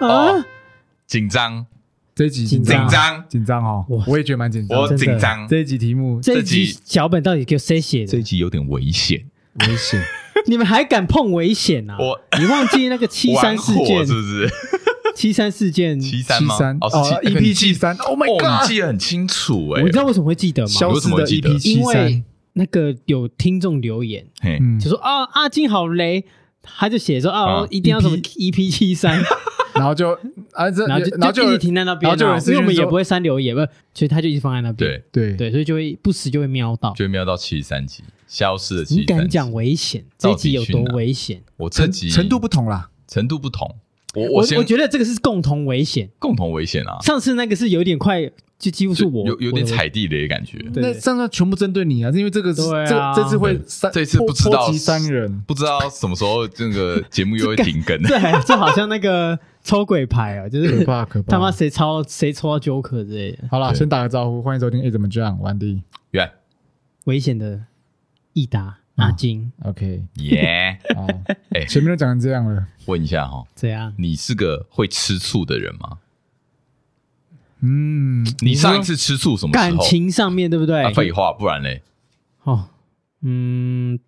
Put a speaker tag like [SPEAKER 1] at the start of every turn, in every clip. [SPEAKER 1] 哦紧张，
[SPEAKER 2] 这一集
[SPEAKER 3] 啊紧
[SPEAKER 1] 紧
[SPEAKER 3] 张
[SPEAKER 1] 张，
[SPEAKER 2] 紧张哦
[SPEAKER 3] 哇，
[SPEAKER 2] 我也觉得蛮紧张
[SPEAKER 1] 我
[SPEAKER 2] 的。
[SPEAKER 3] 真的
[SPEAKER 1] 紧张。
[SPEAKER 2] 这一集题目
[SPEAKER 3] 这一
[SPEAKER 1] 集
[SPEAKER 3] 集脚本到底给谁写
[SPEAKER 1] 这
[SPEAKER 3] 的
[SPEAKER 1] 一？集有点危险，
[SPEAKER 2] 危险，
[SPEAKER 3] 你们还敢碰危险啊？
[SPEAKER 1] 我
[SPEAKER 3] 你忘记那个七
[SPEAKER 1] 玩
[SPEAKER 3] 三事
[SPEAKER 1] 火
[SPEAKER 3] 件
[SPEAKER 1] 是？不是？
[SPEAKER 3] 七三事件，
[SPEAKER 1] 七
[SPEAKER 3] 你
[SPEAKER 1] 三吗？
[SPEAKER 2] 73
[SPEAKER 1] 哦，是
[SPEAKER 2] 哦
[SPEAKER 3] E
[SPEAKER 1] 七
[SPEAKER 2] EP
[SPEAKER 1] 七
[SPEAKER 2] 73，Oh my
[SPEAKER 1] 哦，
[SPEAKER 2] God
[SPEAKER 1] 你记得很清楚哎。
[SPEAKER 3] 知道为什么会记得吗？
[SPEAKER 2] 消
[SPEAKER 1] 为什
[SPEAKER 2] 失
[SPEAKER 1] 么
[SPEAKER 2] 的
[SPEAKER 1] 会记得
[SPEAKER 2] EP
[SPEAKER 3] 因
[SPEAKER 2] 七
[SPEAKER 3] 为
[SPEAKER 2] 三，
[SPEAKER 3] 那个有听众留言，
[SPEAKER 1] 嘿，
[SPEAKER 2] 嗯
[SPEAKER 3] 就，说啊阿金好雷，他就写说啊
[SPEAKER 1] 啊
[SPEAKER 3] 一定要什么 EP 七三，
[SPEAKER 2] 然后就啊这，
[SPEAKER 3] 然后就
[SPEAKER 2] 然后
[SPEAKER 3] 就
[SPEAKER 2] 就
[SPEAKER 3] 一直
[SPEAKER 2] 有
[SPEAKER 3] 停在那边啊，
[SPEAKER 2] 然后就有人私
[SPEAKER 3] 因为
[SPEAKER 2] 讯
[SPEAKER 3] 我们也
[SPEAKER 2] 说
[SPEAKER 3] 不会删留言，不，所以他就一直放在那边，
[SPEAKER 1] 对，
[SPEAKER 2] 对，
[SPEAKER 3] 对，所以就会不时就会瞄到。
[SPEAKER 1] 就瞄到七十三集，消失的七
[SPEAKER 3] 你
[SPEAKER 1] 十三
[SPEAKER 3] 敢讲
[SPEAKER 1] 集。
[SPEAKER 3] 危险？这一集有多
[SPEAKER 1] 到底去哪
[SPEAKER 3] 危险？
[SPEAKER 1] 我这
[SPEAKER 2] 程
[SPEAKER 1] 集
[SPEAKER 2] 程度不同啦，
[SPEAKER 1] 程度不同，我
[SPEAKER 3] 我
[SPEAKER 1] 我先
[SPEAKER 3] 我觉得这个是共同危险。
[SPEAKER 1] 共同危险啊，
[SPEAKER 3] 上次那个是有点快，就几乎是
[SPEAKER 1] 就
[SPEAKER 3] 我
[SPEAKER 1] 有有点
[SPEAKER 3] 我的
[SPEAKER 1] 踩地雷的感觉，
[SPEAKER 3] 对
[SPEAKER 2] 那上次全部针对你啊，因为这个是
[SPEAKER 3] 对
[SPEAKER 2] 这
[SPEAKER 3] 啊。
[SPEAKER 2] 这次会
[SPEAKER 1] 对
[SPEAKER 2] 三，
[SPEAKER 1] 这次
[SPEAKER 2] 波
[SPEAKER 1] 不知道
[SPEAKER 2] 波及三人，
[SPEAKER 1] 不知道什么时候这个节目又会停更
[SPEAKER 3] 这还这好像那个抽鬼牌啊， 就
[SPEAKER 2] 可
[SPEAKER 3] 是
[SPEAKER 2] 怕可怕。
[SPEAKER 3] 他妈谁抽谁抽到 Joker 之类的
[SPEAKER 2] 好啦，
[SPEAKER 1] 对
[SPEAKER 2] 先打个招呼，欢迎收听。哎，怎么这样？完迪
[SPEAKER 1] 远
[SPEAKER 3] 危险的益达阿金
[SPEAKER 2] ，OK，
[SPEAKER 1] 耶，
[SPEAKER 2] 好，
[SPEAKER 1] 哎
[SPEAKER 2] 前面都讲成这样了，
[SPEAKER 1] 问一下哈，
[SPEAKER 3] 怎样？
[SPEAKER 1] 你是个会吃醋的人吗？
[SPEAKER 2] 嗯，
[SPEAKER 1] 你上一
[SPEAKER 2] 说
[SPEAKER 1] 次吃醋什么时
[SPEAKER 3] 感
[SPEAKER 1] 候？
[SPEAKER 3] 情哎上面对不对
[SPEAKER 1] 啊，？废话，不然嘞，
[SPEAKER 3] 哦，嗯，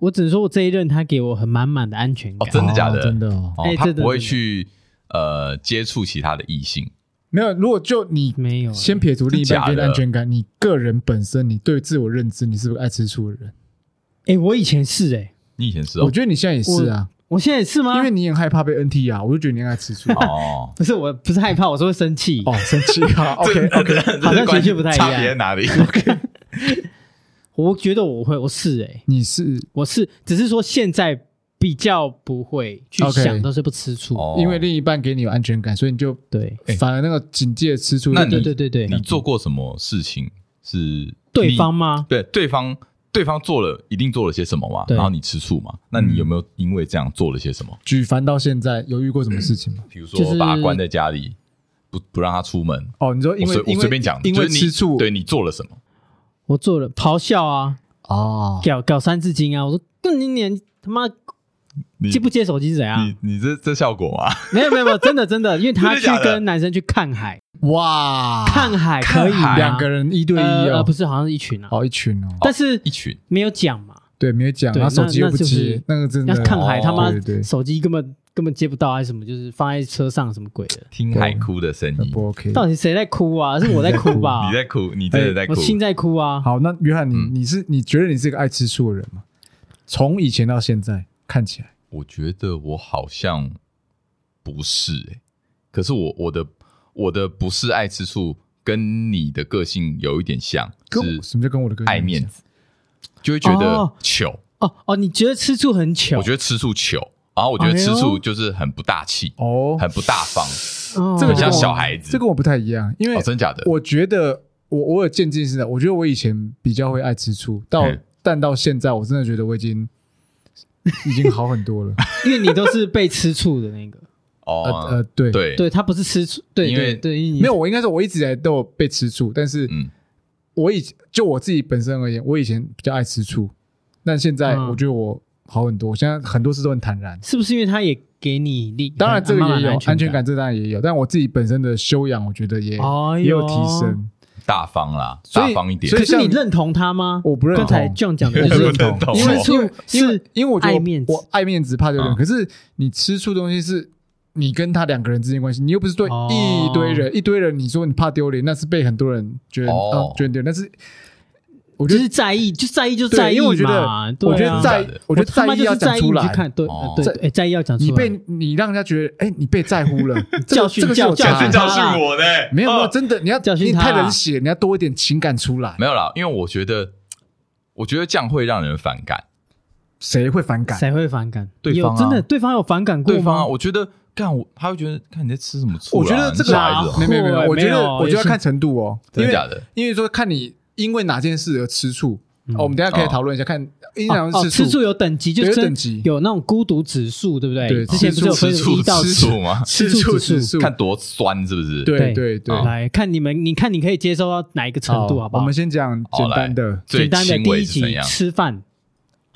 [SPEAKER 3] 我只能说我这一任他给我很满满的安全感
[SPEAKER 1] 哦，真的假的
[SPEAKER 2] 哦真的哦，
[SPEAKER 1] 哦
[SPEAKER 3] 哎，
[SPEAKER 1] 他
[SPEAKER 3] 真的
[SPEAKER 1] 不会
[SPEAKER 3] 真的
[SPEAKER 1] 去呃接触其他的异性，
[SPEAKER 2] 没有。如果就你
[SPEAKER 3] 没有啊
[SPEAKER 2] 先撇除另一
[SPEAKER 1] 真
[SPEAKER 2] 半
[SPEAKER 1] 假
[SPEAKER 2] 给你的
[SPEAKER 1] 的
[SPEAKER 2] 安全感，你个人本身，你对自我认知，你是不是爱吃醋的人？
[SPEAKER 3] 哎，我以前是哎，
[SPEAKER 1] 你以前是
[SPEAKER 2] 我
[SPEAKER 1] 哦，
[SPEAKER 2] 觉得你现在也是啊，
[SPEAKER 3] 我现在也是吗？
[SPEAKER 2] 因为你很害怕被 NT 啊，我就觉得你很爱吃醋。
[SPEAKER 1] 哦，
[SPEAKER 3] 不是我不是害怕，我是会生气。
[SPEAKER 2] 哦，生气啊
[SPEAKER 1] 这
[SPEAKER 2] ，OK，
[SPEAKER 1] 这这
[SPEAKER 3] 好像
[SPEAKER 1] 关
[SPEAKER 3] 情
[SPEAKER 1] 系
[SPEAKER 3] 绪不太一样
[SPEAKER 1] 差别在哪 里？
[SPEAKER 3] 我觉得我会，我是哎，
[SPEAKER 2] 你是
[SPEAKER 3] 我是只是说现在比较不会去
[SPEAKER 2] OK
[SPEAKER 3] 想，都是不吃醋。
[SPEAKER 1] 哦
[SPEAKER 2] 因为另一半给你有安全感，所以你就
[SPEAKER 3] 对
[SPEAKER 1] 哎
[SPEAKER 2] 反而那个警戒吃醋。
[SPEAKER 1] 那
[SPEAKER 3] 对
[SPEAKER 1] 你
[SPEAKER 3] 对对对
[SPEAKER 1] 你
[SPEAKER 3] 对，
[SPEAKER 1] 做过什么事情是
[SPEAKER 3] 对
[SPEAKER 1] 你
[SPEAKER 3] 方吗？
[SPEAKER 1] 对对方对方做了一定做了些什么嘛？
[SPEAKER 3] 对嗯
[SPEAKER 1] 然后你吃醋嘛？那你有没有因为这样做了些什么？
[SPEAKER 2] 举凡到现在有遇过什么事情吗？
[SPEAKER 1] 比如
[SPEAKER 3] 就是
[SPEAKER 1] 说把他关在家里，不不让他出门。
[SPEAKER 2] 哦，你说因
[SPEAKER 1] 我
[SPEAKER 2] 为
[SPEAKER 1] 随
[SPEAKER 2] 因
[SPEAKER 1] 我
[SPEAKER 2] 为
[SPEAKER 1] 随便讲，
[SPEAKER 2] 因
[SPEAKER 1] 就
[SPEAKER 2] 为
[SPEAKER 1] 是你
[SPEAKER 2] 吃醋
[SPEAKER 1] 对你做了什么？
[SPEAKER 3] 我做了咆哮啊，
[SPEAKER 2] 哦，
[SPEAKER 3] 搞搞三字经啊，我说那你你他妈
[SPEAKER 1] 你
[SPEAKER 3] 接不接手机是怎样？
[SPEAKER 1] 你你这这效果吗？
[SPEAKER 3] 没有 没有没有，真的真的，因为他
[SPEAKER 1] 真
[SPEAKER 3] 去
[SPEAKER 1] 的假的
[SPEAKER 3] 跟男生去看海，
[SPEAKER 2] 哇，
[SPEAKER 3] 看海可以
[SPEAKER 1] 看
[SPEAKER 3] 啊
[SPEAKER 1] 海
[SPEAKER 2] 两个人一对一
[SPEAKER 3] 呃
[SPEAKER 2] 哦，
[SPEAKER 3] 呃不是好像是一群啊，
[SPEAKER 2] 哦一群哦，
[SPEAKER 3] 但是
[SPEAKER 1] 一群
[SPEAKER 3] 没有讲嘛，
[SPEAKER 2] 对，没有讲，
[SPEAKER 3] 对
[SPEAKER 2] 然后手机
[SPEAKER 3] 那
[SPEAKER 2] 又不
[SPEAKER 3] 那就是
[SPEAKER 2] 接，那个真
[SPEAKER 3] 要
[SPEAKER 2] 的
[SPEAKER 3] 看海
[SPEAKER 1] 哦
[SPEAKER 3] 他妈
[SPEAKER 2] 对对
[SPEAKER 3] 手机根本根本接不到还是什么，就是放在车上什么鬼的，
[SPEAKER 1] 听海哭的声
[SPEAKER 2] 那
[SPEAKER 1] 音，
[SPEAKER 2] 不 OK。
[SPEAKER 3] 到底谁在哭啊？是我在哭吧
[SPEAKER 1] 你？在哭，你真的在哭
[SPEAKER 3] 我。心在哭啊！
[SPEAKER 2] 好，那约翰，你
[SPEAKER 1] 嗯
[SPEAKER 2] 你是你觉得你是一个爱吃醋的人吗？从以前到现在看起来，
[SPEAKER 1] 我觉得我好像不是哎、可是我我的我的不是爱吃醋，跟你的个性有一点像，
[SPEAKER 2] 跟我
[SPEAKER 1] 是
[SPEAKER 2] 什么叫跟我的个性
[SPEAKER 1] 爱面子，就会觉得
[SPEAKER 3] 哦
[SPEAKER 1] 糗。
[SPEAKER 3] 哦哦，你觉得吃醋很糗？
[SPEAKER 1] 我觉得吃醋糗，然后我觉得吃
[SPEAKER 3] 哎呦
[SPEAKER 1] 醋就是很不大气，
[SPEAKER 2] 哦？
[SPEAKER 1] 很不大方，
[SPEAKER 3] 哦
[SPEAKER 2] 这个
[SPEAKER 1] 很
[SPEAKER 2] 就
[SPEAKER 1] 像
[SPEAKER 2] 跟我
[SPEAKER 1] 小孩子。
[SPEAKER 2] 这跟我不太一样，因为
[SPEAKER 1] 哦，真假的？
[SPEAKER 2] 我觉得我我有渐进式的，我觉得我以前比较会爱吃醋，到
[SPEAKER 1] 嗯
[SPEAKER 2] 但到现在我真的觉得我已经已经好很多了。
[SPEAKER 3] 因为你都是被吃醋的那个，
[SPEAKER 2] 呃
[SPEAKER 1] 哦，
[SPEAKER 2] 呃， 对，
[SPEAKER 1] 对
[SPEAKER 3] 对他不是吃醋，对
[SPEAKER 1] 因为
[SPEAKER 3] 对对，因为你
[SPEAKER 2] 没有，我应该说我一直以来都有被吃醋，但是
[SPEAKER 1] 嗯，
[SPEAKER 2] 我以就我自己本身而言，我以前比较爱吃醋，但现在
[SPEAKER 3] 嗯
[SPEAKER 2] 我觉得我好很多，我现在很多事都很坦然。
[SPEAKER 3] 是不是因为他也给你力？
[SPEAKER 2] 当然，这个也有
[SPEAKER 3] 慢慢的
[SPEAKER 2] 安全感，，这当然也有，但我自己本身的修养，我觉得也、
[SPEAKER 3] 哎呦
[SPEAKER 2] 也有提升。
[SPEAKER 1] 大方啦，
[SPEAKER 2] 所以
[SPEAKER 1] 大方一点
[SPEAKER 2] 所以。
[SPEAKER 3] 可是你
[SPEAKER 2] 像
[SPEAKER 3] 认同他吗？
[SPEAKER 2] 我不认
[SPEAKER 3] 刚
[SPEAKER 2] 同，
[SPEAKER 3] 才 John 讲的
[SPEAKER 2] 我
[SPEAKER 3] 就
[SPEAKER 2] 不
[SPEAKER 3] 是
[SPEAKER 2] 认
[SPEAKER 1] 不认同
[SPEAKER 2] 同，因为
[SPEAKER 3] 吃醋
[SPEAKER 2] 因为因为
[SPEAKER 3] 是
[SPEAKER 2] 因为我觉得
[SPEAKER 3] 爱面子
[SPEAKER 2] 我爱面子怕丢脸，
[SPEAKER 1] 嗯
[SPEAKER 2] 可是你吃醋的东西是你跟他两个人之间的关系，你又不是对
[SPEAKER 3] 哦
[SPEAKER 2] 一堆人、一堆人，你说你怕丢脸，那是被很多人觉得、
[SPEAKER 1] 哦
[SPEAKER 2] 啊觉得丢脸，但是我觉
[SPEAKER 3] 就
[SPEAKER 2] 得
[SPEAKER 3] 是在意，就在意就
[SPEAKER 2] 对
[SPEAKER 3] 在意
[SPEAKER 2] 因为我觉得
[SPEAKER 3] 嘛对啊
[SPEAKER 2] 我觉得在
[SPEAKER 1] 真的
[SPEAKER 2] 我觉得
[SPEAKER 3] 他妈
[SPEAKER 2] 意
[SPEAKER 3] 就
[SPEAKER 2] 要
[SPEAKER 3] 是在
[SPEAKER 2] 讲
[SPEAKER 3] 意
[SPEAKER 2] 出
[SPEAKER 3] 你去
[SPEAKER 2] 来
[SPEAKER 3] 看，。对
[SPEAKER 1] 哦
[SPEAKER 3] 对对，哎在意要讲出来，
[SPEAKER 2] 你被你让人家觉得，哎、你被在 乎了，这
[SPEAKER 3] 教
[SPEAKER 2] 个
[SPEAKER 3] 训
[SPEAKER 2] 这个是有
[SPEAKER 3] 教
[SPEAKER 2] 差
[SPEAKER 3] 训
[SPEAKER 2] 的欸
[SPEAKER 3] 教训啊
[SPEAKER 1] 我呢？
[SPEAKER 2] 没有没有，
[SPEAKER 1] 哦
[SPEAKER 2] 真的，你要
[SPEAKER 3] 教训
[SPEAKER 2] 你
[SPEAKER 3] 他啊
[SPEAKER 2] 太冷血，你要多一点情感出来。
[SPEAKER 1] 没有啦，因为我觉得，我觉得这样会让人反感。
[SPEAKER 2] 谁会反感？
[SPEAKER 3] 谁会反感？
[SPEAKER 1] 对方啊
[SPEAKER 3] 有真的对方有反感过
[SPEAKER 1] 对方啊，
[SPEAKER 3] 吗？
[SPEAKER 1] 我觉得干我，他会觉得看你在吃什么醋啊。
[SPEAKER 2] 我觉得
[SPEAKER 1] 你
[SPEAKER 2] 这个
[SPEAKER 1] 小孩子哦
[SPEAKER 3] 哪
[SPEAKER 2] 没有没有没
[SPEAKER 3] 会
[SPEAKER 2] 有，我觉
[SPEAKER 3] 没
[SPEAKER 2] 得
[SPEAKER 3] 有
[SPEAKER 2] 我觉得要
[SPEAKER 3] 也是
[SPEAKER 2] 看程度哦，
[SPEAKER 1] 真
[SPEAKER 2] 因
[SPEAKER 1] 的
[SPEAKER 2] 为
[SPEAKER 1] 假的？
[SPEAKER 2] 因为说看你因为哪件事而吃醋。
[SPEAKER 3] 嗯
[SPEAKER 2] 哦，我们等一下可以讨论一下，看因为
[SPEAKER 3] 哦
[SPEAKER 2] 哪
[SPEAKER 3] 哦
[SPEAKER 2] 件
[SPEAKER 3] 吃醋
[SPEAKER 2] 醋
[SPEAKER 3] 有等级，就
[SPEAKER 2] 对有
[SPEAKER 3] 是
[SPEAKER 2] 等级
[SPEAKER 3] 有那种孤独指数，对不对？
[SPEAKER 2] 对
[SPEAKER 3] 之前不是有分
[SPEAKER 1] 吃醋
[SPEAKER 3] 一到
[SPEAKER 1] 吃
[SPEAKER 3] 十
[SPEAKER 1] 醋吗？
[SPEAKER 3] 吃
[SPEAKER 2] 吃
[SPEAKER 3] 醋
[SPEAKER 2] 醋
[SPEAKER 3] 指
[SPEAKER 2] 指
[SPEAKER 3] 数。
[SPEAKER 2] 数，
[SPEAKER 1] 看多酸是不是？
[SPEAKER 2] 对对对，
[SPEAKER 3] 来看你们，你看你可以接受到哪一个程度，好不好？
[SPEAKER 2] 我们先讲简单的，
[SPEAKER 3] 简
[SPEAKER 1] 最
[SPEAKER 3] 单的
[SPEAKER 1] 轻
[SPEAKER 3] 第
[SPEAKER 1] 微
[SPEAKER 3] 一
[SPEAKER 1] 是怎
[SPEAKER 3] 集
[SPEAKER 1] 样？
[SPEAKER 3] 吃饭，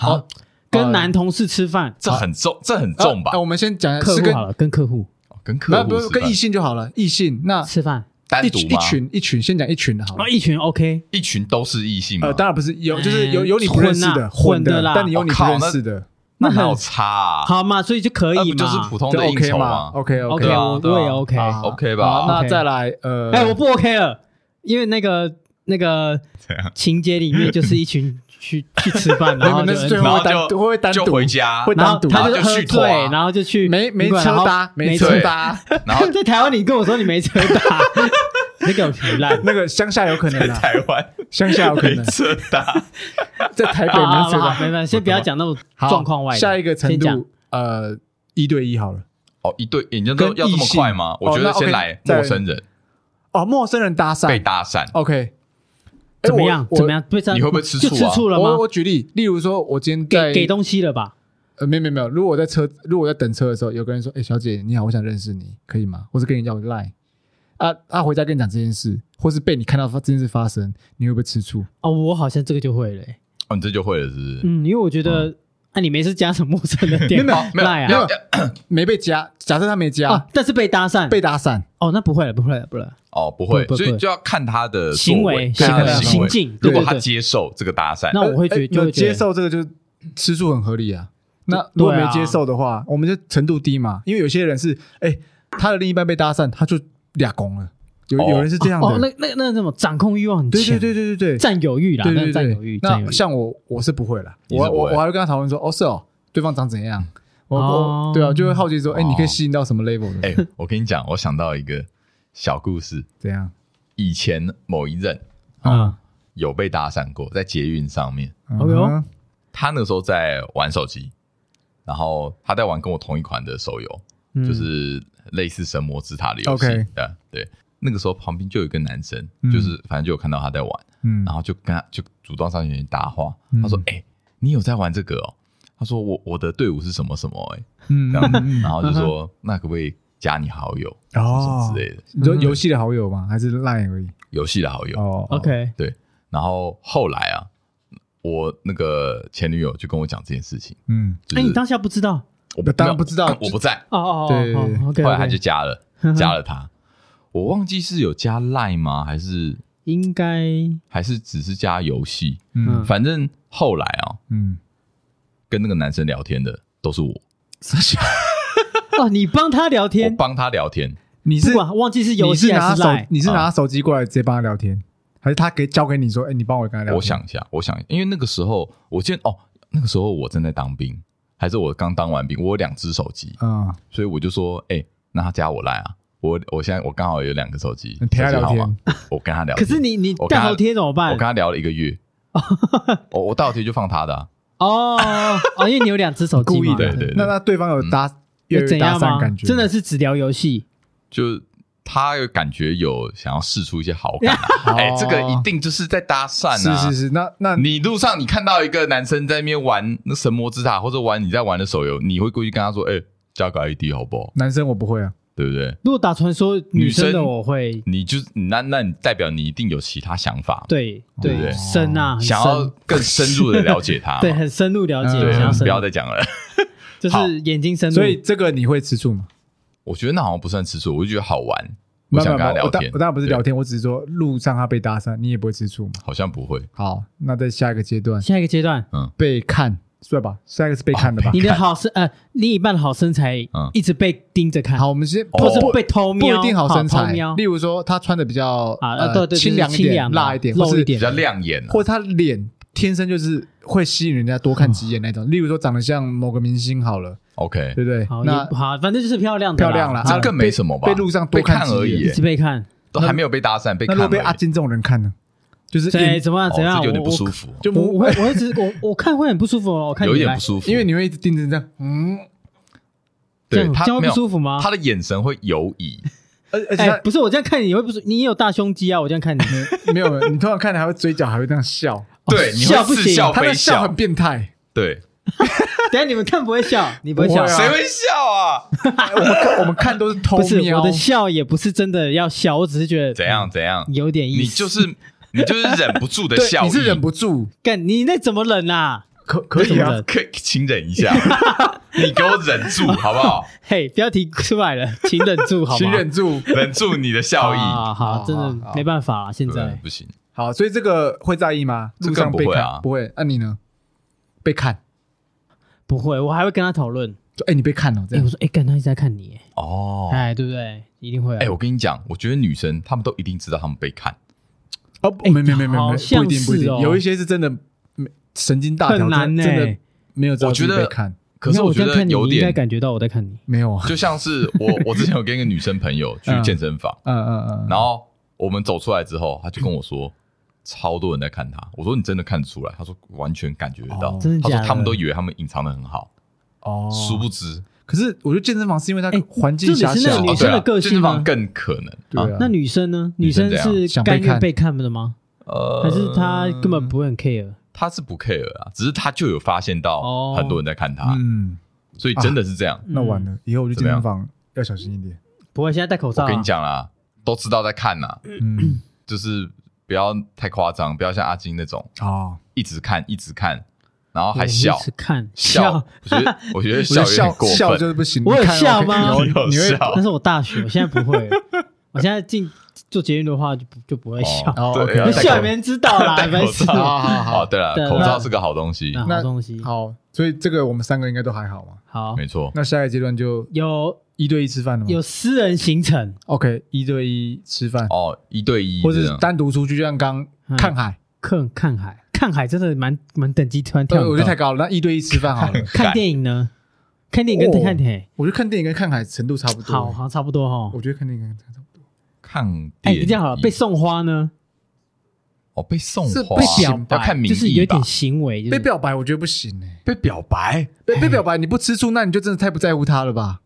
[SPEAKER 3] 哦
[SPEAKER 1] 啊，
[SPEAKER 3] 跟男同事吃饭，
[SPEAKER 1] 这很重，这很重吧哦
[SPEAKER 2] 啊？我们先讲一下
[SPEAKER 3] 客
[SPEAKER 2] 是
[SPEAKER 3] 户
[SPEAKER 2] 跟
[SPEAKER 3] 好了，跟客户
[SPEAKER 1] 跟客
[SPEAKER 2] 那
[SPEAKER 1] 户
[SPEAKER 2] 不
[SPEAKER 1] 吃
[SPEAKER 2] 是跟
[SPEAKER 1] 饭
[SPEAKER 2] 异性就好了，异性那
[SPEAKER 3] 吃饭
[SPEAKER 1] 单
[SPEAKER 2] 一
[SPEAKER 1] 独
[SPEAKER 2] 群一
[SPEAKER 1] 吗？
[SPEAKER 2] 群一群，先讲一群的好了
[SPEAKER 3] 哦，。一群 OK，
[SPEAKER 1] 一群都是异性吗？
[SPEAKER 2] 呃，当然不是有，就是有
[SPEAKER 3] 嗯
[SPEAKER 2] 有你不认识
[SPEAKER 3] 混
[SPEAKER 2] 的
[SPEAKER 3] 啊
[SPEAKER 2] 混
[SPEAKER 3] 混的啦
[SPEAKER 2] 但你有你
[SPEAKER 1] 我
[SPEAKER 2] 不
[SPEAKER 1] 哦靠
[SPEAKER 2] 认识的，
[SPEAKER 1] 那哪
[SPEAKER 3] 那
[SPEAKER 1] 有
[SPEAKER 3] 很
[SPEAKER 1] 差啊？
[SPEAKER 3] 好嘛，所以就可
[SPEAKER 1] 那
[SPEAKER 3] 以
[SPEAKER 1] 不
[SPEAKER 3] 嘛，
[SPEAKER 1] 就是普通
[SPEAKER 2] 就
[SPEAKER 1] 的应
[SPEAKER 2] OK
[SPEAKER 1] 酬
[SPEAKER 2] 嘛
[SPEAKER 1] 吗
[SPEAKER 2] ？OK
[SPEAKER 3] OK，
[SPEAKER 1] 对啊
[SPEAKER 3] 我
[SPEAKER 1] 对啊
[SPEAKER 3] 我也 OK。
[SPEAKER 2] 好好
[SPEAKER 1] OK
[SPEAKER 2] 好
[SPEAKER 1] 吧？
[SPEAKER 2] 那
[SPEAKER 3] OK
[SPEAKER 2] 再来，呃，
[SPEAKER 3] 哎，我不 OK 了，因为那个那个
[SPEAKER 1] 怎样
[SPEAKER 3] 情节里面就是一群去去吃 饭，
[SPEAKER 2] 没
[SPEAKER 3] 然
[SPEAKER 2] 有，
[SPEAKER 3] 后
[SPEAKER 2] 那
[SPEAKER 3] 就是很
[SPEAKER 2] 最后
[SPEAKER 1] 然
[SPEAKER 2] 会
[SPEAKER 1] 后
[SPEAKER 2] 单
[SPEAKER 1] 就
[SPEAKER 2] 会不会单
[SPEAKER 1] 就
[SPEAKER 2] 独
[SPEAKER 1] 回家，
[SPEAKER 2] 会
[SPEAKER 3] 然后
[SPEAKER 2] 单独
[SPEAKER 3] 他
[SPEAKER 1] 然后
[SPEAKER 3] 是
[SPEAKER 1] 就
[SPEAKER 3] 喝
[SPEAKER 1] 续拖
[SPEAKER 3] 醉，
[SPEAKER 1] 啊
[SPEAKER 3] 然后就去
[SPEAKER 2] 没没
[SPEAKER 3] 旅馆
[SPEAKER 2] 车搭，
[SPEAKER 3] 没
[SPEAKER 1] 车
[SPEAKER 2] 车
[SPEAKER 1] 对
[SPEAKER 2] 搭，
[SPEAKER 1] 然后
[SPEAKER 3] 在台湾你跟我说你没车搭， 你给我皮烂。
[SPEAKER 2] 那个乡下有可能 啊，
[SPEAKER 1] 台 湾
[SPEAKER 2] 乡下有可
[SPEAKER 1] 没
[SPEAKER 2] 能，
[SPEAKER 1] 车搭，
[SPEAKER 2] 在台 北
[SPEAKER 3] 好好
[SPEAKER 2] 没
[SPEAKER 3] 好
[SPEAKER 2] 车
[SPEAKER 3] 好
[SPEAKER 2] 搭。
[SPEAKER 3] 没关系，先不要讲那种
[SPEAKER 2] 好
[SPEAKER 3] 状况外的。
[SPEAKER 2] 下一个程
[SPEAKER 3] 先讲
[SPEAKER 2] 度，呃，一对一好了。
[SPEAKER 1] 哦，一对，你知道
[SPEAKER 2] 跟
[SPEAKER 1] 要这么
[SPEAKER 2] 异性
[SPEAKER 1] 快吗？我
[SPEAKER 2] 哦
[SPEAKER 1] 觉得
[SPEAKER 2] 那
[SPEAKER 1] 先
[SPEAKER 2] OK，
[SPEAKER 1] 来
[SPEAKER 2] 再
[SPEAKER 1] 陌生人
[SPEAKER 2] 哦，陌生人搭
[SPEAKER 1] 被
[SPEAKER 2] 讪
[SPEAKER 1] 搭讪，
[SPEAKER 2] ，OK，哎
[SPEAKER 3] 怎么
[SPEAKER 2] 我
[SPEAKER 3] 样？
[SPEAKER 2] 我
[SPEAKER 3] 怎么样？被这样
[SPEAKER 1] 你会不会吃
[SPEAKER 3] 就
[SPEAKER 1] 醋
[SPEAKER 3] 吃
[SPEAKER 1] 啊
[SPEAKER 3] 醋了
[SPEAKER 2] 我
[SPEAKER 3] 吗？
[SPEAKER 2] 我举例，例如说，我今天在
[SPEAKER 3] 给给东西了吧？
[SPEAKER 2] 呃，没有没有没有，如果我在车，如果我在等车的时候，有个人说：“哎、小姐你好，我想认识你，可以吗？”或是跟你要个 line，啊，他、回家跟你讲这件事，或是被你看到发这件事发生，你会不会吃醋？
[SPEAKER 3] 哦，我好像这个就会了欸、
[SPEAKER 1] 哦，你这就会了，是不是？
[SPEAKER 3] 嗯，因为我觉得，啊，你没事加什么陌生的 电话
[SPEAKER 1] 哦没有
[SPEAKER 3] 赖
[SPEAKER 1] 没
[SPEAKER 3] 啊
[SPEAKER 1] 有
[SPEAKER 2] 啊没被加，假设他没加，
[SPEAKER 3] 啊，但是被搭讪，
[SPEAKER 2] 被搭讪，
[SPEAKER 3] 哦，那不会了，不会了，不会了，
[SPEAKER 1] 哦，不会
[SPEAKER 3] 不，不
[SPEAKER 1] 所以
[SPEAKER 3] 不
[SPEAKER 1] 就要看他的作
[SPEAKER 3] 行为
[SPEAKER 1] 看他
[SPEAKER 2] 行
[SPEAKER 1] 的
[SPEAKER 2] 为
[SPEAKER 1] 行为
[SPEAKER 3] 行径
[SPEAKER 1] 如果
[SPEAKER 3] 对对
[SPEAKER 1] 他
[SPEAKER 3] 对
[SPEAKER 1] 接受这个搭讪，
[SPEAKER 3] 那我会觉
[SPEAKER 2] 呃呃
[SPEAKER 3] 就会
[SPEAKER 2] 有
[SPEAKER 3] 觉得
[SPEAKER 2] 接受这个就是吃醋很合理啊。那如果
[SPEAKER 3] 对
[SPEAKER 2] 没
[SPEAKER 3] 啊
[SPEAKER 2] 接受的话，我们就程度低嘛，因为有些人是哎、他的另一半被搭讪，他就俩公了，有、
[SPEAKER 1] 哦
[SPEAKER 2] 有人是这样的，
[SPEAKER 3] 哦，那那那什么掌控欲望很
[SPEAKER 2] 对
[SPEAKER 3] 强，
[SPEAKER 2] 对对对对对，
[SPEAKER 3] 占有欲啦，
[SPEAKER 2] 对
[SPEAKER 3] 啊那
[SPEAKER 2] 对
[SPEAKER 3] 是占
[SPEAKER 2] 对
[SPEAKER 3] 有欲，占有欲。
[SPEAKER 2] 那像我，我是不会啦，
[SPEAKER 1] 你是
[SPEAKER 2] 我
[SPEAKER 1] 不会
[SPEAKER 2] 我我还会跟他讨论说，哦是哦，对方长怎样，我
[SPEAKER 3] 哦
[SPEAKER 2] 我对啊，就会好奇说，哎，
[SPEAKER 1] 哦
[SPEAKER 2] 你可以吸引到什么 level 的？
[SPEAKER 1] 哎，我跟你讲，我想到一个小故事，
[SPEAKER 2] 怎样？
[SPEAKER 1] 以前某一任
[SPEAKER 3] 嗯，
[SPEAKER 1] 有被搭讪过，在捷运上面，
[SPEAKER 2] 嗯
[SPEAKER 3] 哦哟
[SPEAKER 2] 哼
[SPEAKER 1] 他那时候在玩手机，然后他在玩跟我同一款的手游，
[SPEAKER 3] 嗯
[SPEAKER 1] 就是类似神魔之塔的游戏
[SPEAKER 2] OK
[SPEAKER 1] 对啊对。那个时候旁边就有一个男生，
[SPEAKER 2] 嗯
[SPEAKER 1] 就是反正就有看到他在玩，
[SPEAKER 2] 嗯
[SPEAKER 1] 然后就跟他就主动上前去搭话，
[SPEAKER 2] 嗯
[SPEAKER 1] 他说：“哎、你有在玩这个哦？”他说：“我我的队伍是什么什么哎、
[SPEAKER 2] 嗯
[SPEAKER 1] 这样子，
[SPEAKER 2] 嗯
[SPEAKER 1] 然后就说：“那可不可以加你好友？”
[SPEAKER 2] 哦
[SPEAKER 1] 什么之类的
[SPEAKER 2] 你说游戏的好友吗？还是 line 而已？
[SPEAKER 1] 游戏的好友。
[SPEAKER 2] 哦
[SPEAKER 3] OK，
[SPEAKER 1] 然后后来啊，我那个前女友就跟我讲这件事情，
[SPEAKER 2] 嗯，
[SPEAKER 1] 就
[SPEAKER 3] 哎，
[SPEAKER 1] 是
[SPEAKER 3] 你当下不知道？
[SPEAKER 1] 我不
[SPEAKER 2] 当然不知道
[SPEAKER 1] 我不在。
[SPEAKER 3] 哦哦哦
[SPEAKER 2] 对
[SPEAKER 3] 哦，OK，
[SPEAKER 1] 后来他就加了，加了他。我忘记是有加 Line 吗？还是
[SPEAKER 3] 应该
[SPEAKER 1] 还是只是加游戏？
[SPEAKER 2] 嗯
[SPEAKER 1] 反正后来啊、
[SPEAKER 2] 嗯，
[SPEAKER 1] 跟那个男生聊天的都是我，
[SPEAKER 3] 哦，你帮他聊
[SPEAKER 1] 我
[SPEAKER 3] 天，
[SPEAKER 1] 帮他聊天。
[SPEAKER 2] 你
[SPEAKER 3] 不
[SPEAKER 2] 是
[SPEAKER 3] 管忘记是游
[SPEAKER 2] 你
[SPEAKER 3] 戏
[SPEAKER 2] 是
[SPEAKER 3] 还是
[SPEAKER 2] 拿
[SPEAKER 3] 嗯
[SPEAKER 2] 手
[SPEAKER 3] 赖，
[SPEAKER 2] 你是拿手机过来直接帮他聊天，还是他给交给你说，哎，你帮我跟他聊天？
[SPEAKER 1] 我想一下，我想，因为那个时候我记得哦，那个时候我正在当兵，还是我刚当完兵，我有两只手机，
[SPEAKER 2] 啊，
[SPEAKER 1] 所以我就说，哎、那他加我来啊。我我现在我刚好有两个手机
[SPEAKER 2] 你，陪他
[SPEAKER 1] 手机
[SPEAKER 2] 聊天
[SPEAKER 1] 号码，我跟他聊
[SPEAKER 3] 可
[SPEAKER 1] 天。
[SPEAKER 3] 是你你
[SPEAKER 1] 我跟
[SPEAKER 3] 大
[SPEAKER 1] 他
[SPEAKER 3] 头贴怎么
[SPEAKER 1] 我
[SPEAKER 3] 办
[SPEAKER 1] 跟？他聊了一个月，
[SPEAKER 2] 哦
[SPEAKER 1] 我我大头贴就放他的、啊，
[SPEAKER 3] 哦哦，因为你有两只手 机
[SPEAKER 2] 故意
[SPEAKER 3] 嘛，
[SPEAKER 1] 对
[SPEAKER 2] 的。
[SPEAKER 1] 对对嗯
[SPEAKER 2] 那那对方有搭
[SPEAKER 3] 有
[SPEAKER 2] 有
[SPEAKER 3] 怎
[SPEAKER 2] 搭
[SPEAKER 3] 样吗
[SPEAKER 2] 讪感？觉？
[SPEAKER 3] 真的是只聊游戏，
[SPEAKER 1] 就他有感觉有想要试出一些好感、啊， 哎、这个一定就是在搭讪啊。
[SPEAKER 2] 哦是是是，那那
[SPEAKER 1] 你路上你看到一个男生在那边玩那神魔之塔，或者玩你在玩的手游，你会过去跟他说：“哎、加个 ID 好不好
[SPEAKER 2] 男生我不会啊，？”
[SPEAKER 1] 对不对？
[SPEAKER 3] 如果打传说女生
[SPEAKER 1] 女
[SPEAKER 3] 的
[SPEAKER 1] 生
[SPEAKER 3] 我会，
[SPEAKER 1] 你就那那你代表你一定有其他想法，
[SPEAKER 3] 对
[SPEAKER 1] 对哦不对
[SPEAKER 3] 深啊，很深
[SPEAKER 1] 想要更深入的了解他 嘛，
[SPEAKER 3] 对很深入了解，
[SPEAKER 2] 嗯
[SPEAKER 1] 对
[SPEAKER 3] 想要深
[SPEAKER 1] 不要
[SPEAKER 3] 入，
[SPEAKER 1] 再讲了。
[SPEAKER 3] 就
[SPEAKER 1] 好
[SPEAKER 3] 是眼睛深入。
[SPEAKER 2] 所以这个你会吃醋吗？
[SPEAKER 1] 我觉得那好像不算吃醋，我就觉得好玩，我想跟他
[SPEAKER 2] 没有没有
[SPEAKER 1] 聊
[SPEAKER 2] 我当
[SPEAKER 1] 天
[SPEAKER 2] 我，当然不是
[SPEAKER 1] 对
[SPEAKER 2] 聊天，我只是说路上他被搭讪，你也不会吃醋嘛。
[SPEAKER 1] 好像不会。
[SPEAKER 2] 好，那在下一个阶段
[SPEAKER 3] 下一个 阶段，
[SPEAKER 2] 被看，算吧，下一个是被看的吧
[SPEAKER 1] 哦被？
[SPEAKER 3] 你的好身呃，另一半的好身材
[SPEAKER 1] 嗯
[SPEAKER 3] 一直被盯着看，
[SPEAKER 2] 好，我们先
[SPEAKER 1] 哦
[SPEAKER 3] 或是
[SPEAKER 2] 不
[SPEAKER 3] 被偷
[SPEAKER 2] 不
[SPEAKER 3] 瞄，
[SPEAKER 2] 一定好身
[SPEAKER 3] 偷
[SPEAKER 2] 材
[SPEAKER 3] 瞄，
[SPEAKER 2] 例如说他穿的比较
[SPEAKER 3] 啊呃对对
[SPEAKER 2] 呃
[SPEAKER 3] 对
[SPEAKER 2] 清凉一
[SPEAKER 3] 清凉
[SPEAKER 2] 点、
[SPEAKER 3] 嘛
[SPEAKER 2] 辣一点，
[SPEAKER 3] 露
[SPEAKER 2] 或是
[SPEAKER 3] 一点
[SPEAKER 1] 比较亮眼、啊，
[SPEAKER 2] 或者他脸天生就是会吸引人家多看几眼那种。例如说长得像某个明星好了，
[SPEAKER 1] OK，
[SPEAKER 2] 对不对
[SPEAKER 3] 好？
[SPEAKER 2] 那
[SPEAKER 3] 也好，反正就是漂亮的，
[SPEAKER 2] 漂亮啦
[SPEAKER 1] 这
[SPEAKER 2] 啊
[SPEAKER 1] 更没什么吧？
[SPEAKER 2] 被被路上多
[SPEAKER 1] 被看
[SPEAKER 2] 看几眼
[SPEAKER 1] 而已
[SPEAKER 3] 一
[SPEAKER 1] 耶
[SPEAKER 3] 直，被看，
[SPEAKER 1] 都还没有被搭讪，被
[SPEAKER 2] 那
[SPEAKER 1] 看
[SPEAKER 2] 如
[SPEAKER 1] 而
[SPEAKER 2] 果
[SPEAKER 1] 已。
[SPEAKER 2] 被啊阿金这种人看呢？就是
[SPEAKER 3] 对，
[SPEAKER 2] 眼
[SPEAKER 3] 怎么样
[SPEAKER 1] 哦
[SPEAKER 3] 怎样，
[SPEAKER 1] 这就有点
[SPEAKER 3] 我
[SPEAKER 1] 不舒。服，
[SPEAKER 2] 就
[SPEAKER 3] 我我
[SPEAKER 2] 摸
[SPEAKER 3] 会我一直我我看会很不舒服哦，我看
[SPEAKER 1] 有一
[SPEAKER 3] 你
[SPEAKER 1] 点
[SPEAKER 3] 来
[SPEAKER 1] 不舒服，
[SPEAKER 2] 因为你会一直盯着这样，嗯，
[SPEAKER 3] 这
[SPEAKER 1] 对
[SPEAKER 3] 样
[SPEAKER 1] 他
[SPEAKER 3] 这样
[SPEAKER 1] 没
[SPEAKER 3] 会不
[SPEAKER 1] 有
[SPEAKER 3] 舒服吗？
[SPEAKER 1] 他的眼神会游移，
[SPEAKER 2] 而而且
[SPEAKER 3] 哎
[SPEAKER 2] 他，
[SPEAKER 3] 不是我这样看你，你会不舒，你也有大胸肌啊，我这样看你，
[SPEAKER 2] 没有，没有你通常看他还会嘴角还会这样笑，
[SPEAKER 1] 对，你
[SPEAKER 3] 哦笑不
[SPEAKER 1] 哦会
[SPEAKER 3] 行
[SPEAKER 1] 似笑
[SPEAKER 2] 他的
[SPEAKER 1] 非
[SPEAKER 2] 笑很变态。
[SPEAKER 1] 对，
[SPEAKER 3] 等一下你们看不会笑，你不会
[SPEAKER 2] 不会
[SPEAKER 3] 笑
[SPEAKER 2] 啊，
[SPEAKER 1] 谁会笑 啊？
[SPEAKER 2] 哎我们看我们看都是偷
[SPEAKER 3] 不是
[SPEAKER 2] 瞄
[SPEAKER 3] 我的笑也不是真的要笑，我只是觉得
[SPEAKER 1] 怎样怎样？
[SPEAKER 3] 有点意
[SPEAKER 1] 你
[SPEAKER 3] 思。
[SPEAKER 1] 就是你就是忍不 住的
[SPEAKER 2] 对
[SPEAKER 1] 笑意，
[SPEAKER 2] 你是忍不住，
[SPEAKER 3] 干你那怎么忍啊？
[SPEAKER 2] 可可以
[SPEAKER 3] 怎么
[SPEAKER 2] 啊
[SPEAKER 3] 忍，
[SPEAKER 1] 可以请忍一下，你给我忍住好不好？
[SPEAKER 3] 嘿，标题出来了，请忍住好吗？
[SPEAKER 2] 请忍住。
[SPEAKER 1] 忍住你的笑意，
[SPEAKER 3] 好好，真
[SPEAKER 2] 好好
[SPEAKER 3] 的没办法了，啊现
[SPEAKER 1] 对
[SPEAKER 3] 在
[SPEAKER 1] 不行。
[SPEAKER 2] 好，所以这个会在意吗？
[SPEAKER 1] 这
[SPEAKER 2] 路上
[SPEAKER 1] 更
[SPEAKER 2] 被
[SPEAKER 1] 不会
[SPEAKER 2] 看
[SPEAKER 1] 啊
[SPEAKER 2] 不会。那、你呢？被看，
[SPEAKER 3] 不会，我还会跟他讨论。
[SPEAKER 2] 就哎、你被看了、
[SPEAKER 3] 哎，
[SPEAKER 2] 这样
[SPEAKER 3] 我。说，哎，干他一直在看你，
[SPEAKER 1] 哦，
[SPEAKER 3] 哎，对不对？一定会啊。
[SPEAKER 1] 哎、我跟你讲，我觉得女生她们都一定知道她们被看，
[SPEAKER 2] 哦，
[SPEAKER 3] 哎
[SPEAKER 2] 不没没没没没，
[SPEAKER 3] 好
[SPEAKER 2] 不
[SPEAKER 3] 像
[SPEAKER 2] 一定不一定
[SPEAKER 3] 是哦，
[SPEAKER 2] 有一些是真的没神经大条，
[SPEAKER 3] 很难
[SPEAKER 2] 真的
[SPEAKER 3] 欸
[SPEAKER 2] 真的没有知道
[SPEAKER 1] 我觉得
[SPEAKER 2] 自己被看，
[SPEAKER 1] 可是
[SPEAKER 3] 你看我
[SPEAKER 1] 觉
[SPEAKER 3] 这样
[SPEAKER 1] 得
[SPEAKER 3] 看你，
[SPEAKER 1] 有
[SPEAKER 3] 你应该
[SPEAKER 1] 点，
[SPEAKER 3] 感觉到我在看你。
[SPEAKER 2] 没有啊，
[SPEAKER 1] 就像是我我之前有跟一个女生朋友去
[SPEAKER 2] 嗯
[SPEAKER 1] 健身房，
[SPEAKER 2] 嗯嗯嗯，
[SPEAKER 1] 然后我们走出来之后，她就跟我说。超多人在看她，我说你真的看得出来？她说完全感觉得到。
[SPEAKER 2] 哦
[SPEAKER 3] 真的
[SPEAKER 1] 她
[SPEAKER 3] 假
[SPEAKER 1] 说
[SPEAKER 3] 的
[SPEAKER 1] 他们都以为他们隐藏的很好，
[SPEAKER 2] 哦，
[SPEAKER 1] 殊不知
[SPEAKER 2] 可是我觉得健身房是因为它
[SPEAKER 3] 哎
[SPEAKER 2] 环境狭
[SPEAKER 3] 重点是那
[SPEAKER 1] 哦
[SPEAKER 3] 个，
[SPEAKER 2] 小
[SPEAKER 3] 女
[SPEAKER 1] 对
[SPEAKER 3] 生
[SPEAKER 1] 啊
[SPEAKER 3] 的个性
[SPEAKER 1] 健身房
[SPEAKER 3] 吗
[SPEAKER 1] 更可能。
[SPEAKER 2] 对啊
[SPEAKER 1] 啊，
[SPEAKER 3] 那女生呢？
[SPEAKER 1] 女
[SPEAKER 3] 女
[SPEAKER 1] 生怎
[SPEAKER 3] 生
[SPEAKER 1] 样
[SPEAKER 3] 是
[SPEAKER 2] 想被
[SPEAKER 3] 甘
[SPEAKER 2] 看
[SPEAKER 3] 愿被看的吗？
[SPEAKER 1] 呃，嗯
[SPEAKER 3] 还是她根本不会很 care？
[SPEAKER 1] 她是不 care 啊，只是她就有发现到
[SPEAKER 3] 哦
[SPEAKER 1] 很多人在看她，
[SPEAKER 2] 嗯，
[SPEAKER 1] 所以真的是这样。
[SPEAKER 2] 那完
[SPEAKER 3] 嗯，
[SPEAKER 2] 了，以后我去健身房要小心一点，
[SPEAKER 3] 不会，现在戴口罩。啊
[SPEAKER 1] 我跟你，讲啦，都知道在看呐，
[SPEAKER 2] 嗯，
[SPEAKER 1] 就是不要太夸张，不要像阿金那种
[SPEAKER 2] 哦，
[SPEAKER 1] 一直看一直看，然后
[SPEAKER 3] 我
[SPEAKER 1] 还笑
[SPEAKER 3] 一直看
[SPEAKER 1] 笑，我觉得我觉 得
[SPEAKER 2] 我觉
[SPEAKER 1] 笑
[SPEAKER 2] 得
[SPEAKER 1] 有
[SPEAKER 2] 笑
[SPEAKER 1] 点过
[SPEAKER 2] 笑就
[SPEAKER 1] 分，哦
[SPEAKER 2] 是不行，
[SPEAKER 3] 我有
[SPEAKER 2] 你看哦到
[SPEAKER 3] 笑
[SPEAKER 2] 可以
[SPEAKER 3] 吗
[SPEAKER 2] 你会
[SPEAKER 1] 有
[SPEAKER 2] 你会
[SPEAKER 1] 笑
[SPEAKER 3] 那是我大学，我现在不 会。我现在进做捷运的话，就不就不会笑，
[SPEAKER 2] 哦
[SPEAKER 1] 对啊
[SPEAKER 2] OK，
[SPEAKER 1] 要戴口
[SPEAKER 3] 笑也没人知道啦，
[SPEAKER 1] 戴
[SPEAKER 3] 白
[SPEAKER 1] 口
[SPEAKER 3] 痴。
[SPEAKER 1] 罩。
[SPEAKER 2] 好好好
[SPEAKER 1] 哦，对了，
[SPEAKER 3] 对
[SPEAKER 1] 口
[SPEAKER 3] 那
[SPEAKER 1] 罩是个好东西，
[SPEAKER 3] 那
[SPEAKER 2] 那
[SPEAKER 3] 好东西，
[SPEAKER 2] 好，所以这个我们三个应该都还好嘛。
[SPEAKER 3] 好
[SPEAKER 1] 没错。
[SPEAKER 2] 那下一个阶段就
[SPEAKER 3] 有
[SPEAKER 2] 一对一吃饭了吗？
[SPEAKER 3] 有私人行程，
[SPEAKER 2] OK，一对一吃饭，
[SPEAKER 1] 哦，一对一
[SPEAKER 2] 或者
[SPEAKER 1] 这
[SPEAKER 2] 是
[SPEAKER 1] 样，
[SPEAKER 2] 单独出去，就像刚
[SPEAKER 3] 嗯
[SPEAKER 2] 看海，
[SPEAKER 3] 看看海，看海真的蛮蛮等级突然跳
[SPEAKER 2] 呃
[SPEAKER 3] 很高。
[SPEAKER 2] 我觉得太高了。那一对一吃饭 好了，
[SPEAKER 3] 看电影呢，看电影
[SPEAKER 2] 哦
[SPEAKER 3] 跟看电影
[SPEAKER 2] 我觉得看电影跟看海程度差不多。
[SPEAKER 3] 好，好差不多哈。
[SPEAKER 2] 我觉得看电影跟看海差不多。
[SPEAKER 1] 看
[SPEAKER 3] 哎，
[SPEAKER 1] 电影
[SPEAKER 3] 这样好了，被送花呢，
[SPEAKER 1] 哦被送
[SPEAKER 2] 是
[SPEAKER 1] 花
[SPEAKER 2] 被
[SPEAKER 3] 表
[SPEAKER 2] 行吧
[SPEAKER 1] 要看名
[SPEAKER 3] 就是
[SPEAKER 1] 义
[SPEAKER 3] 有
[SPEAKER 1] 吧
[SPEAKER 3] 点，行为，就
[SPEAKER 2] 被
[SPEAKER 3] 是
[SPEAKER 2] 表白我觉得不行哎，
[SPEAKER 1] 被表白
[SPEAKER 2] 被被表白你不吃醋，那你就真的太不在乎他了吧？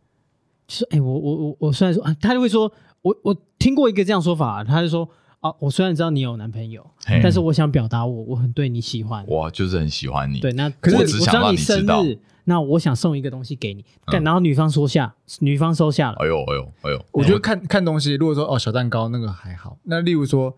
[SPEAKER 3] 就是哎、我我我我虽然说啊，他就会说，我我听过一个这样说法，他就说啊，我虽然知道你有男朋友，
[SPEAKER 1] 嘿
[SPEAKER 3] 但是我想表达我我很对你喜欢。
[SPEAKER 1] 我就是很喜欢你，
[SPEAKER 3] 对，那
[SPEAKER 1] 可是
[SPEAKER 3] 我
[SPEAKER 1] 我只
[SPEAKER 3] 我
[SPEAKER 1] 想
[SPEAKER 3] 知道
[SPEAKER 1] 让你
[SPEAKER 3] 你
[SPEAKER 1] 知
[SPEAKER 3] 生
[SPEAKER 1] 道
[SPEAKER 3] 日，那我想送一个东西给你，但
[SPEAKER 1] 嗯
[SPEAKER 3] 然后女方收下，女方收下了，
[SPEAKER 1] 哎呦哎呦哎呦，
[SPEAKER 3] 哦
[SPEAKER 2] 我觉得看看东西，如果说哦小蛋糕那个还好，那例如说，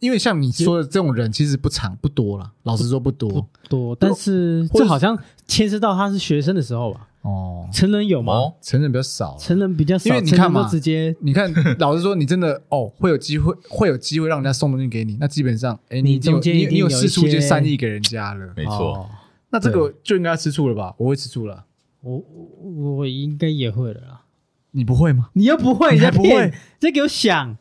[SPEAKER 2] 因为像你说的这种人其实不长不多啦，老实说不多
[SPEAKER 3] 多，但是
[SPEAKER 2] 或者
[SPEAKER 3] 这好像牵涉到他是学生的时候吧，
[SPEAKER 2] 哦，
[SPEAKER 3] 成人有吗？
[SPEAKER 1] 哦，
[SPEAKER 2] 成人比较少啦。
[SPEAKER 3] 成人比较少，
[SPEAKER 2] 因为你
[SPEAKER 3] 成人
[SPEAKER 2] 看嘛
[SPEAKER 3] 都直接
[SPEAKER 2] 你看， 老实说，你真的哦，会有机会，会有机会让人家送东西给你，那基本上，哎，
[SPEAKER 3] 你
[SPEAKER 2] 已经有
[SPEAKER 3] 中间
[SPEAKER 2] 你
[SPEAKER 3] 一定
[SPEAKER 2] 你有
[SPEAKER 3] 有一
[SPEAKER 2] 试出一些
[SPEAKER 3] 些
[SPEAKER 2] 善意给人家了，
[SPEAKER 1] 没错
[SPEAKER 2] 哦那这个就应该吃醋了吧？我会吃醋了，
[SPEAKER 3] 我我我应该也会了啦，
[SPEAKER 2] 你不会吗？
[SPEAKER 3] 你又 不会，
[SPEAKER 2] 你还
[SPEAKER 3] 在
[SPEAKER 2] 不
[SPEAKER 3] 骗
[SPEAKER 2] 会，
[SPEAKER 3] 在给我想，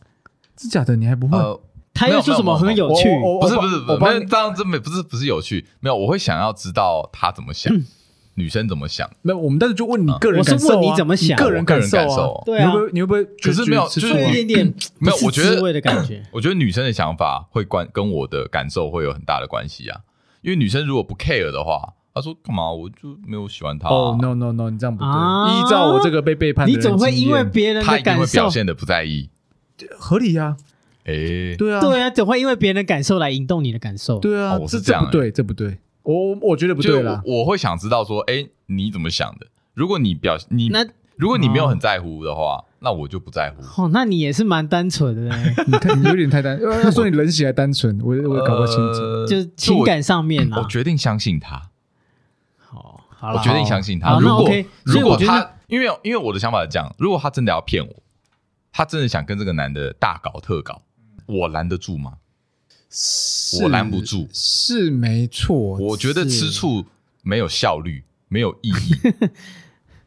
[SPEAKER 2] 是假的，你还不会？
[SPEAKER 1] 呃，
[SPEAKER 3] 他
[SPEAKER 1] 没有
[SPEAKER 3] 又说
[SPEAKER 1] 没有
[SPEAKER 3] 什么
[SPEAKER 1] 没有
[SPEAKER 3] 很有
[SPEAKER 2] 我
[SPEAKER 3] 趣，
[SPEAKER 2] 我我
[SPEAKER 1] 不是
[SPEAKER 2] 我
[SPEAKER 1] 不是，不
[SPEAKER 2] 我帮
[SPEAKER 1] 是，
[SPEAKER 2] 你
[SPEAKER 1] 这样真没不是不是有趣，没有，我会想要知道他怎么想，女生怎么想，
[SPEAKER 2] 没有，我们当时就问你
[SPEAKER 1] 嗯
[SPEAKER 2] 个人
[SPEAKER 3] 我是
[SPEAKER 2] 感受、啊，
[SPEAKER 3] 问你怎么想
[SPEAKER 2] 个人感受、
[SPEAKER 1] 我个人感受
[SPEAKER 3] 对啊
[SPEAKER 2] 你会不会你会不会
[SPEAKER 1] 可
[SPEAKER 2] 就是
[SPEAKER 1] 没有
[SPEAKER 2] 吃
[SPEAKER 1] 就
[SPEAKER 2] 醋
[SPEAKER 1] 是
[SPEAKER 2] 啊？
[SPEAKER 3] 会有一点点
[SPEAKER 1] 嗯没有
[SPEAKER 3] 不是
[SPEAKER 1] 我觉得。
[SPEAKER 3] 滋味的感觉
[SPEAKER 1] 我觉得女生的想法会关跟我的感受会有很大的关系啊，因为女生如果不 care 的话，她说干嘛我就没有喜欢他、
[SPEAKER 2] 哦、
[SPEAKER 1] 啊，
[SPEAKER 2] no no no，你这样不对。
[SPEAKER 3] 啊
[SPEAKER 2] 依照我这个被背叛的
[SPEAKER 3] 你
[SPEAKER 2] 人
[SPEAKER 3] 怎
[SPEAKER 2] 经验，
[SPEAKER 3] 么会因为别人
[SPEAKER 1] 她
[SPEAKER 3] 的
[SPEAKER 1] 一定
[SPEAKER 3] 感
[SPEAKER 1] 会
[SPEAKER 3] 受
[SPEAKER 1] 表？现的不在意，
[SPEAKER 2] 合理呀、
[SPEAKER 1] 诶，
[SPEAKER 2] 对啊，
[SPEAKER 3] 对啊，怎么会因为别人的感受来引动你的感受？
[SPEAKER 2] 对啊，
[SPEAKER 1] 哦我
[SPEAKER 2] 这
[SPEAKER 1] 是这样
[SPEAKER 2] 不对，这不对，我我我觉得不
[SPEAKER 1] 就
[SPEAKER 2] 对
[SPEAKER 1] 是
[SPEAKER 2] 啦。
[SPEAKER 1] 我我会想知道说，诶，你怎么想的？如果你表你
[SPEAKER 3] 那
[SPEAKER 1] 如果你没有很在乎的话，那我就不在乎。
[SPEAKER 3] 哦，那你也是蛮单纯 的呢，
[SPEAKER 2] 你看，你有点太单， 呃要说你人血还单纯，我我也搞不清楚。
[SPEAKER 1] 呃
[SPEAKER 3] 就是情感上面
[SPEAKER 1] 我
[SPEAKER 3] 啊。
[SPEAKER 1] 决定相信他，
[SPEAKER 3] 好，好
[SPEAKER 1] 我
[SPEAKER 3] 了，
[SPEAKER 1] 决定相信他。
[SPEAKER 3] 好那
[SPEAKER 1] 如果
[SPEAKER 3] OK，所
[SPEAKER 1] 如
[SPEAKER 3] 以
[SPEAKER 1] 果
[SPEAKER 3] 我觉得
[SPEAKER 1] 他，因为因为我的想法是这样，如果他真的要骗我，他真的想跟这个男的大搞特搞，我拦得住吗？
[SPEAKER 2] 是
[SPEAKER 1] 呃我拦不住
[SPEAKER 2] 是没错。
[SPEAKER 1] 我觉得吃醋没有效率，没有意 义。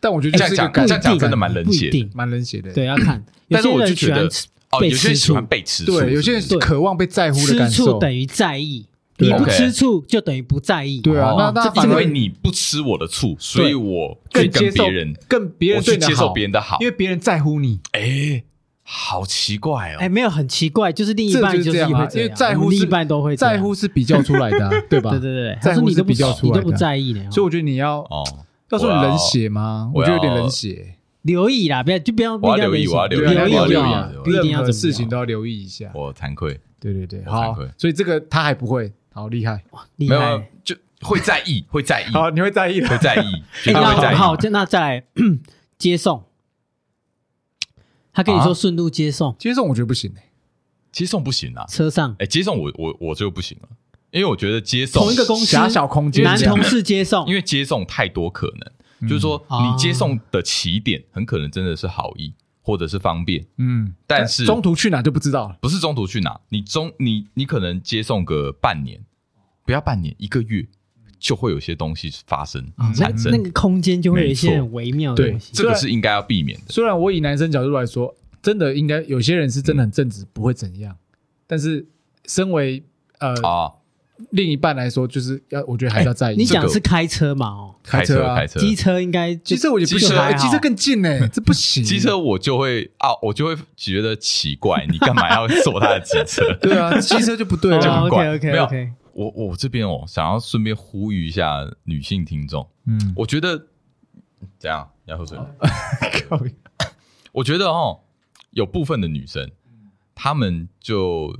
[SPEAKER 2] 但我觉得
[SPEAKER 1] 这样
[SPEAKER 2] 就是一个
[SPEAKER 1] 讲，
[SPEAKER 2] 感
[SPEAKER 1] 这样
[SPEAKER 2] 觉
[SPEAKER 1] 讲真的蛮冷
[SPEAKER 3] 不
[SPEAKER 1] 血
[SPEAKER 3] 一
[SPEAKER 1] 的。
[SPEAKER 3] 定，
[SPEAKER 2] 蛮冷血的。
[SPEAKER 3] 对，要看。有
[SPEAKER 1] 但是
[SPEAKER 3] 些
[SPEAKER 1] 我就
[SPEAKER 3] 人喜
[SPEAKER 1] 觉
[SPEAKER 3] 欢
[SPEAKER 1] 得，哦，
[SPEAKER 3] 被
[SPEAKER 1] 有些人
[SPEAKER 3] 吃
[SPEAKER 1] 喜欢
[SPEAKER 3] 醋
[SPEAKER 1] 被吃醋，
[SPEAKER 2] 对，有些人是
[SPEAKER 3] 对
[SPEAKER 2] 渴望被在乎的
[SPEAKER 3] 吃
[SPEAKER 2] 感
[SPEAKER 3] 醋
[SPEAKER 2] 受。
[SPEAKER 3] 等于在意，
[SPEAKER 2] 对
[SPEAKER 3] 你不
[SPEAKER 1] OK
[SPEAKER 3] 吃醋就等于不在意。
[SPEAKER 2] 对啊，那
[SPEAKER 1] 哦
[SPEAKER 2] 那
[SPEAKER 1] 这
[SPEAKER 2] 反
[SPEAKER 1] 因
[SPEAKER 2] 而
[SPEAKER 1] 为你不吃我的醋，所以我去
[SPEAKER 2] 更接
[SPEAKER 1] 跟
[SPEAKER 2] 受
[SPEAKER 1] 别人，
[SPEAKER 2] 更别
[SPEAKER 1] 我
[SPEAKER 2] 人对
[SPEAKER 1] 去
[SPEAKER 2] 你好
[SPEAKER 1] 接受别人的好
[SPEAKER 2] 因。为别人在乎你。
[SPEAKER 1] 哎，好奇怪
[SPEAKER 3] 哎，
[SPEAKER 1] 哦，
[SPEAKER 3] 没有很奇怪，就是另一
[SPEAKER 2] 这
[SPEAKER 3] 半是
[SPEAKER 2] 就是这
[SPEAKER 3] 会
[SPEAKER 2] 样啊因为在乎
[SPEAKER 3] 我们
[SPEAKER 2] 是
[SPEAKER 3] 另一半都会这样
[SPEAKER 2] 在乎，是比较出来 的啊，对吧？
[SPEAKER 3] 对对对，
[SPEAKER 2] 在
[SPEAKER 3] 他说
[SPEAKER 2] 乎是
[SPEAKER 3] 你都不
[SPEAKER 2] 比较出
[SPEAKER 3] 你
[SPEAKER 2] 来的
[SPEAKER 3] 都不在意啊呢，
[SPEAKER 2] 所以我觉得你要
[SPEAKER 1] 哦，
[SPEAKER 2] 要说
[SPEAKER 1] 我
[SPEAKER 2] 你冷血吗？
[SPEAKER 1] 我
[SPEAKER 2] 我
[SPEAKER 1] 要
[SPEAKER 2] 觉得有点冷血，
[SPEAKER 3] 留意啦，不要就不要
[SPEAKER 1] 我要留意
[SPEAKER 3] 不
[SPEAKER 1] 我要
[SPEAKER 3] 要
[SPEAKER 1] 留
[SPEAKER 3] 留
[SPEAKER 1] 意
[SPEAKER 3] 意，
[SPEAKER 1] 我要
[SPEAKER 3] 留
[SPEAKER 1] 留意我
[SPEAKER 3] 啊
[SPEAKER 1] 要留意
[SPEAKER 3] 不一定要怎
[SPEAKER 2] 任何
[SPEAKER 3] 么
[SPEAKER 2] 事情
[SPEAKER 3] 样
[SPEAKER 2] 都要留意一下。
[SPEAKER 1] 我惭愧，
[SPEAKER 2] 对对对，
[SPEAKER 1] 我
[SPEAKER 2] 好
[SPEAKER 1] 惭愧，
[SPEAKER 2] 所以这个他还不会，好厉害，
[SPEAKER 3] 厉
[SPEAKER 1] 没有没有
[SPEAKER 3] 害。哎
[SPEAKER 1] 就会在意，会在意，
[SPEAKER 2] 好，你会在意的
[SPEAKER 1] 会。在意，绝对
[SPEAKER 3] 哎，那
[SPEAKER 1] 会在
[SPEAKER 3] 好
[SPEAKER 1] 意。
[SPEAKER 3] 好，就那再来 接送。他跟你
[SPEAKER 1] 啊
[SPEAKER 3] 说顺路接送，
[SPEAKER 2] 接送我觉得不行欸
[SPEAKER 1] 接送不行啊，
[SPEAKER 3] 车上
[SPEAKER 1] 哎，接送我我我就不行了，因为我觉得接送
[SPEAKER 3] 同一个公司
[SPEAKER 2] 狭小空间，
[SPEAKER 3] 男同事接送
[SPEAKER 1] 因，为接送太多可能，就是说
[SPEAKER 3] 啊
[SPEAKER 1] 你接送的起点很可能真的是好意或者是方便，
[SPEAKER 2] 嗯，
[SPEAKER 1] 但是
[SPEAKER 2] 中途去哪就不知道了。
[SPEAKER 1] 不是中途去拿，你中你你可能接送个半年，不要半年，一个月就会有些东西发生
[SPEAKER 3] 啊那
[SPEAKER 1] 产生
[SPEAKER 3] 那，个空间就会有一些
[SPEAKER 1] 没错
[SPEAKER 3] 很微妙的
[SPEAKER 2] 对
[SPEAKER 3] 东西
[SPEAKER 1] 这。个是应该要避免的。
[SPEAKER 2] 虽然我以男生角度来说，真的应该有些人是真的很正直，不会怎样，但是身为呃
[SPEAKER 1] 啊，
[SPEAKER 2] 另一半来说，就是要我觉得还是要在意。
[SPEAKER 3] 哎你
[SPEAKER 1] 这个
[SPEAKER 3] 讲的是开车嘛？哦，
[SPEAKER 1] 开
[SPEAKER 2] 车
[SPEAKER 1] 车
[SPEAKER 2] 啊
[SPEAKER 1] 开车，
[SPEAKER 3] 机车应该就
[SPEAKER 2] 机车我就
[SPEAKER 1] 机
[SPEAKER 2] 不行，
[SPEAKER 1] 车
[SPEAKER 2] 哎
[SPEAKER 3] 还好
[SPEAKER 2] 机车更近呢，这不行。
[SPEAKER 1] 机车我就会啊，我就会觉得奇怪，你干嘛要坐他的机车？
[SPEAKER 2] 对啊，机车就不对
[SPEAKER 1] 就
[SPEAKER 2] 了。
[SPEAKER 1] 很怪
[SPEAKER 3] 哦 OK
[SPEAKER 1] 没
[SPEAKER 3] OK
[SPEAKER 1] 有
[SPEAKER 3] OK，
[SPEAKER 1] 我我这边哦，想要顺便呼吁一下女性听众，
[SPEAKER 2] 嗯，
[SPEAKER 1] 我觉得怎样？你要喝水吗？
[SPEAKER 2] 哦 靠北
[SPEAKER 1] 我觉得哦，有部分的女生，她们就嘖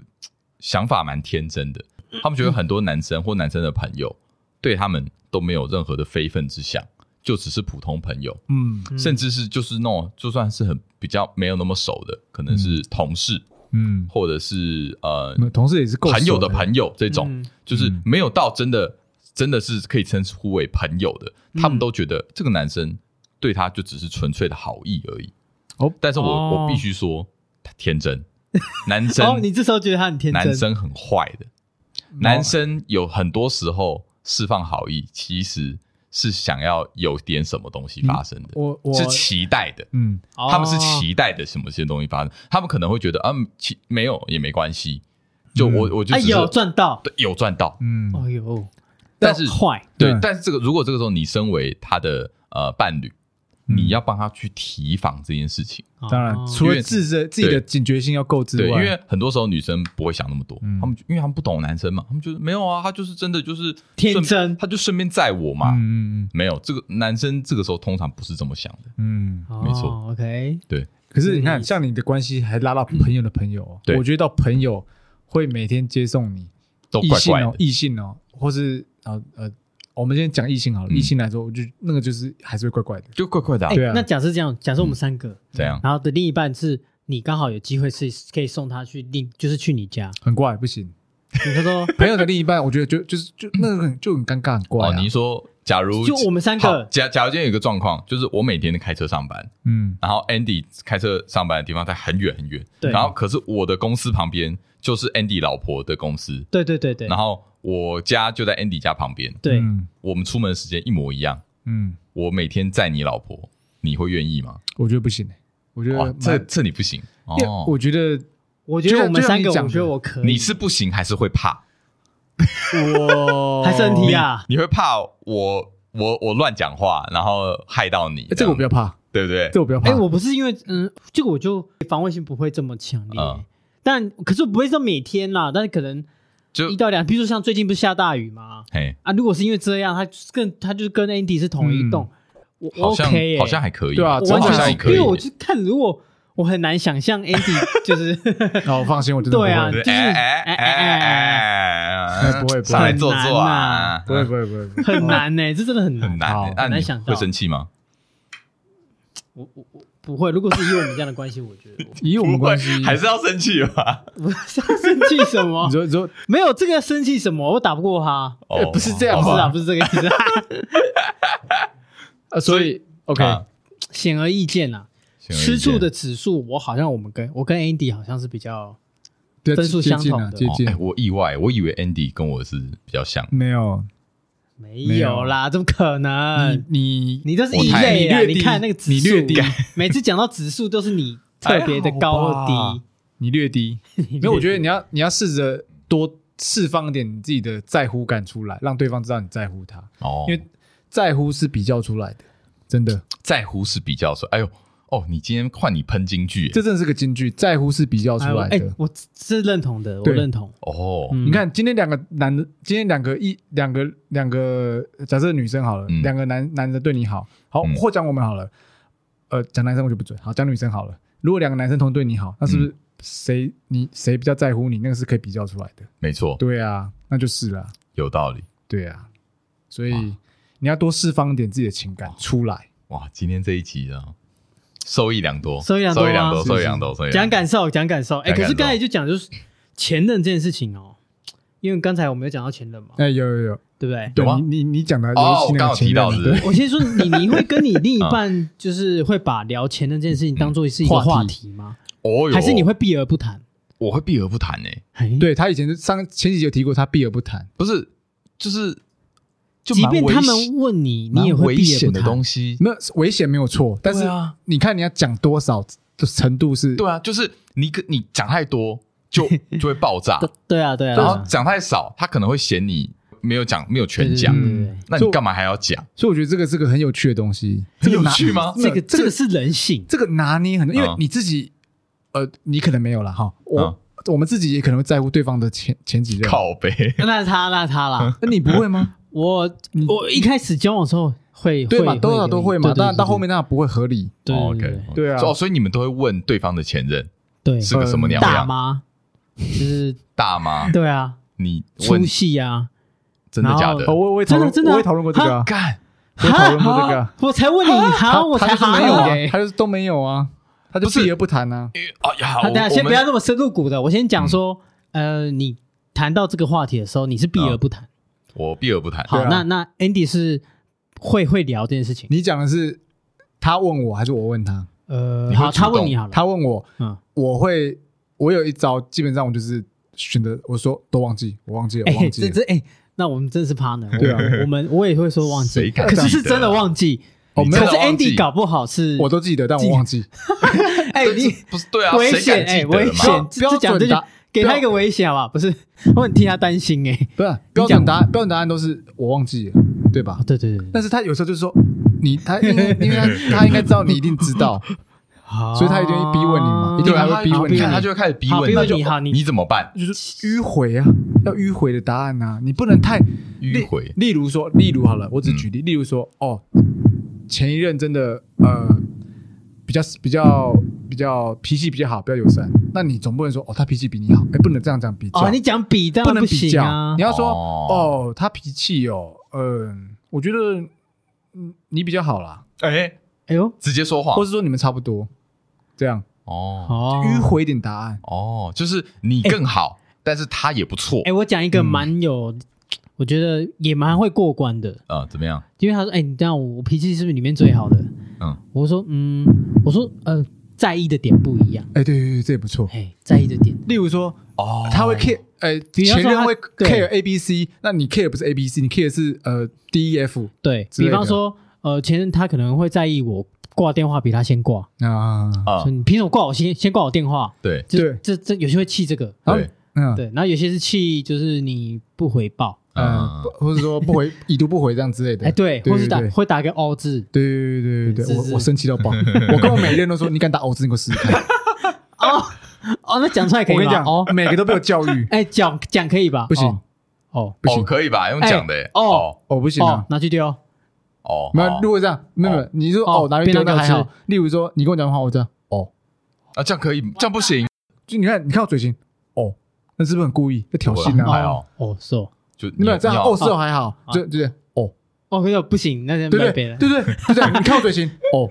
[SPEAKER 1] 想法蛮天真的，她们觉得很多男生或男生的朋友对她们都没有任何的非分之想，就只是普通朋友，
[SPEAKER 2] 嗯
[SPEAKER 1] 甚至是就是那种就算是很比较没有那么熟的，可能是同事
[SPEAKER 2] 嗯，
[SPEAKER 1] 或者是呃
[SPEAKER 2] 我们同事也是够
[SPEAKER 1] 朋友的
[SPEAKER 2] 熟
[SPEAKER 1] 朋友这种，
[SPEAKER 3] 嗯
[SPEAKER 1] 就是
[SPEAKER 2] 嗯
[SPEAKER 1] 没有到真的真的是可以称呼为朋友的，
[SPEAKER 3] 嗯
[SPEAKER 1] 他们都觉得这个男生对他就只是纯粹的好意而已。
[SPEAKER 2] 哦
[SPEAKER 1] 但是我、
[SPEAKER 3] 哦
[SPEAKER 1] 我必须说，他天 真，男生、
[SPEAKER 3] 哦，你这时候觉得他很天真，嗯
[SPEAKER 1] 男生很坏的，男生有很多时候释放好意，其实是想要有点什么东西发生的，
[SPEAKER 2] 我我
[SPEAKER 1] 是期待的。
[SPEAKER 2] 嗯
[SPEAKER 3] 嗯哦
[SPEAKER 1] 他们是期待的什么些东西发生，他们可能会觉得啊，其没有也没关系，就我、我就
[SPEAKER 3] 哎
[SPEAKER 1] 只是
[SPEAKER 3] 有赚到，
[SPEAKER 1] 对有赚到，
[SPEAKER 2] 嗯
[SPEAKER 3] 哎呦，
[SPEAKER 1] 但是
[SPEAKER 3] 坏
[SPEAKER 1] 对
[SPEAKER 2] 对，
[SPEAKER 1] 但是这个如果这个时候你身为他的呃伴侣，
[SPEAKER 2] 嗯
[SPEAKER 1] 你要帮他去提防这件事情，
[SPEAKER 2] 当然
[SPEAKER 3] 哦，
[SPEAKER 2] 除
[SPEAKER 1] 因
[SPEAKER 2] 了
[SPEAKER 1] 为
[SPEAKER 2] 自身自己
[SPEAKER 1] 对
[SPEAKER 2] 的警觉性要够之
[SPEAKER 1] 对，因
[SPEAKER 2] 外，
[SPEAKER 1] 为很多时候女生不会想那么多，
[SPEAKER 2] 嗯
[SPEAKER 1] 他们就因为他们不懂男生嘛，他们觉得没有啊，他就是真的就是
[SPEAKER 3] 天
[SPEAKER 1] 顺
[SPEAKER 3] 真
[SPEAKER 1] 他就顺便载我嘛，
[SPEAKER 2] 嗯嗯
[SPEAKER 1] 没有这个男生这个时候通常不是这么想的，
[SPEAKER 2] 嗯嗯。
[SPEAKER 3] 哦
[SPEAKER 1] 没错
[SPEAKER 3] ，OK，
[SPEAKER 1] 对
[SPEAKER 2] 可是你
[SPEAKER 3] 嗯
[SPEAKER 2] 看，像你的关系还拉到朋友的朋友哦，
[SPEAKER 1] 对
[SPEAKER 2] 我觉得到朋友会每天接送你，
[SPEAKER 1] 都
[SPEAKER 2] 异
[SPEAKER 1] 怪
[SPEAKER 2] 性
[SPEAKER 1] 怪
[SPEAKER 2] 哦，
[SPEAKER 1] 的，
[SPEAKER 2] 异性哦，或是呃呃，我们先讲异性好了，
[SPEAKER 1] 嗯
[SPEAKER 2] 异性来说，我就那个就是还是会怪怪的，
[SPEAKER 1] 就怪怪的、啊嗯
[SPEAKER 3] 哎
[SPEAKER 2] 对啊，
[SPEAKER 3] 那假设这样，假设我们三个，
[SPEAKER 1] 怎样？
[SPEAKER 3] 然后的另一半是你刚好有机会是可以送他去另，就是去你家，
[SPEAKER 2] 很怪，不行。
[SPEAKER 3] 你说说
[SPEAKER 2] 朋友的另一半，我觉得就就是就那个很就很尴尬，很怪
[SPEAKER 1] 哦，
[SPEAKER 2] 啊。
[SPEAKER 1] 你说假如
[SPEAKER 3] 就我们三
[SPEAKER 1] 好
[SPEAKER 3] 个，
[SPEAKER 1] 假假如今天有一个状况，就是我每天开车上班，
[SPEAKER 2] 嗯
[SPEAKER 1] 然后 Andy 开车上班的地方在很远很远，
[SPEAKER 3] 对
[SPEAKER 1] 然后可是我的公司旁边就是 Andy 老婆的公司，
[SPEAKER 3] 对对对对
[SPEAKER 1] 然，后我家就在 Andy 家旁边，
[SPEAKER 3] 对，
[SPEAKER 2] 嗯
[SPEAKER 1] 我们出门的时间一模一样。
[SPEAKER 2] 嗯，
[SPEAKER 1] 我每天载你老婆，你会愿意吗？
[SPEAKER 2] 我觉得不行欸，我觉得
[SPEAKER 1] 哇
[SPEAKER 2] 蛮，
[SPEAKER 1] 这这你不行
[SPEAKER 2] 因为
[SPEAKER 1] 哦，
[SPEAKER 2] 我觉得
[SPEAKER 3] 我觉得我们三个，
[SPEAKER 2] 就像
[SPEAKER 3] 我觉
[SPEAKER 2] 你讲
[SPEAKER 3] 得
[SPEAKER 2] 的
[SPEAKER 3] 我可以，
[SPEAKER 1] 你是不行还是会怕？
[SPEAKER 2] 我
[SPEAKER 3] 还是 NT 啊？
[SPEAKER 1] 你会怕我我我乱讲话，然后害到你
[SPEAKER 2] 欸？这个我不
[SPEAKER 1] 样
[SPEAKER 2] 要怕，
[SPEAKER 1] 对不对
[SPEAKER 2] 这？个我不要怕。
[SPEAKER 3] 哎，我不是因为嗯，这个我就防卫性不会这么强烈
[SPEAKER 1] 嗯，
[SPEAKER 3] 但可是不会说每天啦，但是可能
[SPEAKER 1] 就
[SPEAKER 3] 一到两，比如说像最近不是下大雨吗？
[SPEAKER 1] 嘿，
[SPEAKER 3] 啊，如果是因为这样，他就是跟他就是跟 Andy 是同一栋，我我
[SPEAKER 1] 嗯好像
[SPEAKER 3] OK 耶，
[SPEAKER 1] 好像还可以，
[SPEAKER 2] 对啊
[SPEAKER 3] 我
[SPEAKER 1] 我
[SPEAKER 3] 完
[SPEAKER 1] 好
[SPEAKER 3] 全
[SPEAKER 1] 像
[SPEAKER 3] 是
[SPEAKER 1] 也可以
[SPEAKER 3] 因为
[SPEAKER 1] 耶。
[SPEAKER 3] 我就看如果我很难想象 Andy 就是
[SPEAKER 2] 哦，放心，我真的不会
[SPEAKER 3] 对啊，就
[SPEAKER 1] 对
[SPEAKER 3] 是
[SPEAKER 1] 哎哎
[SPEAKER 3] 哎
[SPEAKER 1] 哎
[SPEAKER 3] 哎哎，
[SPEAKER 1] 哎哎，
[SPEAKER 2] 不会不会
[SPEAKER 1] 上来坐坐啊，
[SPEAKER 2] 不会哦不会不会不会，
[SPEAKER 3] 很难呢，这真的很
[SPEAKER 1] 很
[SPEAKER 3] 难。
[SPEAKER 1] 难
[SPEAKER 2] 好
[SPEAKER 1] 欸。那
[SPEAKER 3] 很难
[SPEAKER 1] 你
[SPEAKER 3] 想到
[SPEAKER 1] 会生气吗？
[SPEAKER 3] 我我我不会，如果是以我们这样的关系，我觉得我
[SPEAKER 2] 以我们
[SPEAKER 1] 不会
[SPEAKER 2] 关系，
[SPEAKER 1] 还是要生气吧？
[SPEAKER 3] 我是要生气什么
[SPEAKER 2] 你？说你说
[SPEAKER 3] 没有这个生气什么？我打不过他，
[SPEAKER 2] 哎
[SPEAKER 1] 哦，
[SPEAKER 2] 不是这样
[SPEAKER 1] 好
[SPEAKER 3] 不
[SPEAKER 1] 吧
[SPEAKER 3] 是
[SPEAKER 2] 吧
[SPEAKER 3] 啊，不是这个意思，
[SPEAKER 2] 呃，所以 OK，
[SPEAKER 1] 啊
[SPEAKER 3] 显而易见啦。
[SPEAKER 1] 显而易见
[SPEAKER 3] 吃醋的指数，我好像我们跟我跟 Andy 好像是比较
[SPEAKER 2] 对
[SPEAKER 3] 分数
[SPEAKER 2] 接
[SPEAKER 3] 相
[SPEAKER 2] 近
[SPEAKER 3] 同
[SPEAKER 2] 啊
[SPEAKER 3] 的
[SPEAKER 2] 接
[SPEAKER 1] 哦
[SPEAKER 2] 近
[SPEAKER 1] 哎，我意外，我以为 Andy 跟我是比较像。
[SPEAKER 2] 没有
[SPEAKER 3] 没有啦，怎么可能？
[SPEAKER 2] 你
[SPEAKER 3] 呃你这是
[SPEAKER 1] 我
[SPEAKER 3] 异
[SPEAKER 1] 太
[SPEAKER 3] 类啊！
[SPEAKER 2] 你略低
[SPEAKER 3] 你看那个指数，
[SPEAKER 2] 你略低，
[SPEAKER 3] 每次讲到指数都是你特别的高
[SPEAKER 2] 还好
[SPEAKER 3] 或
[SPEAKER 2] 吧你 略低，
[SPEAKER 3] 低。
[SPEAKER 2] 没有，我觉得你要你要试着多释放一点你自己的在乎感出来，让对方知道你在乎他，
[SPEAKER 1] 哦，
[SPEAKER 2] 因为在乎是比较出来的，真的，
[SPEAKER 1] 在乎是比较说，哎呦，哦，你今天换你喷京剧欸，
[SPEAKER 2] 这真的是个金句，在乎是比较出
[SPEAKER 3] 哎我
[SPEAKER 2] 来
[SPEAKER 3] 哎
[SPEAKER 2] 的。
[SPEAKER 3] 我是认同的，我
[SPEAKER 2] 对
[SPEAKER 3] 认同。
[SPEAKER 1] 哦，
[SPEAKER 3] 嗯
[SPEAKER 2] 你看，今天两个男的，今天两个一两个两个，假设女生好了，
[SPEAKER 1] 嗯
[SPEAKER 2] 两个男男的对你好，好
[SPEAKER 1] 嗯
[SPEAKER 2] 或讲我们好了，呃，讲男生我就不准，好讲女生好了。如果两个男生同时对你好，那
[SPEAKER 1] 嗯
[SPEAKER 2] 是不是谁你谁比较在乎你？那个是可以比较出来的。
[SPEAKER 1] 没错，
[SPEAKER 2] 对啊，那就是啦，
[SPEAKER 1] 有道理。
[SPEAKER 2] 对啊，所以你要多释放一点自己的情感出来。
[SPEAKER 1] 哇，今天这一集啊，收益良多，
[SPEAKER 3] 收益良多
[SPEAKER 1] 收
[SPEAKER 3] 啊
[SPEAKER 1] 益良多，
[SPEAKER 2] 是是
[SPEAKER 1] 收益良多，收益
[SPEAKER 3] 讲
[SPEAKER 1] 良多。
[SPEAKER 3] 感受，讲感受。哎、
[SPEAKER 1] 讲
[SPEAKER 3] 可
[SPEAKER 1] 感受
[SPEAKER 3] 是刚才就讲就是前任这件事情哦，因为刚才我们有讲到前任嘛，
[SPEAKER 2] 哎，有有有，
[SPEAKER 3] 对不对？
[SPEAKER 1] 有吗
[SPEAKER 2] 你你你讲的
[SPEAKER 1] 哦
[SPEAKER 2] 游戏
[SPEAKER 1] 我刚
[SPEAKER 2] 那个
[SPEAKER 1] 好
[SPEAKER 2] 前
[SPEAKER 1] 提
[SPEAKER 2] 面
[SPEAKER 1] 到
[SPEAKER 2] 嘛
[SPEAKER 1] 是不
[SPEAKER 2] 对
[SPEAKER 1] 是
[SPEAKER 3] 我先说你，你会跟你另一半就是会把聊钱的这件事情当做是一个
[SPEAKER 2] 嗯
[SPEAKER 3] 话
[SPEAKER 2] 话
[SPEAKER 3] 题吗？
[SPEAKER 1] 哦哟，
[SPEAKER 3] 还是你会避而不谈？
[SPEAKER 1] 我会避而不谈诶，
[SPEAKER 3] 嘿，
[SPEAKER 2] 对他以前上前几集有提过，他避而不谈。
[SPEAKER 1] 不是，就是就
[SPEAKER 3] 即
[SPEAKER 1] 蛮
[SPEAKER 3] 便
[SPEAKER 1] 危
[SPEAKER 3] 他
[SPEAKER 1] 险
[SPEAKER 3] 们问你，你也
[SPEAKER 1] 蛮
[SPEAKER 3] 会
[SPEAKER 1] 危
[SPEAKER 3] 避而
[SPEAKER 1] 险
[SPEAKER 3] 不
[SPEAKER 1] 的
[SPEAKER 3] 谈。
[SPEAKER 1] 东西。
[SPEAKER 2] 没有危险没有错，但是
[SPEAKER 1] 对啊
[SPEAKER 2] 你看你要讲多少的程度是，
[SPEAKER 1] 对啊，就是你跟你讲太多就 就会爆炸，
[SPEAKER 3] 对对啊，对
[SPEAKER 1] 然
[SPEAKER 3] 啊，对
[SPEAKER 1] 后
[SPEAKER 3] 啊
[SPEAKER 1] 讲太少，他可能会嫌你没有讲没有全讲
[SPEAKER 3] 对，对
[SPEAKER 2] 嗯
[SPEAKER 3] 对对对
[SPEAKER 1] 那你干嘛还要讲？
[SPEAKER 2] 所以我觉得这个是个很有趣的东西。这个
[SPEAKER 1] 有
[SPEAKER 2] 拿
[SPEAKER 1] 趣吗？
[SPEAKER 3] 这个这
[SPEAKER 2] 这个
[SPEAKER 3] 个是人 性，
[SPEAKER 2] 这个拿捏很，因为
[SPEAKER 1] 嗯
[SPEAKER 2] 你自己，呃，你可能没有了哈。
[SPEAKER 1] 嗯
[SPEAKER 2] 我我们自己也可能会在乎对方的前前几任，
[SPEAKER 1] 靠背，
[SPEAKER 3] 那他那他啦，
[SPEAKER 2] 那你不会 吗？
[SPEAKER 3] 我我一开始交往的时候会
[SPEAKER 2] 嗯对嘛，
[SPEAKER 3] 会
[SPEAKER 2] 多少都会嘛。
[SPEAKER 3] 对对
[SPEAKER 2] 当然
[SPEAKER 3] 对
[SPEAKER 2] 到后面那不会合理，
[SPEAKER 3] 对
[SPEAKER 1] 哦
[SPEAKER 3] 对
[SPEAKER 1] OK，
[SPEAKER 2] 对啊
[SPEAKER 1] 所以哦所以你们都会问对方的前任
[SPEAKER 3] 对
[SPEAKER 1] 是个什么鸟
[SPEAKER 3] 嗯大
[SPEAKER 1] 样？
[SPEAKER 3] 妈就是
[SPEAKER 1] 大妈，
[SPEAKER 3] 对 啊，
[SPEAKER 1] 你问
[SPEAKER 3] 粗细啊，
[SPEAKER 1] 真的假的
[SPEAKER 2] 哦，？我我也讨
[SPEAKER 3] 真的
[SPEAKER 2] 论
[SPEAKER 3] 真的啊
[SPEAKER 2] 我也讨论过这个啊，
[SPEAKER 1] 干，
[SPEAKER 2] 我也讨论过这个啊
[SPEAKER 3] 啊， 我才问 你，哈，我才
[SPEAKER 2] 他就是
[SPEAKER 3] 哈
[SPEAKER 2] 没有
[SPEAKER 3] 呢。
[SPEAKER 2] 啊，他就是都没有啊，他就
[SPEAKER 1] 不是
[SPEAKER 2] 避而不谈啊。
[SPEAKER 1] 哎呀，
[SPEAKER 3] 好，
[SPEAKER 1] 我
[SPEAKER 3] 等下
[SPEAKER 1] 我
[SPEAKER 3] 先不
[SPEAKER 1] 们
[SPEAKER 3] 要那么深入骨的，我先讲说，
[SPEAKER 2] 嗯
[SPEAKER 3] 呃，你谈到这个话题的时候，你是避而不谈。
[SPEAKER 1] 我避而不谈。
[SPEAKER 3] 好，
[SPEAKER 2] 对啊
[SPEAKER 3] 那那 Andy 是会会聊这件事情。
[SPEAKER 2] 你讲的是他问我还是我问他？
[SPEAKER 3] 呃
[SPEAKER 1] 你会
[SPEAKER 3] 好，
[SPEAKER 1] 主
[SPEAKER 3] 他问
[SPEAKER 1] 动
[SPEAKER 3] 你好了，
[SPEAKER 2] 啊他问我，
[SPEAKER 3] 嗯，
[SPEAKER 2] 我会，我有一招，基本上我就是选择我说都忘记，我忘记了，
[SPEAKER 3] 哎、
[SPEAKER 2] 我忘记
[SPEAKER 3] 这
[SPEAKER 2] 了。
[SPEAKER 3] 这哎、那我们真是 partner，
[SPEAKER 2] 对啊
[SPEAKER 3] 我我们我也会说忘记
[SPEAKER 1] 谁，敢
[SPEAKER 3] 可是
[SPEAKER 1] 记
[SPEAKER 3] 是
[SPEAKER 1] 得
[SPEAKER 3] 真的
[SPEAKER 1] 啊
[SPEAKER 3] 忘记。
[SPEAKER 2] 哦
[SPEAKER 1] 你
[SPEAKER 2] 没
[SPEAKER 3] 可
[SPEAKER 1] 真
[SPEAKER 3] 是
[SPEAKER 2] 有
[SPEAKER 1] 的忘记
[SPEAKER 3] Andy 搞不好是，
[SPEAKER 2] 我都记得，但我忘记。
[SPEAKER 3] 哎、你
[SPEAKER 1] 不是对啊，
[SPEAKER 3] 危
[SPEAKER 1] 谁
[SPEAKER 3] 险
[SPEAKER 1] 敢
[SPEAKER 3] 哎、
[SPEAKER 1] 记得
[SPEAKER 3] 危
[SPEAKER 1] 嘛？
[SPEAKER 3] 险，
[SPEAKER 2] 不
[SPEAKER 3] 这
[SPEAKER 2] 要
[SPEAKER 3] 这讲这
[SPEAKER 2] 准
[SPEAKER 3] 就
[SPEAKER 2] 答
[SPEAKER 3] 给
[SPEAKER 2] 不
[SPEAKER 3] 他
[SPEAKER 2] 要
[SPEAKER 3] 一个危险好不好？不是，我很替他担心哎、
[SPEAKER 2] 不是标准答案，标准答案都是我忘记了，对吧
[SPEAKER 3] 啊，？对对对对，
[SPEAKER 2] 但是他有时候就是说，你他应该，因为他他应该知道你一定知道，所以他一定会逼问你嘛一定
[SPEAKER 1] 对啊，
[SPEAKER 2] 还会
[SPEAKER 1] 他
[SPEAKER 2] 逼问
[SPEAKER 1] 你
[SPEAKER 2] 你
[SPEAKER 1] 看他就会开始逼
[SPEAKER 3] 好
[SPEAKER 1] 问
[SPEAKER 3] 逼
[SPEAKER 1] 你，
[SPEAKER 3] 问
[SPEAKER 1] 那就
[SPEAKER 3] 你好你
[SPEAKER 1] 你怎么办？
[SPEAKER 2] 就是迂回啊，要迂回的答案啊，你不能太
[SPEAKER 1] 迂回，
[SPEAKER 2] 例例如说，例如好了，我只举例，例如说，哦，前一任真的呃比较比较比较脾气比较好，比较友善，那你总不能说哦他脾气比你好，哎，不能这样这样比较，
[SPEAKER 3] 哦，你讲比当
[SPEAKER 2] 不
[SPEAKER 3] 然
[SPEAKER 2] 能比
[SPEAKER 3] 行
[SPEAKER 2] 较，
[SPEAKER 3] 啊
[SPEAKER 2] 你，要说
[SPEAKER 1] 哦
[SPEAKER 2] 哦他脾气哦，嗯、我觉得嗯你比较好啦，
[SPEAKER 1] 哎，
[SPEAKER 3] 哎呦，
[SPEAKER 1] 直接说
[SPEAKER 2] 或
[SPEAKER 1] 谎
[SPEAKER 2] 是说你们差不多，这样
[SPEAKER 1] 哦
[SPEAKER 3] 哦，
[SPEAKER 2] 迂回一点答案，
[SPEAKER 1] 哦，就是你更好，但是他也不错
[SPEAKER 3] 哎、我讲一个蛮有，我觉得也蛮会过关的，
[SPEAKER 1] 啊，怎么样？
[SPEAKER 3] 因为他说：“哎、你这样我我脾气是不是里面最好的？”
[SPEAKER 1] 嗯，
[SPEAKER 3] 我说：“嗯，我说呃，在意的点不一样，
[SPEAKER 2] 哎，对对对，这也不错。
[SPEAKER 3] 哎，在意的点，
[SPEAKER 2] 例如说，
[SPEAKER 1] 哦，
[SPEAKER 2] 他会 care，呃，
[SPEAKER 3] 要
[SPEAKER 2] 前
[SPEAKER 3] 说
[SPEAKER 2] 任
[SPEAKER 3] 他
[SPEAKER 2] 会
[SPEAKER 3] 对
[SPEAKER 2] care A B C，那你 care 不是 A B C，你 care 是呃 D E F
[SPEAKER 3] 对
[SPEAKER 2] 之
[SPEAKER 3] 比
[SPEAKER 2] 类的
[SPEAKER 3] 方说，呃，前任他可能会在意我挂电话比他先挂，
[SPEAKER 2] 啊，
[SPEAKER 1] 啊
[SPEAKER 3] 所以，你凭什么挂我先先挂我电话？
[SPEAKER 1] 对
[SPEAKER 3] 这
[SPEAKER 2] 对
[SPEAKER 3] 这这有些会气这个，
[SPEAKER 1] 对，
[SPEAKER 2] 嗯
[SPEAKER 3] 对，然后有些是气就是你不回报，
[SPEAKER 2] 嗯，不或者说不回已读不回这样之类的，
[SPEAKER 3] 啊哎，对，或是打
[SPEAKER 2] 对
[SPEAKER 3] 会打个凹字，
[SPEAKER 2] 对对对对，
[SPEAKER 3] 是
[SPEAKER 2] 我
[SPEAKER 3] 是
[SPEAKER 2] 我生气到 爆，我跟我每个人都说，你敢打欧字，你给我试试看。
[SPEAKER 3] 哦哦，那讲出来可
[SPEAKER 2] 我
[SPEAKER 3] 以
[SPEAKER 2] 跟你
[SPEAKER 3] 吧？
[SPEAKER 2] 讲
[SPEAKER 3] 哦，，
[SPEAKER 2] 每个都被我教 育，
[SPEAKER 3] 哎，讲讲可以吧？
[SPEAKER 2] 不行
[SPEAKER 3] 哦，
[SPEAKER 2] 不
[SPEAKER 1] 哦，
[SPEAKER 2] 行，
[SPEAKER 1] 可以吧？用讲的欸
[SPEAKER 3] 哎哦
[SPEAKER 2] 哦不行
[SPEAKER 3] 哦，
[SPEAKER 2] 啊
[SPEAKER 3] 哦，，拿去丢，
[SPEAKER 1] 哦，
[SPEAKER 2] 没有
[SPEAKER 1] 好，
[SPEAKER 2] 如果这样，没有没有，你说
[SPEAKER 3] 哦
[SPEAKER 2] 哦拿去丢
[SPEAKER 3] 变成
[SPEAKER 2] 那还
[SPEAKER 3] 狗
[SPEAKER 2] 好，例如说你跟我讲话，我这样哦，
[SPEAKER 1] 啊，这样可以，这样不行，
[SPEAKER 2] 就你看你看我嘴型，哦，那是不是很故意在挑衅
[SPEAKER 1] 还
[SPEAKER 2] 啊？
[SPEAKER 1] 好，
[SPEAKER 3] 哦，是哦，
[SPEAKER 1] 就
[SPEAKER 2] 没有这样哦是
[SPEAKER 1] 是
[SPEAKER 2] 哦还好，就就这样哦。
[SPEAKER 3] 哦，没有不行，那就
[SPEAKER 2] 对
[SPEAKER 3] 卖
[SPEAKER 2] 对
[SPEAKER 3] 别了
[SPEAKER 2] 对。对对就这样，你看我 嘴型哦，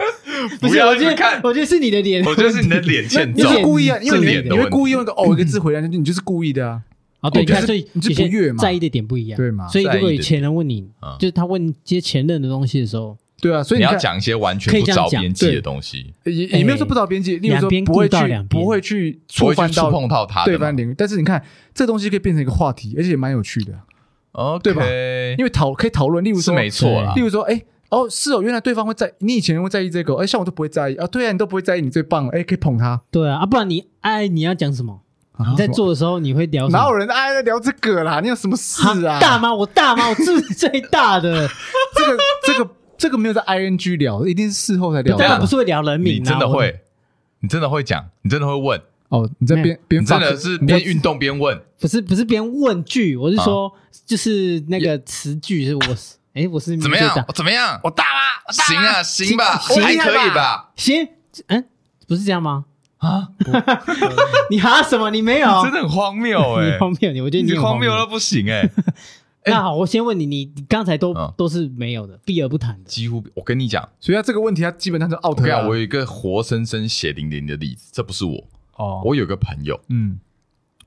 [SPEAKER 1] 不
[SPEAKER 3] 不是，
[SPEAKER 1] 要
[SPEAKER 3] 我
[SPEAKER 1] 一
[SPEAKER 3] 觉
[SPEAKER 1] 直
[SPEAKER 3] 得
[SPEAKER 1] 看
[SPEAKER 3] 我觉得是你的脸，
[SPEAKER 1] 我觉 得是你的脸欠
[SPEAKER 2] 你
[SPEAKER 1] 揍
[SPEAKER 3] 有，
[SPEAKER 2] 是
[SPEAKER 3] 点
[SPEAKER 2] 故意啊，因为
[SPEAKER 1] 这
[SPEAKER 2] 你
[SPEAKER 1] 脸的
[SPEAKER 2] 你会
[SPEAKER 1] 问题
[SPEAKER 2] 故意用一个哦一个字回答，你就是故意的啊，
[SPEAKER 3] 啊，对，
[SPEAKER 1] 哦
[SPEAKER 3] 你看，
[SPEAKER 1] 就是
[SPEAKER 3] 所以
[SPEAKER 2] 你是
[SPEAKER 3] 有些
[SPEAKER 2] 不悦嘛
[SPEAKER 3] 在意的点不一样，
[SPEAKER 2] 对嘛
[SPEAKER 3] 所以如
[SPEAKER 1] 在
[SPEAKER 3] 果
[SPEAKER 1] 意
[SPEAKER 3] 有
[SPEAKER 1] 的
[SPEAKER 3] 前任问你
[SPEAKER 1] 嗯，
[SPEAKER 3] 就是他问接前任的东西的时候，
[SPEAKER 2] 对啊，所以
[SPEAKER 1] 你要
[SPEAKER 2] 看
[SPEAKER 1] 讲一些完全
[SPEAKER 3] 可以
[SPEAKER 1] 不
[SPEAKER 3] 这样
[SPEAKER 1] 着
[SPEAKER 3] 讲
[SPEAKER 1] 边际
[SPEAKER 2] 对
[SPEAKER 1] 的东西，
[SPEAKER 2] 也也没有说不着边
[SPEAKER 1] 哎
[SPEAKER 2] 界，例如
[SPEAKER 3] 两
[SPEAKER 2] 说
[SPEAKER 3] 边
[SPEAKER 2] 不会
[SPEAKER 3] 顾到两
[SPEAKER 2] 去
[SPEAKER 3] 边
[SPEAKER 2] 不会去
[SPEAKER 1] 不
[SPEAKER 2] 触
[SPEAKER 1] 会去
[SPEAKER 2] 犯
[SPEAKER 1] 触
[SPEAKER 2] 到
[SPEAKER 1] 碰到他的
[SPEAKER 2] 对
[SPEAKER 1] 嘛
[SPEAKER 2] 方领域，但是你看这东西可以变成一个话题，而且也蛮有趣的，
[SPEAKER 1] ，OK，
[SPEAKER 2] 对吧因为讨可以讨论，例如
[SPEAKER 1] 哎是
[SPEAKER 2] 说，
[SPEAKER 1] 没错啊啦
[SPEAKER 2] 例，如说，哎。哦，是哦，原来对方会在你以前会在意这个，哎，像我都不会在意啊。对啊，你都不会在意，你最棒了，哎，可以捧他。
[SPEAKER 3] 对啊，啊，不然你哎，你要讲什么？
[SPEAKER 2] 啊
[SPEAKER 3] 你在，做的时候你会聊
[SPEAKER 2] 什
[SPEAKER 3] 什
[SPEAKER 2] 么哪有
[SPEAKER 3] 么？
[SPEAKER 2] 人哎在聊这个啦？你有什么事
[SPEAKER 3] 哈
[SPEAKER 2] 啊？
[SPEAKER 3] 大妈，我大妈，我是最大 的，
[SPEAKER 2] 这个这个这个没有在 ing 聊，一定是事后才聊的。
[SPEAKER 3] 当然不是会聊人名
[SPEAKER 1] 你
[SPEAKER 3] 啊，
[SPEAKER 1] 真的
[SPEAKER 3] 我
[SPEAKER 1] 会，你真的会讲，你真的会问，
[SPEAKER 2] 哦，你在
[SPEAKER 3] 没有
[SPEAKER 2] 边边
[SPEAKER 1] 你真的
[SPEAKER 2] fuck-
[SPEAKER 1] 是
[SPEAKER 2] 你在
[SPEAKER 1] 边运动边问，
[SPEAKER 3] 不是不是别人问句，我是说
[SPEAKER 1] 啊
[SPEAKER 3] 就是那个词句是我是哎，我是
[SPEAKER 1] 怎么
[SPEAKER 3] 最
[SPEAKER 1] 样
[SPEAKER 3] 大？
[SPEAKER 1] 怎么样？
[SPEAKER 2] 我大啦，我大
[SPEAKER 1] 行
[SPEAKER 2] 啦，
[SPEAKER 1] 啊，行吧，
[SPEAKER 3] 行
[SPEAKER 1] 还可以
[SPEAKER 2] 行
[SPEAKER 1] 吧？
[SPEAKER 3] 行，嗯，不是这 样吗？
[SPEAKER 1] 啊，
[SPEAKER 3] 你哈什么？你没有，
[SPEAKER 1] 真的很荒谬 哎、
[SPEAKER 3] 你荒谬，你我觉得
[SPEAKER 1] 你
[SPEAKER 3] 很
[SPEAKER 1] 荒
[SPEAKER 3] 谬
[SPEAKER 1] 谬到不行哎、
[SPEAKER 3] 那好，我先问你，你你刚才都、
[SPEAKER 1] 嗯
[SPEAKER 3] 都是没有的，避而不谈的。
[SPEAKER 1] 几乎我跟你 讲，
[SPEAKER 2] 所以他这个问题，他基本上就 out
[SPEAKER 1] 我跟你
[SPEAKER 2] 了啊。
[SPEAKER 1] 讲，我有一个活生生血淋淋的例子，这不是我，
[SPEAKER 2] 哦，
[SPEAKER 1] 我有个朋友，
[SPEAKER 2] 嗯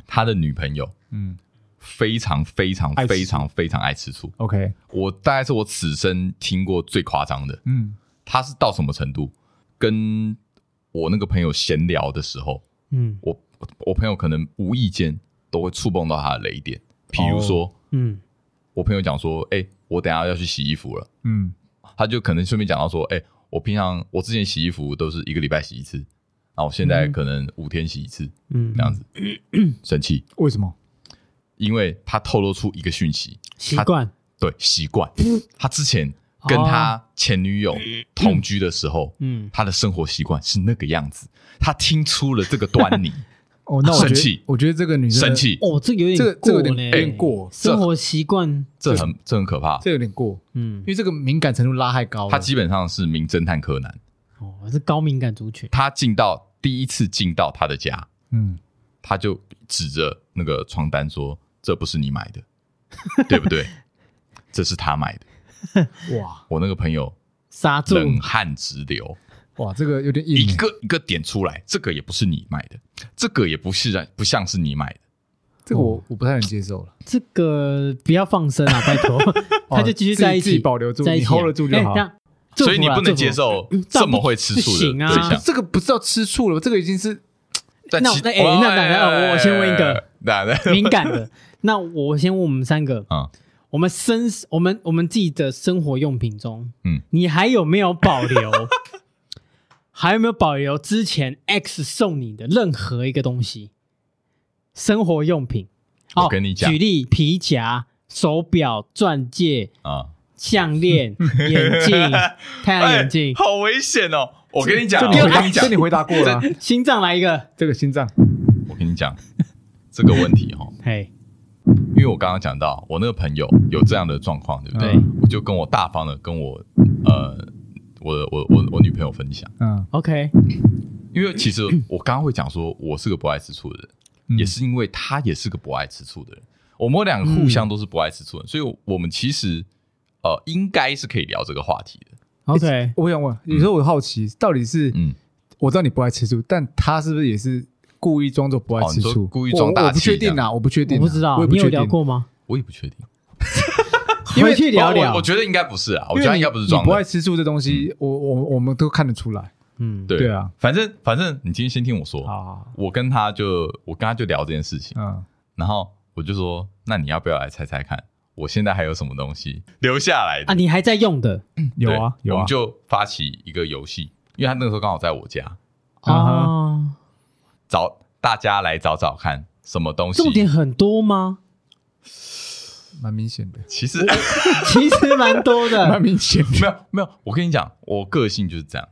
[SPEAKER 1] 他的女朋友
[SPEAKER 2] 嗯，
[SPEAKER 1] 非常非常
[SPEAKER 2] 爱吃
[SPEAKER 1] 非常非常爱吃醋，
[SPEAKER 2] OK，
[SPEAKER 1] 我大概是我此生听过最夸张的。
[SPEAKER 2] 嗯，
[SPEAKER 1] 他是到什么程度？跟我那个朋友闲聊的时候，
[SPEAKER 3] 嗯
[SPEAKER 1] 我我我朋友可能无意间都会触碰到他的雷点，比如说、
[SPEAKER 3] 嗯
[SPEAKER 1] 我朋友讲说，哎、我等一下要去洗衣服了，
[SPEAKER 2] 嗯，
[SPEAKER 1] 他就可能顺便讲到说，哎、我平常我之前洗衣服都是一个礼拜洗一次，那我现在
[SPEAKER 3] 嗯
[SPEAKER 1] 可能五天洗一次
[SPEAKER 3] 嗯
[SPEAKER 1] 这，样子，生气，
[SPEAKER 2] 为什么？
[SPEAKER 1] 因为他透露出一个讯息，
[SPEAKER 3] 习惯
[SPEAKER 1] 对习惯，他之前跟他前女友同居的时候，
[SPEAKER 3] 嗯
[SPEAKER 1] 他的生活习惯是那个样子，他听出了这个端倪，
[SPEAKER 2] 哦，那我
[SPEAKER 1] 生
[SPEAKER 2] 觉
[SPEAKER 1] 气
[SPEAKER 2] 得，我觉得这个女生
[SPEAKER 1] 生，气，
[SPEAKER 3] 哦，这个有点
[SPEAKER 2] 这个这个有点
[SPEAKER 3] 过嘞
[SPEAKER 2] 有点过
[SPEAKER 3] 生活习惯
[SPEAKER 1] 这很这很可怕。
[SPEAKER 2] 这有哦点过，
[SPEAKER 3] 嗯
[SPEAKER 2] 因为这个敏感程度拉太高了。
[SPEAKER 1] 他基本上是名侦探柯南，
[SPEAKER 3] 哦是高敏感族群
[SPEAKER 1] 他进到第一次进到他的家，
[SPEAKER 2] 嗯，
[SPEAKER 1] 他就指着那个床单说：“这不是你买的， 对不对？这是他买的。
[SPEAKER 2] 哇”
[SPEAKER 1] 我那个朋友
[SPEAKER 3] 刹住
[SPEAKER 1] 冷汗直流，
[SPEAKER 2] 哇，这个有
[SPEAKER 3] 嗯
[SPEAKER 2] 点硬
[SPEAKER 1] 一。个一个点出来，这个也不是你买的，这个也不是不像是你买的。
[SPEAKER 2] 这个我我不太能接受了。
[SPEAKER 3] 这个不要放生 啊，拜托，他就继续在一
[SPEAKER 2] 哦
[SPEAKER 3] 起
[SPEAKER 2] 自己自己保留住
[SPEAKER 3] 在一起啊
[SPEAKER 2] 你 hold 得住就好
[SPEAKER 3] 哎这样祝福
[SPEAKER 1] 所
[SPEAKER 3] 啊
[SPEAKER 1] 以你不能接。
[SPEAKER 3] 祝福
[SPEAKER 1] 受这么会吃醋的
[SPEAKER 3] 嗯嗯这
[SPEAKER 1] 对
[SPEAKER 3] 样不
[SPEAKER 1] 象
[SPEAKER 3] 行啊。
[SPEAKER 2] 这个不是要吃醋了，这个已经是
[SPEAKER 1] 但
[SPEAKER 3] 那
[SPEAKER 1] 其
[SPEAKER 3] 那哎那那那我先问一个，
[SPEAKER 1] 那那
[SPEAKER 3] 敏感的。那我先问我们三个，
[SPEAKER 1] 啊，
[SPEAKER 3] 我们生我们我们自己的生活用品中，
[SPEAKER 1] 嗯
[SPEAKER 3] 嗯，你还有没有保 留？还有没有保留之前 X 送你的任何一个东西？生活用品，哦
[SPEAKER 1] 我跟你讲
[SPEAKER 3] 举例皮夹、手表、钻戒、
[SPEAKER 1] 啊，
[SPEAKER 3] 项 链、眼镜、太阳眼镜
[SPEAKER 1] 哎、好危险哦！我跟你讲，
[SPEAKER 2] 这
[SPEAKER 1] 我
[SPEAKER 2] 你回
[SPEAKER 1] 跟
[SPEAKER 2] 答，
[SPEAKER 1] 你讲
[SPEAKER 2] 这，你回答过 了啊。
[SPEAKER 1] 哎
[SPEAKER 3] 心脏来一个，
[SPEAKER 2] 这个心脏，
[SPEAKER 1] 我跟你讲这个问题哦，
[SPEAKER 3] 嘿，
[SPEAKER 1] 因为我刚刚讲到我那个朋友有这样的状况，对不对？
[SPEAKER 3] 对
[SPEAKER 2] 嗯
[SPEAKER 1] 我就跟我大方的跟我呃，我的我我我女朋友分享，
[SPEAKER 2] 嗯，
[SPEAKER 3] ，OK，
[SPEAKER 1] 因为其实我刚刚会讲说我是个不爱吃醋的人，
[SPEAKER 2] 嗯
[SPEAKER 1] 也是因为她也是个不爱吃醋的人，我们两个互相都是不爱吃醋的人，
[SPEAKER 2] 嗯
[SPEAKER 1] 所以我们其实呃应该是可以聊这个话题的。
[SPEAKER 3] OK，
[SPEAKER 2] 我想问，有时候我好奇，到底是
[SPEAKER 1] 嗯，
[SPEAKER 2] 我知道你不爱吃醋，但他是不是也是故意装作不爱吃
[SPEAKER 1] 哦你
[SPEAKER 2] 醋，
[SPEAKER 1] 说故意装
[SPEAKER 2] 我
[SPEAKER 1] 大
[SPEAKER 2] 我不
[SPEAKER 1] 气
[SPEAKER 2] 确定啊，我不确定
[SPEAKER 3] 我
[SPEAKER 2] 啊，
[SPEAKER 3] 不知道
[SPEAKER 2] 我也，不
[SPEAKER 3] 你有
[SPEAKER 2] 确定
[SPEAKER 3] 聊，过吗？
[SPEAKER 1] 我也不确定，因为哦
[SPEAKER 3] 回去聊聊
[SPEAKER 1] 我我。觉得应该不是啊，我觉
[SPEAKER 2] 因为
[SPEAKER 1] 得她
[SPEAKER 2] 你
[SPEAKER 1] 应该不是装
[SPEAKER 2] 你不
[SPEAKER 1] 的。
[SPEAKER 2] 爱
[SPEAKER 1] 嗯
[SPEAKER 2] 吃醋这东西，我我我们都看得出来。
[SPEAKER 3] 嗯，
[SPEAKER 1] 对
[SPEAKER 2] 对啊，
[SPEAKER 1] 反正反正你今天先听我说，
[SPEAKER 2] 啊，
[SPEAKER 1] 我跟他就我跟他就聊这件事情，
[SPEAKER 2] 嗯，
[SPEAKER 1] 然后我就说，那你要不要来猜猜看，我现在还有什么东西留下来的？
[SPEAKER 3] 啊，你还在用的
[SPEAKER 2] 有
[SPEAKER 1] 对
[SPEAKER 2] 啊有
[SPEAKER 1] 我
[SPEAKER 2] 啊
[SPEAKER 1] 们，就发起一个游戏，因为他那个时候刚好在我家，
[SPEAKER 2] 啊哈
[SPEAKER 3] 哦，
[SPEAKER 1] 找大家来找找看什么东西。
[SPEAKER 3] 重点很 多吗？
[SPEAKER 2] 蛮明显的，
[SPEAKER 1] 其实
[SPEAKER 3] 其实蛮多
[SPEAKER 2] 蛮
[SPEAKER 3] 的。
[SPEAKER 2] 明显 的。
[SPEAKER 1] 没有没有，我跟你讲，我个性就是这样，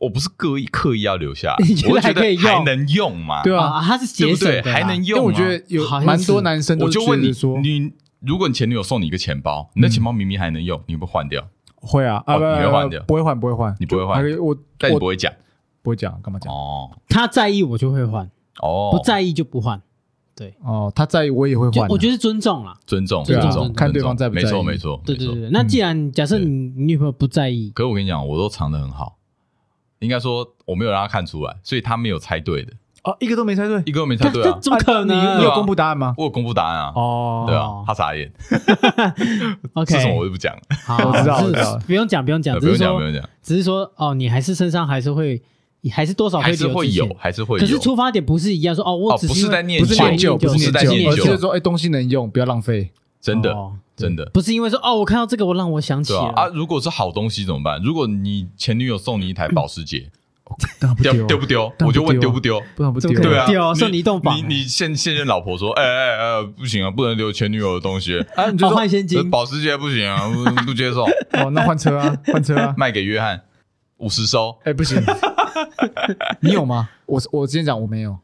[SPEAKER 1] 我不是刻意刻意要留下来，
[SPEAKER 3] 你觉得
[SPEAKER 1] 我就觉
[SPEAKER 3] 还可以
[SPEAKER 1] 得还
[SPEAKER 3] 用
[SPEAKER 1] 能用吗？
[SPEAKER 2] 对啊
[SPEAKER 3] 啊，它是
[SPEAKER 1] 对
[SPEAKER 3] 节
[SPEAKER 1] 不
[SPEAKER 3] 省
[SPEAKER 1] 对？
[SPEAKER 3] 的啦，
[SPEAKER 1] 还能
[SPEAKER 2] 因
[SPEAKER 1] 用
[SPEAKER 2] 为
[SPEAKER 1] 吗？
[SPEAKER 2] 我觉得有
[SPEAKER 3] 好像是
[SPEAKER 2] 蛮多男生都
[SPEAKER 1] 我就问你
[SPEAKER 2] 觉得说，
[SPEAKER 1] 你如果你前女友送你一个钱包，你的钱包明明还能用，你会不会换掉？
[SPEAKER 2] 会啊啊，
[SPEAKER 1] 哦你会
[SPEAKER 2] 不
[SPEAKER 1] 换
[SPEAKER 2] 不
[SPEAKER 1] 掉
[SPEAKER 2] 不不会换不会换，
[SPEAKER 1] 你不会换
[SPEAKER 2] 就还我
[SPEAKER 1] 但你不
[SPEAKER 2] 我
[SPEAKER 1] 会讲
[SPEAKER 2] 不会讲，干嘛讲？
[SPEAKER 1] 哦
[SPEAKER 3] 他在意我就会换，
[SPEAKER 1] 哦，
[SPEAKER 3] 不在意就不换。
[SPEAKER 2] 哦，他在意我也会
[SPEAKER 3] 就
[SPEAKER 2] 换啊，
[SPEAKER 3] 我觉得是尊重啦。
[SPEAKER 1] 尊重
[SPEAKER 2] 对
[SPEAKER 1] 尊
[SPEAKER 2] 啊
[SPEAKER 1] 重，
[SPEAKER 2] 看对方在不
[SPEAKER 1] 没
[SPEAKER 2] 在
[SPEAKER 1] 错
[SPEAKER 2] 意
[SPEAKER 1] 没错，嗯
[SPEAKER 3] 对
[SPEAKER 1] 没错
[SPEAKER 3] 对对，对那既然假设你你女朋友不在意，
[SPEAKER 1] 可是我跟你讲，我都藏得很好，应该说我没有让他看出来，所以他没有猜对的，
[SPEAKER 2] 哦一个都没猜对，
[SPEAKER 1] 一个都没猜
[SPEAKER 3] 看
[SPEAKER 1] 对
[SPEAKER 3] 这
[SPEAKER 1] 啊，
[SPEAKER 3] 怎么可
[SPEAKER 2] 啊你你
[SPEAKER 3] 能
[SPEAKER 1] 对
[SPEAKER 2] 有
[SPEAKER 1] 啊
[SPEAKER 2] 公布答案吗？
[SPEAKER 1] 我有公布答案啊，
[SPEAKER 2] 哦，
[SPEAKER 1] 对啊，他傻眼，
[SPEAKER 3] ？OK，
[SPEAKER 1] 是什么我就不讲了，
[SPEAKER 3] 好，
[SPEAKER 2] 我知道
[SPEAKER 3] 是
[SPEAKER 2] 我知道
[SPEAKER 3] 不用讲，不用讲，
[SPEAKER 1] 呃不
[SPEAKER 3] 只
[SPEAKER 1] 用
[SPEAKER 3] 是
[SPEAKER 1] 讲不
[SPEAKER 3] 说，
[SPEAKER 1] 用讲，
[SPEAKER 3] 只是说，哦，你还是身上还是会，还是多少
[SPEAKER 1] 还是
[SPEAKER 3] 留
[SPEAKER 1] 会
[SPEAKER 3] 之前
[SPEAKER 1] 有，。还是会有，
[SPEAKER 3] 可是出发点不是一样，说哦，我
[SPEAKER 1] 哦
[SPEAKER 3] 只
[SPEAKER 1] 不是
[SPEAKER 3] 因为
[SPEAKER 1] 在念
[SPEAKER 2] 不是
[SPEAKER 1] 旧
[SPEAKER 2] 念旧，
[SPEAKER 3] 不
[SPEAKER 2] 不
[SPEAKER 1] 是
[SPEAKER 2] 是
[SPEAKER 1] 在
[SPEAKER 2] 念
[SPEAKER 1] 念
[SPEAKER 2] 旧，而
[SPEAKER 1] 旧
[SPEAKER 2] 是说哎东西能用，不要浪费。
[SPEAKER 1] 真的
[SPEAKER 3] 哦
[SPEAKER 1] 真的。
[SPEAKER 3] 不是因为说哦，我看到这个我让我想起
[SPEAKER 1] 对
[SPEAKER 3] 了
[SPEAKER 1] 啊，啊！如果是好东西怎么办？如果你前女友送你一台保时捷，
[SPEAKER 2] 当然不
[SPEAKER 3] 哦
[SPEAKER 1] 丢丢不丢？我就问丢不丢？
[SPEAKER 2] 不然不哦
[SPEAKER 3] 怎么
[SPEAKER 2] 丢。
[SPEAKER 3] 可能
[SPEAKER 1] 对啊，
[SPEAKER 3] 啊丢送
[SPEAKER 1] 你
[SPEAKER 3] 你一栋房
[SPEAKER 1] 你你现现任老婆说，哎哎哎，不行啊，不能留前女友的东西，呃
[SPEAKER 2] 啊，你就
[SPEAKER 3] 哦，
[SPEAKER 2] 说
[SPEAKER 3] 换 现金，
[SPEAKER 1] 保时捷不行啊，不 不接受，
[SPEAKER 2] 哦，那换车啊，换车啊。
[SPEAKER 1] 卖给约翰五十收，
[SPEAKER 2] 哎，不行，你有吗？我我之前讲我没有，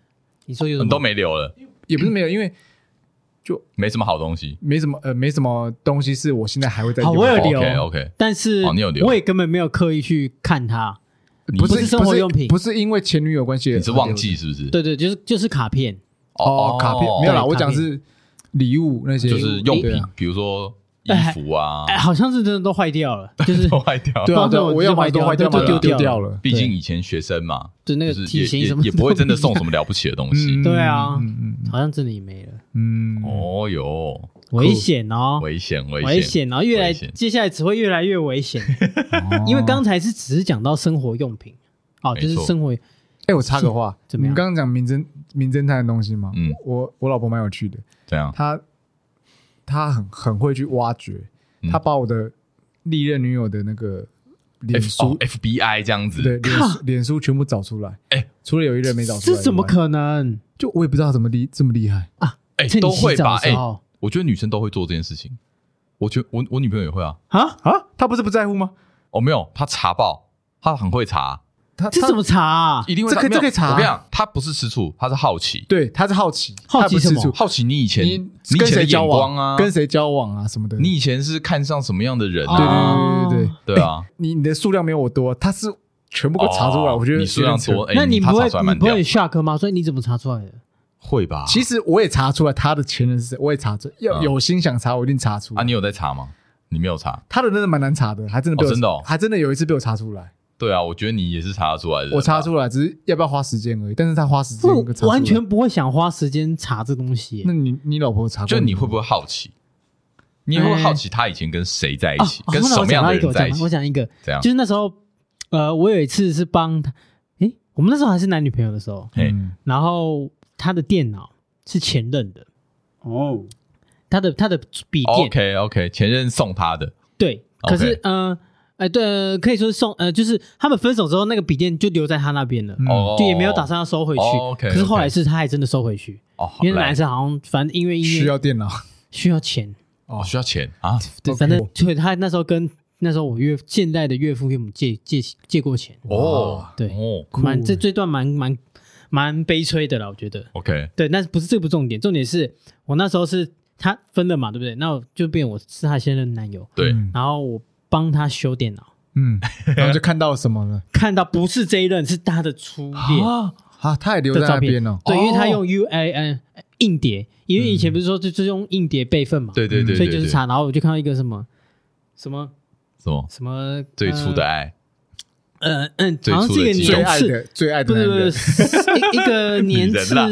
[SPEAKER 3] 你说有什
[SPEAKER 1] 你都
[SPEAKER 3] 么？
[SPEAKER 1] 没留了，
[SPEAKER 2] 也不是没有，因为
[SPEAKER 1] 没什么好东西。
[SPEAKER 2] 没什么呃，没什么东西是我现在还会在用
[SPEAKER 3] 好我有
[SPEAKER 2] 的。
[SPEAKER 3] 留
[SPEAKER 1] OK OK，
[SPEAKER 3] 但是
[SPEAKER 1] 哦你有留
[SPEAKER 3] 我也根本没有刻意去看它。不
[SPEAKER 2] 不是
[SPEAKER 3] 是生活
[SPEAKER 2] 不是
[SPEAKER 3] 用品
[SPEAKER 2] 不是因为前女友关系，
[SPEAKER 1] 你是忘记是不是？
[SPEAKER 3] 对对，就是就是卡片，
[SPEAKER 2] 哦，卡片没有啦，
[SPEAKER 3] 对
[SPEAKER 2] 我
[SPEAKER 3] 卡
[SPEAKER 2] 讲
[SPEAKER 3] 片
[SPEAKER 2] 是礼物那些，
[SPEAKER 1] 就是用
[SPEAKER 2] 对
[SPEAKER 1] 品
[SPEAKER 2] 啊，
[SPEAKER 1] 比如说衣服啊，
[SPEAKER 3] 哎，好像是真的都坏掉 了，就是
[SPEAKER 1] 都坏掉。
[SPEAKER 2] 对啊，啊对
[SPEAKER 3] 包
[SPEAKER 2] 啊，
[SPEAKER 3] 括
[SPEAKER 2] 我
[SPEAKER 3] 我
[SPEAKER 2] 要
[SPEAKER 3] 就
[SPEAKER 2] 买
[SPEAKER 3] 坏
[SPEAKER 2] 都
[SPEAKER 3] 掉
[SPEAKER 2] 坏掉，
[SPEAKER 3] 都
[SPEAKER 2] 把它
[SPEAKER 3] 丢
[SPEAKER 2] 丢
[SPEAKER 3] 掉
[SPEAKER 2] 掉了。
[SPEAKER 1] 毕竟以前学生嘛，
[SPEAKER 3] 对那
[SPEAKER 1] 就
[SPEAKER 3] 个
[SPEAKER 1] 是
[SPEAKER 3] 体
[SPEAKER 1] 也
[SPEAKER 3] 型
[SPEAKER 1] 也
[SPEAKER 3] 什么
[SPEAKER 1] 也不会真的
[SPEAKER 3] 都一
[SPEAKER 1] 送
[SPEAKER 3] 样
[SPEAKER 1] 什么了不起的东
[SPEAKER 2] 嗯
[SPEAKER 1] 西。
[SPEAKER 3] 对啊
[SPEAKER 2] 嗯嗯
[SPEAKER 3] 好像真的也没了。
[SPEAKER 2] 嗯嗯，
[SPEAKER 1] 哦哟，
[SPEAKER 3] 危险哦，
[SPEAKER 1] 危险危险
[SPEAKER 3] 危险哦，越来
[SPEAKER 1] 危险
[SPEAKER 3] 接下来只会越来越 危险，因为刚才是只是讲到生活用品，哦，
[SPEAKER 1] 没
[SPEAKER 3] 就是
[SPEAKER 1] 错
[SPEAKER 3] 生活
[SPEAKER 2] 哎，我插个话，
[SPEAKER 3] 怎么
[SPEAKER 2] 你
[SPEAKER 3] 样
[SPEAKER 2] 们刚刚讲名侦名侦探的东西嘛，
[SPEAKER 1] 嗯，
[SPEAKER 2] 我我老婆蛮有趣的，
[SPEAKER 1] 怎样？
[SPEAKER 2] 她她很很会去挖掘
[SPEAKER 1] 嗯，
[SPEAKER 2] 她把我的历任女友的那个脸
[SPEAKER 1] F 哦
[SPEAKER 2] 书，
[SPEAKER 1] FBI 这样子，
[SPEAKER 2] 嗯对脸书脸书全部找出来，
[SPEAKER 1] 哎，
[SPEAKER 2] 除了有一任没找出
[SPEAKER 3] 这
[SPEAKER 2] 来，
[SPEAKER 3] 怎么？可能？
[SPEAKER 2] 就我也不知道她怎么厉这么厉害，
[SPEAKER 1] 哎、
[SPEAKER 3] 趁你
[SPEAKER 1] 都会
[SPEAKER 3] 洗澡
[SPEAKER 1] 吧？
[SPEAKER 3] 的
[SPEAKER 1] 哎、
[SPEAKER 3] 时候
[SPEAKER 1] 我觉得女生都会做这件事情。我觉得我我女朋友也会啊。
[SPEAKER 3] 啊，
[SPEAKER 2] 啊，他不是不在乎吗？
[SPEAKER 1] 哦，没有，她查爆，她很会查，
[SPEAKER 2] 他
[SPEAKER 3] 这怎么？查啊？
[SPEAKER 1] 一定会查。
[SPEAKER 2] 这可以
[SPEAKER 1] 没有
[SPEAKER 2] 这可以查啊
[SPEAKER 1] 我跟你讲，她不是吃醋，她是好奇
[SPEAKER 2] 他，对，他是好奇，
[SPEAKER 3] 好奇
[SPEAKER 2] 他不是
[SPEAKER 3] 什么
[SPEAKER 2] 吃醋
[SPEAKER 1] 好奇你以前
[SPEAKER 2] 你
[SPEAKER 1] 以前
[SPEAKER 2] 跟
[SPEAKER 1] 的
[SPEAKER 2] 谁交
[SPEAKER 1] 眼
[SPEAKER 2] 往
[SPEAKER 1] 光啊，
[SPEAKER 2] 跟谁交往啊什么的，
[SPEAKER 1] 你以前是看上什么样的人
[SPEAKER 2] 对
[SPEAKER 1] 啊？
[SPEAKER 3] 哦
[SPEAKER 2] 对对对对
[SPEAKER 1] 对啊，
[SPEAKER 2] 你你的数量没有我多，他是全部给我查出来，
[SPEAKER 1] 哦
[SPEAKER 2] 我觉得
[SPEAKER 1] 你数量多，
[SPEAKER 2] 有点扯。
[SPEAKER 1] 哎、
[SPEAKER 3] 那你
[SPEAKER 1] 她
[SPEAKER 3] 不会
[SPEAKER 1] 查出来
[SPEAKER 3] 你
[SPEAKER 1] 蛮
[SPEAKER 3] 不
[SPEAKER 1] 屌
[SPEAKER 3] 会，下课吗？所以你怎么查出来的？
[SPEAKER 1] 会吧？
[SPEAKER 2] 其实我也查出来他的前任是谁，我也查出来，要
[SPEAKER 1] 嗯
[SPEAKER 2] 有心想查，我一定查出来
[SPEAKER 1] 啊，你有在查吗？你没有查？
[SPEAKER 2] 他的真的蛮难查的，还真的被我
[SPEAKER 1] 哦真的哦
[SPEAKER 2] 还真的有一次被我查出来，
[SPEAKER 1] 对啊，我觉得你也是查得出来的人吧。
[SPEAKER 2] 我查出来，只是要不要花时间而已。但是他花时间，
[SPEAKER 1] 哦
[SPEAKER 3] 我
[SPEAKER 2] 我查出来
[SPEAKER 3] 完。全不会想花时间查这东西
[SPEAKER 2] 那。你你老婆有查过？
[SPEAKER 1] 就你会不会好奇？你也会好奇他以前跟谁在一
[SPEAKER 3] 啊
[SPEAKER 1] 起，
[SPEAKER 3] 啊
[SPEAKER 1] 跟
[SPEAKER 3] 后来
[SPEAKER 1] 什
[SPEAKER 3] 我
[SPEAKER 1] 么样
[SPEAKER 3] 讲到
[SPEAKER 1] 的
[SPEAKER 3] 一个，
[SPEAKER 1] 人在一
[SPEAKER 3] 我讲到
[SPEAKER 1] 起
[SPEAKER 3] 我？讲一个，
[SPEAKER 1] 怎样
[SPEAKER 3] 就？是那时候，呃，我有一次是帮他，诶，我们那时候还是男女朋友的时候，
[SPEAKER 1] 嘿
[SPEAKER 2] 嗯
[SPEAKER 3] 然后他的电脑是前任的，
[SPEAKER 4] 哦，
[SPEAKER 3] 他的他的笔电，
[SPEAKER 1] 哦 OK OK，前任送他的，
[SPEAKER 3] 对，
[SPEAKER 1] OK
[SPEAKER 3] 可是呃，哎、对、呃可以说是送呃，就是他们分手之后，那个笔电就留在他那边了，
[SPEAKER 2] 嗯
[SPEAKER 1] 哦，
[SPEAKER 3] 就也没有打算要收回去。
[SPEAKER 1] 哦，OK，
[SPEAKER 3] 可是后
[SPEAKER 1] OK
[SPEAKER 3] 来是他还真的收回去，
[SPEAKER 1] 哦，好
[SPEAKER 3] 因为
[SPEAKER 1] 来
[SPEAKER 3] 男生好像反正音乐音乐
[SPEAKER 2] 需要电脑，
[SPEAKER 3] 需要钱，
[SPEAKER 1] 哦需要钱啊，
[SPEAKER 3] 对，
[SPEAKER 2] OK
[SPEAKER 3] 反正对他那时候跟那时候我岳现在的岳父岳母借借借过钱，
[SPEAKER 1] 哦
[SPEAKER 3] 对
[SPEAKER 1] 哦
[SPEAKER 3] 蛮这
[SPEAKER 2] 欸
[SPEAKER 3] 这段蛮蛮蛮悲催的了，我觉得。
[SPEAKER 1] ，OK，
[SPEAKER 3] 对，但是不是这个不是重点，重点是我那时候是他分了嘛，对不对？那我就变我是他现任男友，
[SPEAKER 1] 对，
[SPEAKER 2] 嗯
[SPEAKER 3] 然后我帮他修电脑，
[SPEAKER 2] 嗯，然后就看到什么了
[SPEAKER 3] 看到不是这一任，是他的初恋
[SPEAKER 1] 啊，
[SPEAKER 2] 啊？他也留在
[SPEAKER 3] 的照
[SPEAKER 2] 那
[SPEAKER 3] 片
[SPEAKER 2] 边哦，
[SPEAKER 3] 对，因为他
[SPEAKER 1] 哦
[SPEAKER 3] 用 U I N 硬碟，因为以前不是说就就用硬碟备份嘛，
[SPEAKER 1] 对对对，
[SPEAKER 3] 所以
[SPEAKER 1] 对
[SPEAKER 3] 就是
[SPEAKER 1] 对
[SPEAKER 3] 查，然后我就看到一个什么什么
[SPEAKER 1] 什么
[SPEAKER 3] 什么
[SPEAKER 1] 最初的，爱，
[SPEAKER 3] 呃呃嗯，
[SPEAKER 1] 最
[SPEAKER 3] 好像
[SPEAKER 1] 初
[SPEAKER 3] 是一
[SPEAKER 1] 的
[SPEAKER 3] 个
[SPEAKER 1] 记忆
[SPEAKER 2] 最
[SPEAKER 3] 年
[SPEAKER 2] 爱
[SPEAKER 3] 次，
[SPEAKER 2] 的最爱
[SPEAKER 3] 不是
[SPEAKER 2] 的那
[SPEAKER 3] 不
[SPEAKER 2] 个
[SPEAKER 3] 是。是一一个 年
[SPEAKER 1] 人
[SPEAKER 3] 次
[SPEAKER 1] 啦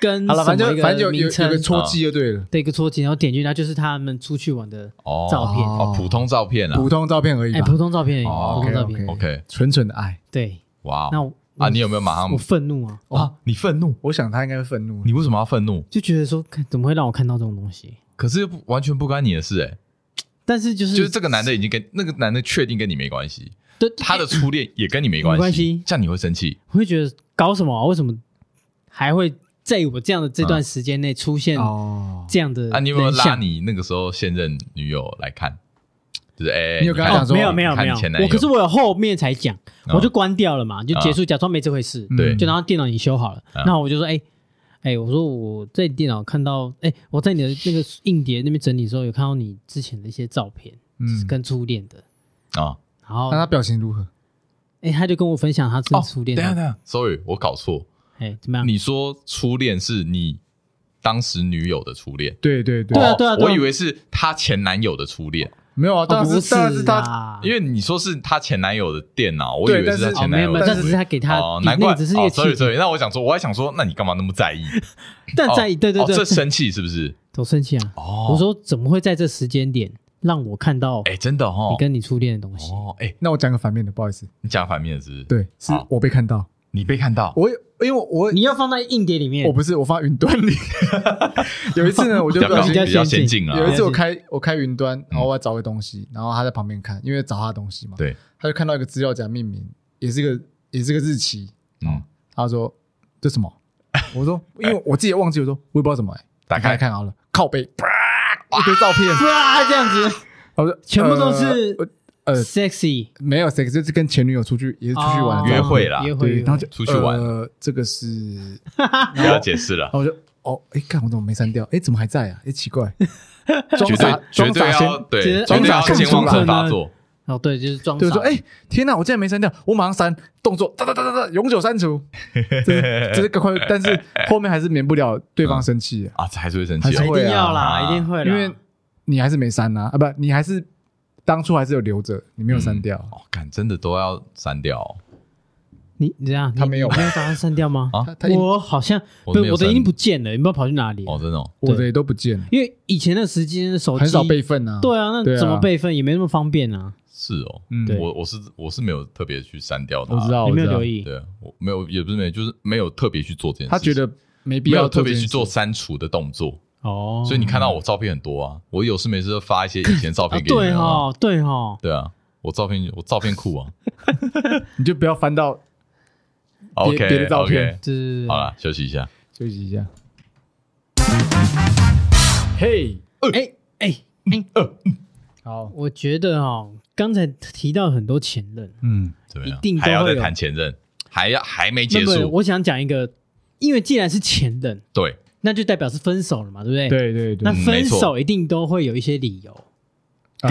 [SPEAKER 3] 跟
[SPEAKER 2] 好了，反
[SPEAKER 3] 什么
[SPEAKER 2] 正
[SPEAKER 3] 一
[SPEAKER 2] 就
[SPEAKER 3] 个
[SPEAKER 2] 反正有有
[SPEAKER 3] 名
[SPEAKER 2] 有个
[SPEAKER 3] 称
[SPEAKER 2] 戳记就对了，
[SPEAKER 3] 的一个戳记，然后点进去，它就是他们出去玩的
[SPEAKER 1] 哦，
[SPEAKER 3] 照片
[SPEAKER 1] 哦，普通照片啦
[SPEAKER 2] 普通照片而已
[SPEAKER 3] 哎，
[SPEAKER 2] 吧
[SPEAKER 3] 普，通照片而已，
[SPEAKER 1] 哦
[SPEAKER 3] 普通照片。
[SPEAKER 2] OK，OK
[SPEAKER 1] ，OK，
[SPEAKER 2] 纯纯的爱。
[SPEAKER 3] 对，
[SPEAKER 1] 哇哦，
[SPEAKER 3] 那我
[SPEAKER 1] 啊，你有没有马上
[SPEAKER 3] 我愤怒啊，
[SPEAKER 1] 啊？你愤怒？
[SPEAKER 2] 我想他应该会愤怒，
[SPEAKER 1] 你为什么要愤怒？
[SPEAKER 3] 就觉得说，看怎么会让我看到这种东西？
[SPEAKER 1] 可是又不完全不关你的事，哎，
[SPEAKER 3] 但是就是
[SPEAKER 1] 就是这个男的已经跟那个男的确定跟你没关系，
[SPEAKER 3] 对
[SPEAKER 1] 他的初恋也跟你没
[SPEAKER 3] 没
[SPEAKER 1] 关
[SPEAKER 3] 关
[SPEAKER 1] 系
[SPEAKER 3] 系，
[SPEAKER 1] 这样你会生气。
[SPEAKER 3] 我会觉得搞什么啊？为什么还会在我这样的这段时间内出现
[SPEAKER 2] 哦，
[SPEAKER 3] 这样的
[SPEAKER 1] 啊，你有没有
[SPEAKER 3] 人
[SPEAKER 1] 拉
[SPEAKER 3] 像？
[SPEAKER 1] 你那个时候现任女友来看？就是哎，
[SPEAKER 2] 你有跟她
[SPEAKER 1] 看
[SPEAKER 2] 讲说
[SPEAKER 3] 哦没有没有
[SPEAKER 1] 你看
[SPEAKER 3] 没有
[SPEAKER 1] 前男，友啊
[SPEAKER 3] 我可是我有后面才讲，
[SPEAKER 1] 嗯
[SPEAKER 3] 我就关掉了嘛，就结束，假装没这回事。
[SPEAKER 1] 对
[SPEAKER 2] 嗯
[SPEAKER 3] 就然后电脑也修好了，
[SPEAKER 1] 嗯
[SPEAKER 3] 那我就说，哎、哎、我说我在电脑看到，哎、我在你的那个硬碟那边整理的时候，有看到你之前的一些照片，
[SPEAKER 2] 嗯，
[SPEAKER 3] 跟初恋的，
[SPEAKER 1] 啊？
[SPEAKER 3] 然后
[SPEAKER 2] 那他
[SPEAKER 3] 哎、
[SPEAKER 2] 表情如何？
[SPEAKER 3] 他就跟我分享他
[SPEAKER 1] 哦
[SPEAKER 3] 是，初恋啊
[SPEAKER 1] 等一下
[SPEAKER 3] 的，
[SPEAKER 1] 等一下，sorry，我搞错。
[SPEAKER 3] 哎、怎么样？
[SPEAKER 1] 你说初恋是你当时女友的初恋，
[SPEAKER 2] 对对对
[SPEAKER 3] 对啊
[SPEAKER 1] 哦
[SPEAKER 3] 对啊对啊
[SPEAKER 1] 我以为是她前男友的初恋，
[SPEAKER 2] 没有啊，当然
[SPEAKER 3] 哦、不
[SPEAKER 2] 是当然是他，
[SPEAKER 3] 啦
[SPEAKER 1] 因为你说是她前男友的电脑，我以为她
[SPEAKER 2] 对但是
[SPEAKER 3] 哦
[SPEAKER 1] 前
[SPEAKER 3] 没
[SPEAKER 1] 男
[SPEAKER 3] 有
[SPEAKER 1] 友
[SPEAKER 3] 没
[SPEAKER 1] 的初
[SPEAKER 3] 有，但
[SPEAKER 1] 恋。
[SPEAKER 3] 只是他给他、
[SPEAKER 1] 哦，
[SPEAKER 3] 比
[SPEAKER 1] 难
[SPEAKER 3] 那
[SPEAKER 1] 怪
[SPEAKER 3] 个只是一个
[SPEAKER 1] 哦
[SPEAKER 3] 契
[SPEAKER 1] ，sorry
[SPEAKER 3] 机
[SPEAKER 1] sorry，那我想说，我还想说，那你干嘛那么 在意？
[SPEAKER 3] 但在意、对对
[SPEAKER 1] 哦，
[SPEAKER 3] 对，
[SPEAKER 1] 这生气是不是？
[SPEAKER 3] 我生气啊！
[SPEAKER 1] 哦，
[SPEAKER 3] 我说怎么会在这时间点让我看到
[SPEAKER 1] 哎，真的哦
[SPEAKER 3] 你，跟你初恋的东西？
[SPEAKER 1] 哦，哎，
[SPEAKER 2] 那我讲个反面的，不好意思，
[SPEAKER 1] 你讲反面的是不是？，
[SPEAKER 2] 对，是
[SPEAKER 1] 好
[SPEAKER 2] 我被看到，
[SPEAKER 1] 你被看到，
[SPEAKER 2] 我也因为我
[SPEAKER 3] 你要放在硬碟里面
[SPEAKER 2] 我不是我放云端 里，有一次呢，我就
[SPEAKER 1] 比较高
[SPEAKER 2] 不小心
[SPEAKER 3] 比较
[SPEAKER 1] 比较
[SPEAKER 3] 先嗯
[SPEAKER 1] 先
[SPEAKER 3] 进
[SPEAKER 1] 进啊，
[SPEAKER 2] 有一次我
[SPEAKER 3] 了解
[SPEAKER 2] 开我开云端，然后我要找个东西，然后他在旁边看，因为找他的东西嘛，
[SPEAKER 1] 对，
[SPEAKER 2] 他就看到一个资料夹命名，也是一个也是一个日期，
[SPEAKER 1] 嗯，
[SPEAKER 2] 他说这什么？我说因为我自己也忘记，我说我也不知道怎么哎，
[SPEAKER 1] 打
[SPEAKER 2] 打开
[SPEAKER 1] 开
[SPEAKER 2] 来看好了，靠背，啪一堆照片，
[SPEAKER 3] 哇，这样子
[SPEAKER 2] 我说
[SPEAKER 3] 全部都是
[SPEAKER 2] 呃我呃
[SPEAKER 3] sexy，
[SPEAKER 2] 没有谁，就是跟前女友出去也是出去玩
[SPEAKER 3] 哦
[SPEAKER 2] 的
[SPEAKER 1] 约会啦
[SPEAKER 3] 约会，
[SPEAKER 2] 对，
[SPEAKER 3] 约
[SPEAKER 2] 然后
[SPEAKER 3] 会
[SPEAKER 2] 就
[SPEAKER 1] 出去玩
[SPEAKER 2] 呃，这个是，
[SPEAKER 1] 不要解释
[SPEAKER 2] 然
[SPEAKER 1] 了，
[SPEAKER 2] 后我就哦，哎，看我怎么没删掉？哎，怎么还在啊？哎，奇怪，装
[SPEAKER 1] 绝
[SPEAKER 2] 傻
[SPEAKER 1] 对绝
[SPEAKER 2] 装
[SPEAKER 1] 对
[SPEAKER 2] 傻先
[SPEAKER 1] 要，对，
[SPEAKER 3] 觉得
[SPEAKER 1] 绝对要
[SPEAKER 2] 装傻
[SPEAKER 1] 先往
[SPEAKER 2] 看
[SPEAKER 1] 上
[SPEAKER 3] 出来
[SPEAKER 1] 发作，
[SPEAKER 3] 哦，对，就是装
[SPEAKER 2] 对，
[SPEAKER 3] 傻。
[SPEAKER 2] 我说哎，天哪，我竟然没删掉，我马上删，动作哒哒哒哒哒，永久删除，这是这是个快，但是后面还是免不了对方生气啊，
[SPEAKER 1] 啊，这还是会生气
[SPEAKER 2] 还
[SPEAKER 1] 哦
[SPEAKER 2] 是
[SPEAKER 3] 一
[SPEAKER 2] 会
[SPEAKER 3] 定要
[SPEAKER 1] 啊
[SPEAKER 3] 啦，一定会啦，
[SPEAKER 2] 因为你还是没删呐，啊，不，你还是
[SPEAKER 1] 嗯
[SPEAKER 2] 当初还是有留着，你没有删掉，
[SPEAKER 1] 哦，干真的都要删掉哦，
[SPEAKER 3] 你你这样，
[SPEAKER 2] 他
[SPEAKER 3] 你
[SPEAKER 2] 没有
[SPEAKER 3] 你没有打算删掉吗？
[SPEAKER 1] 啊
[SPEAKER 2] 他他一
[SPEAKER 3] 我好像
[SPEAKER 1] 我
[SPEAKER 3] 不
[SPEAKER 1] 没，有
[SPEAKER 3] 我的
[SPEAKER 1] 删
[SPEAKER 3] 已经不见了，你不知道跑去哪里了
[SPEAKER 1] 哦，真的哦，
[SPEAKER 2] 我的也都不见了，
[SPEAKER 3] 因为以前的时间手机
[SPEAKER 2] 很少备份啊。
[SPEAKER 3] 对啊，
[SPEAKER 2] 对
[SPEAKER 3] 那
[SPEAKER 2] 啊
[SPEAKER 3] 怎么备份也没那么方便啊。
[SPEAKER 1] 是哦，
[SPEAKER 2] 嗯
[SPEAKER 3] 对
[SPEAKER 1] 我我是我是没有特别去删掉它，
[SPEAKER 2] 我知道，
[SPEAKER 3] 你
[SPEAKER 2] 我
[SPEAKER 3] 没
[SPEAKER 2] 知
[SPEAKER 3] 有
[SPEAKER 2] 道
[SPEAKER 3] 留。意，
[SPEAKER 1] 对，啊我没有，也不是没有，就是没有特别去做这件事情。
[SPEAKER 2] 他觉得没必
[SPEAKER 1] 没
[SPEAKER 2] 要
[SPEAKER 1] 有特别
[SPEAKER 2] 这件
[SPEAKER 1] 去做
[SPEAKER 2] 事，
[SPEAKER 1] 删除的动作，
[SPEAKER 3] 哦，
[SPEAKER 1] 所以你看到我照片很多啊，我有事没事就发一些以前照
[SPEAKER 3] 啊，
[SPEAKER 1] 片给你
[SPEAKER 3] 对
[SPEAKER 1] 们啊，
[SPEAKER 3] 哈，对哈，
[SPEAKER 1] 对啊，我照片我照片库 啊
[SPEAKER 2] 你就不要翻到
[SPEAKER 1] ，OK
[SPEAKER 2] 别的照片
[SPEAKER 1] OK，
[SPEAKER 3] 对对对
[SPEAKER 1] 好了，休息一下，
[SPEAKER 2] 休息一下。嘿，
[SPEAKER 3] 对。哎哎，
[SPEAKER 2] 好，
[SPEAKER 3] 我觉得哦，刚才提到很多前任，
[SPEAKER 2] 嗯，
[SPEAKER 1] 怎么样
[SPEAKER 3] 一定？都
[SPEAKER 1] 还要
[SPEAKER 3] 会
[SPEAKER 1] 再
[SPEAKER 3] 有
[SPEAKER 1] 谈前任，还要还没结
[SPEAKER 3] 那么
[SPEAKER 1] 束，
[SPEAKER 3] 我想讲一个，因为既然是前任，
[SPEAKER 1] 对，
[SPEAKER 3] 那就代表是分手了嘛，对不对？。
[SPEAKER 2] 对对对
[SPEAKER 3] 哎那，分
[SPEAKER 1] 嗯没错
[SPEAKER 3] 手一定都会有一些理由，
[SPEAKER 2] 呃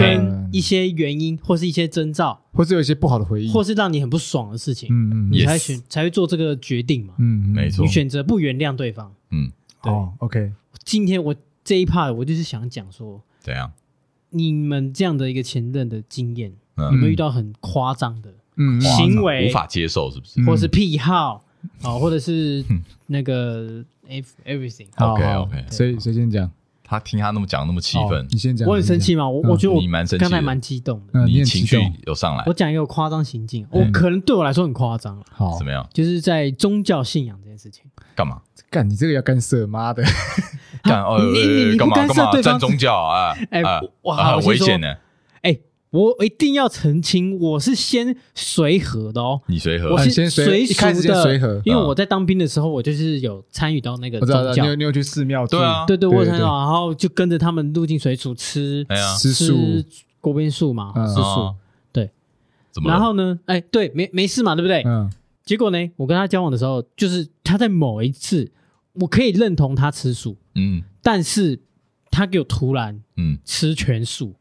[SPEAKER 1] 嗯
[SPEAKER 3] 跟一些原因，或是一些征兆，
[SPEAKER 2] 或是有一些不好的回
[SPEAKER 1] 嗯
[SPEAKER 2] 忆，
[SPEAKER 3] 或是让你很不爽的事情，
[SPEAKER 2] 嗯嗯
[SPEAKER 3] 你才
[SPEAKER 1] Yes
[SPEAKER 3] 选才会做这个决定嘛。
[SPEAKER 2] 嗯，嗯
[SPEAKER 1] 没错
[SPEAKER 3] 你选择不原谅对方。
[SPEAKER 1] 嗯，
[SPEAKER 3] 对
[SPEAKER 2] 哦，OK，
[SPEAKER 3] 今天我这一 part 我就是想讲说，
[SPEAKER 1] 怎样？
[SPEAKER 3] 你们这样的一个前任的经验，有
[SPEAKER 1] 嗯，
[SPEAKER 3] 没有遇到很夸张的，
[SPEAKER 2] 嗯，嗯
[SPEAKER 3] 行
[SPEAKER 2] 嗯
[SPEAKER 3] 为
[SPEAKER 1] 无法接受是不是
[SPEAKER 2] 嗯
[SPEAKER 3] 或是癖好啊，或者是
[SPEAKER 1] 嗯
[SPEAKER 3] 那个 ev- everything？
[SPEAKER 2] 好
[SPEAKER 1] ？OK
[SPEAKER 2] 好
[SPEAKER 1] OK，
[SPEAKER 2] 谁谁先讲？
[SPEAKER 1] 他听他那么讲那么气
[SPEAKER 2] 哦
[SPEAKER 1] 愤，
[SPEAKER 2] 你先讲。
[SPEAKER 3] 我很生气嘛，我我觉得
[SPEAKER 1] 你蛮
[SPEAKER 3] 我
[SPEAKER 1] 生气的
[SPEAKER 3] 刚才蛮激动的。
[SPEAKER 2] 嗯你
[SPEAKER 1] 你
[SPEAKER 2] 很
[SPEAKER 1] 情
[SPEAKER 2] 激
[SPEAKER 1] 绪
[SPEAKER 2] 动
[SPEAKER 1] 有上来
[SPEAKER 3] 我，讲一个夸张行径，我
[SPEAKER 1] 嗯
[SPEAKER 3] 可能对我来说很夸张了，啊
[SPEAKER 2] 你。好
[SPEAKER 1] 怎，么样？
[SPEAKER 3] 就是在宗教信仰这件事情。
[SPEAKER 1] 干嘛？
[SPEAKER 2] 干你这个要干涉，妈 的！
[SPEAKER 1] 干哦，
[SPEAKER 3] 啊你你你
[SPEAKER 1] 呃
[SPEAKER 3] 不
[SPEAKER 1] 干嘛
[SPEAKER 3] 干涉
[SPEAKER 1] 干嘛
[SPEAKER 3] 对方
[SPEAKER 1] 站宗教啊？
[SPEAKER 3] 哎
[SPEAKER 1] 啊
[SPEAKER 3] 哇
[SPEAKER 1] 啊
[SPEAKER 3] 我
[SPEAKER 1] 很
[SPEAKER 3] 先
[SPEAKER 1] 危
[SPEAKER 3] 说
[SPEAKER 1] 险呢。
[SPEAKER 3] 哎，我一定要澄清，我是先随和的哦。
[SPEAKER 1] 你随和
[SPEAKER 3] 我
[SPEAKER 2] 哎
[SPEAKER 3] 是
[SPEAKER 2] 先随
[SPEAKER 3] 随
[SPEAKER 2] 一开始
[SPEAKER 3] 俗
[SPEAKER 2] 先
[SPEAKER 3] 的，
[SPEAKER 2] 随和
[SPEAKER 3] 因为我在当兵的时候，我就是有参与到那个
[SPEAKER 2] 我
[SPEAKER 3] 宗
[SPEAKER 2] 知道，你
[SPEAKER 3] 教
[SPEAKER 2] 有，你有去寺庙住？
[SPEAKER 1] 对啊
[SPEAKER 3] 对对，
[SPEAKER 2] 对
[SPEAKER 3] 我有参与
[SPEAKER 2] 对
[SPEAKER 3] 到，然后就跟着他们入境水煮吃
[SPEAKER 1] 哎呀，
[SPEAKER 2] 吃素
[SPEAKER 3] 吃锅边素嘛，
[SPEAKER 2] 嗯
[SPEAKER 3] 吃素
[SPEAKER 1] 啊。
[SPEAKER 3] 对，
[SPEAKER 1] 怎么了？
[SPEAKER 3] 然后呢，哎，对，没没事嘛，对不对？
[SPEAKER 2] 嗯，
[SPEAKER 3] 结果呢，我跟他交往的时候，就是他在某一次，我可以认同他吃素，
[SPEAKER 1] 嗯
[SPEAKER 3] 但是他给我突然
[SPEAKER 1] 嗯，
[SPEAKER 3] 吃全素，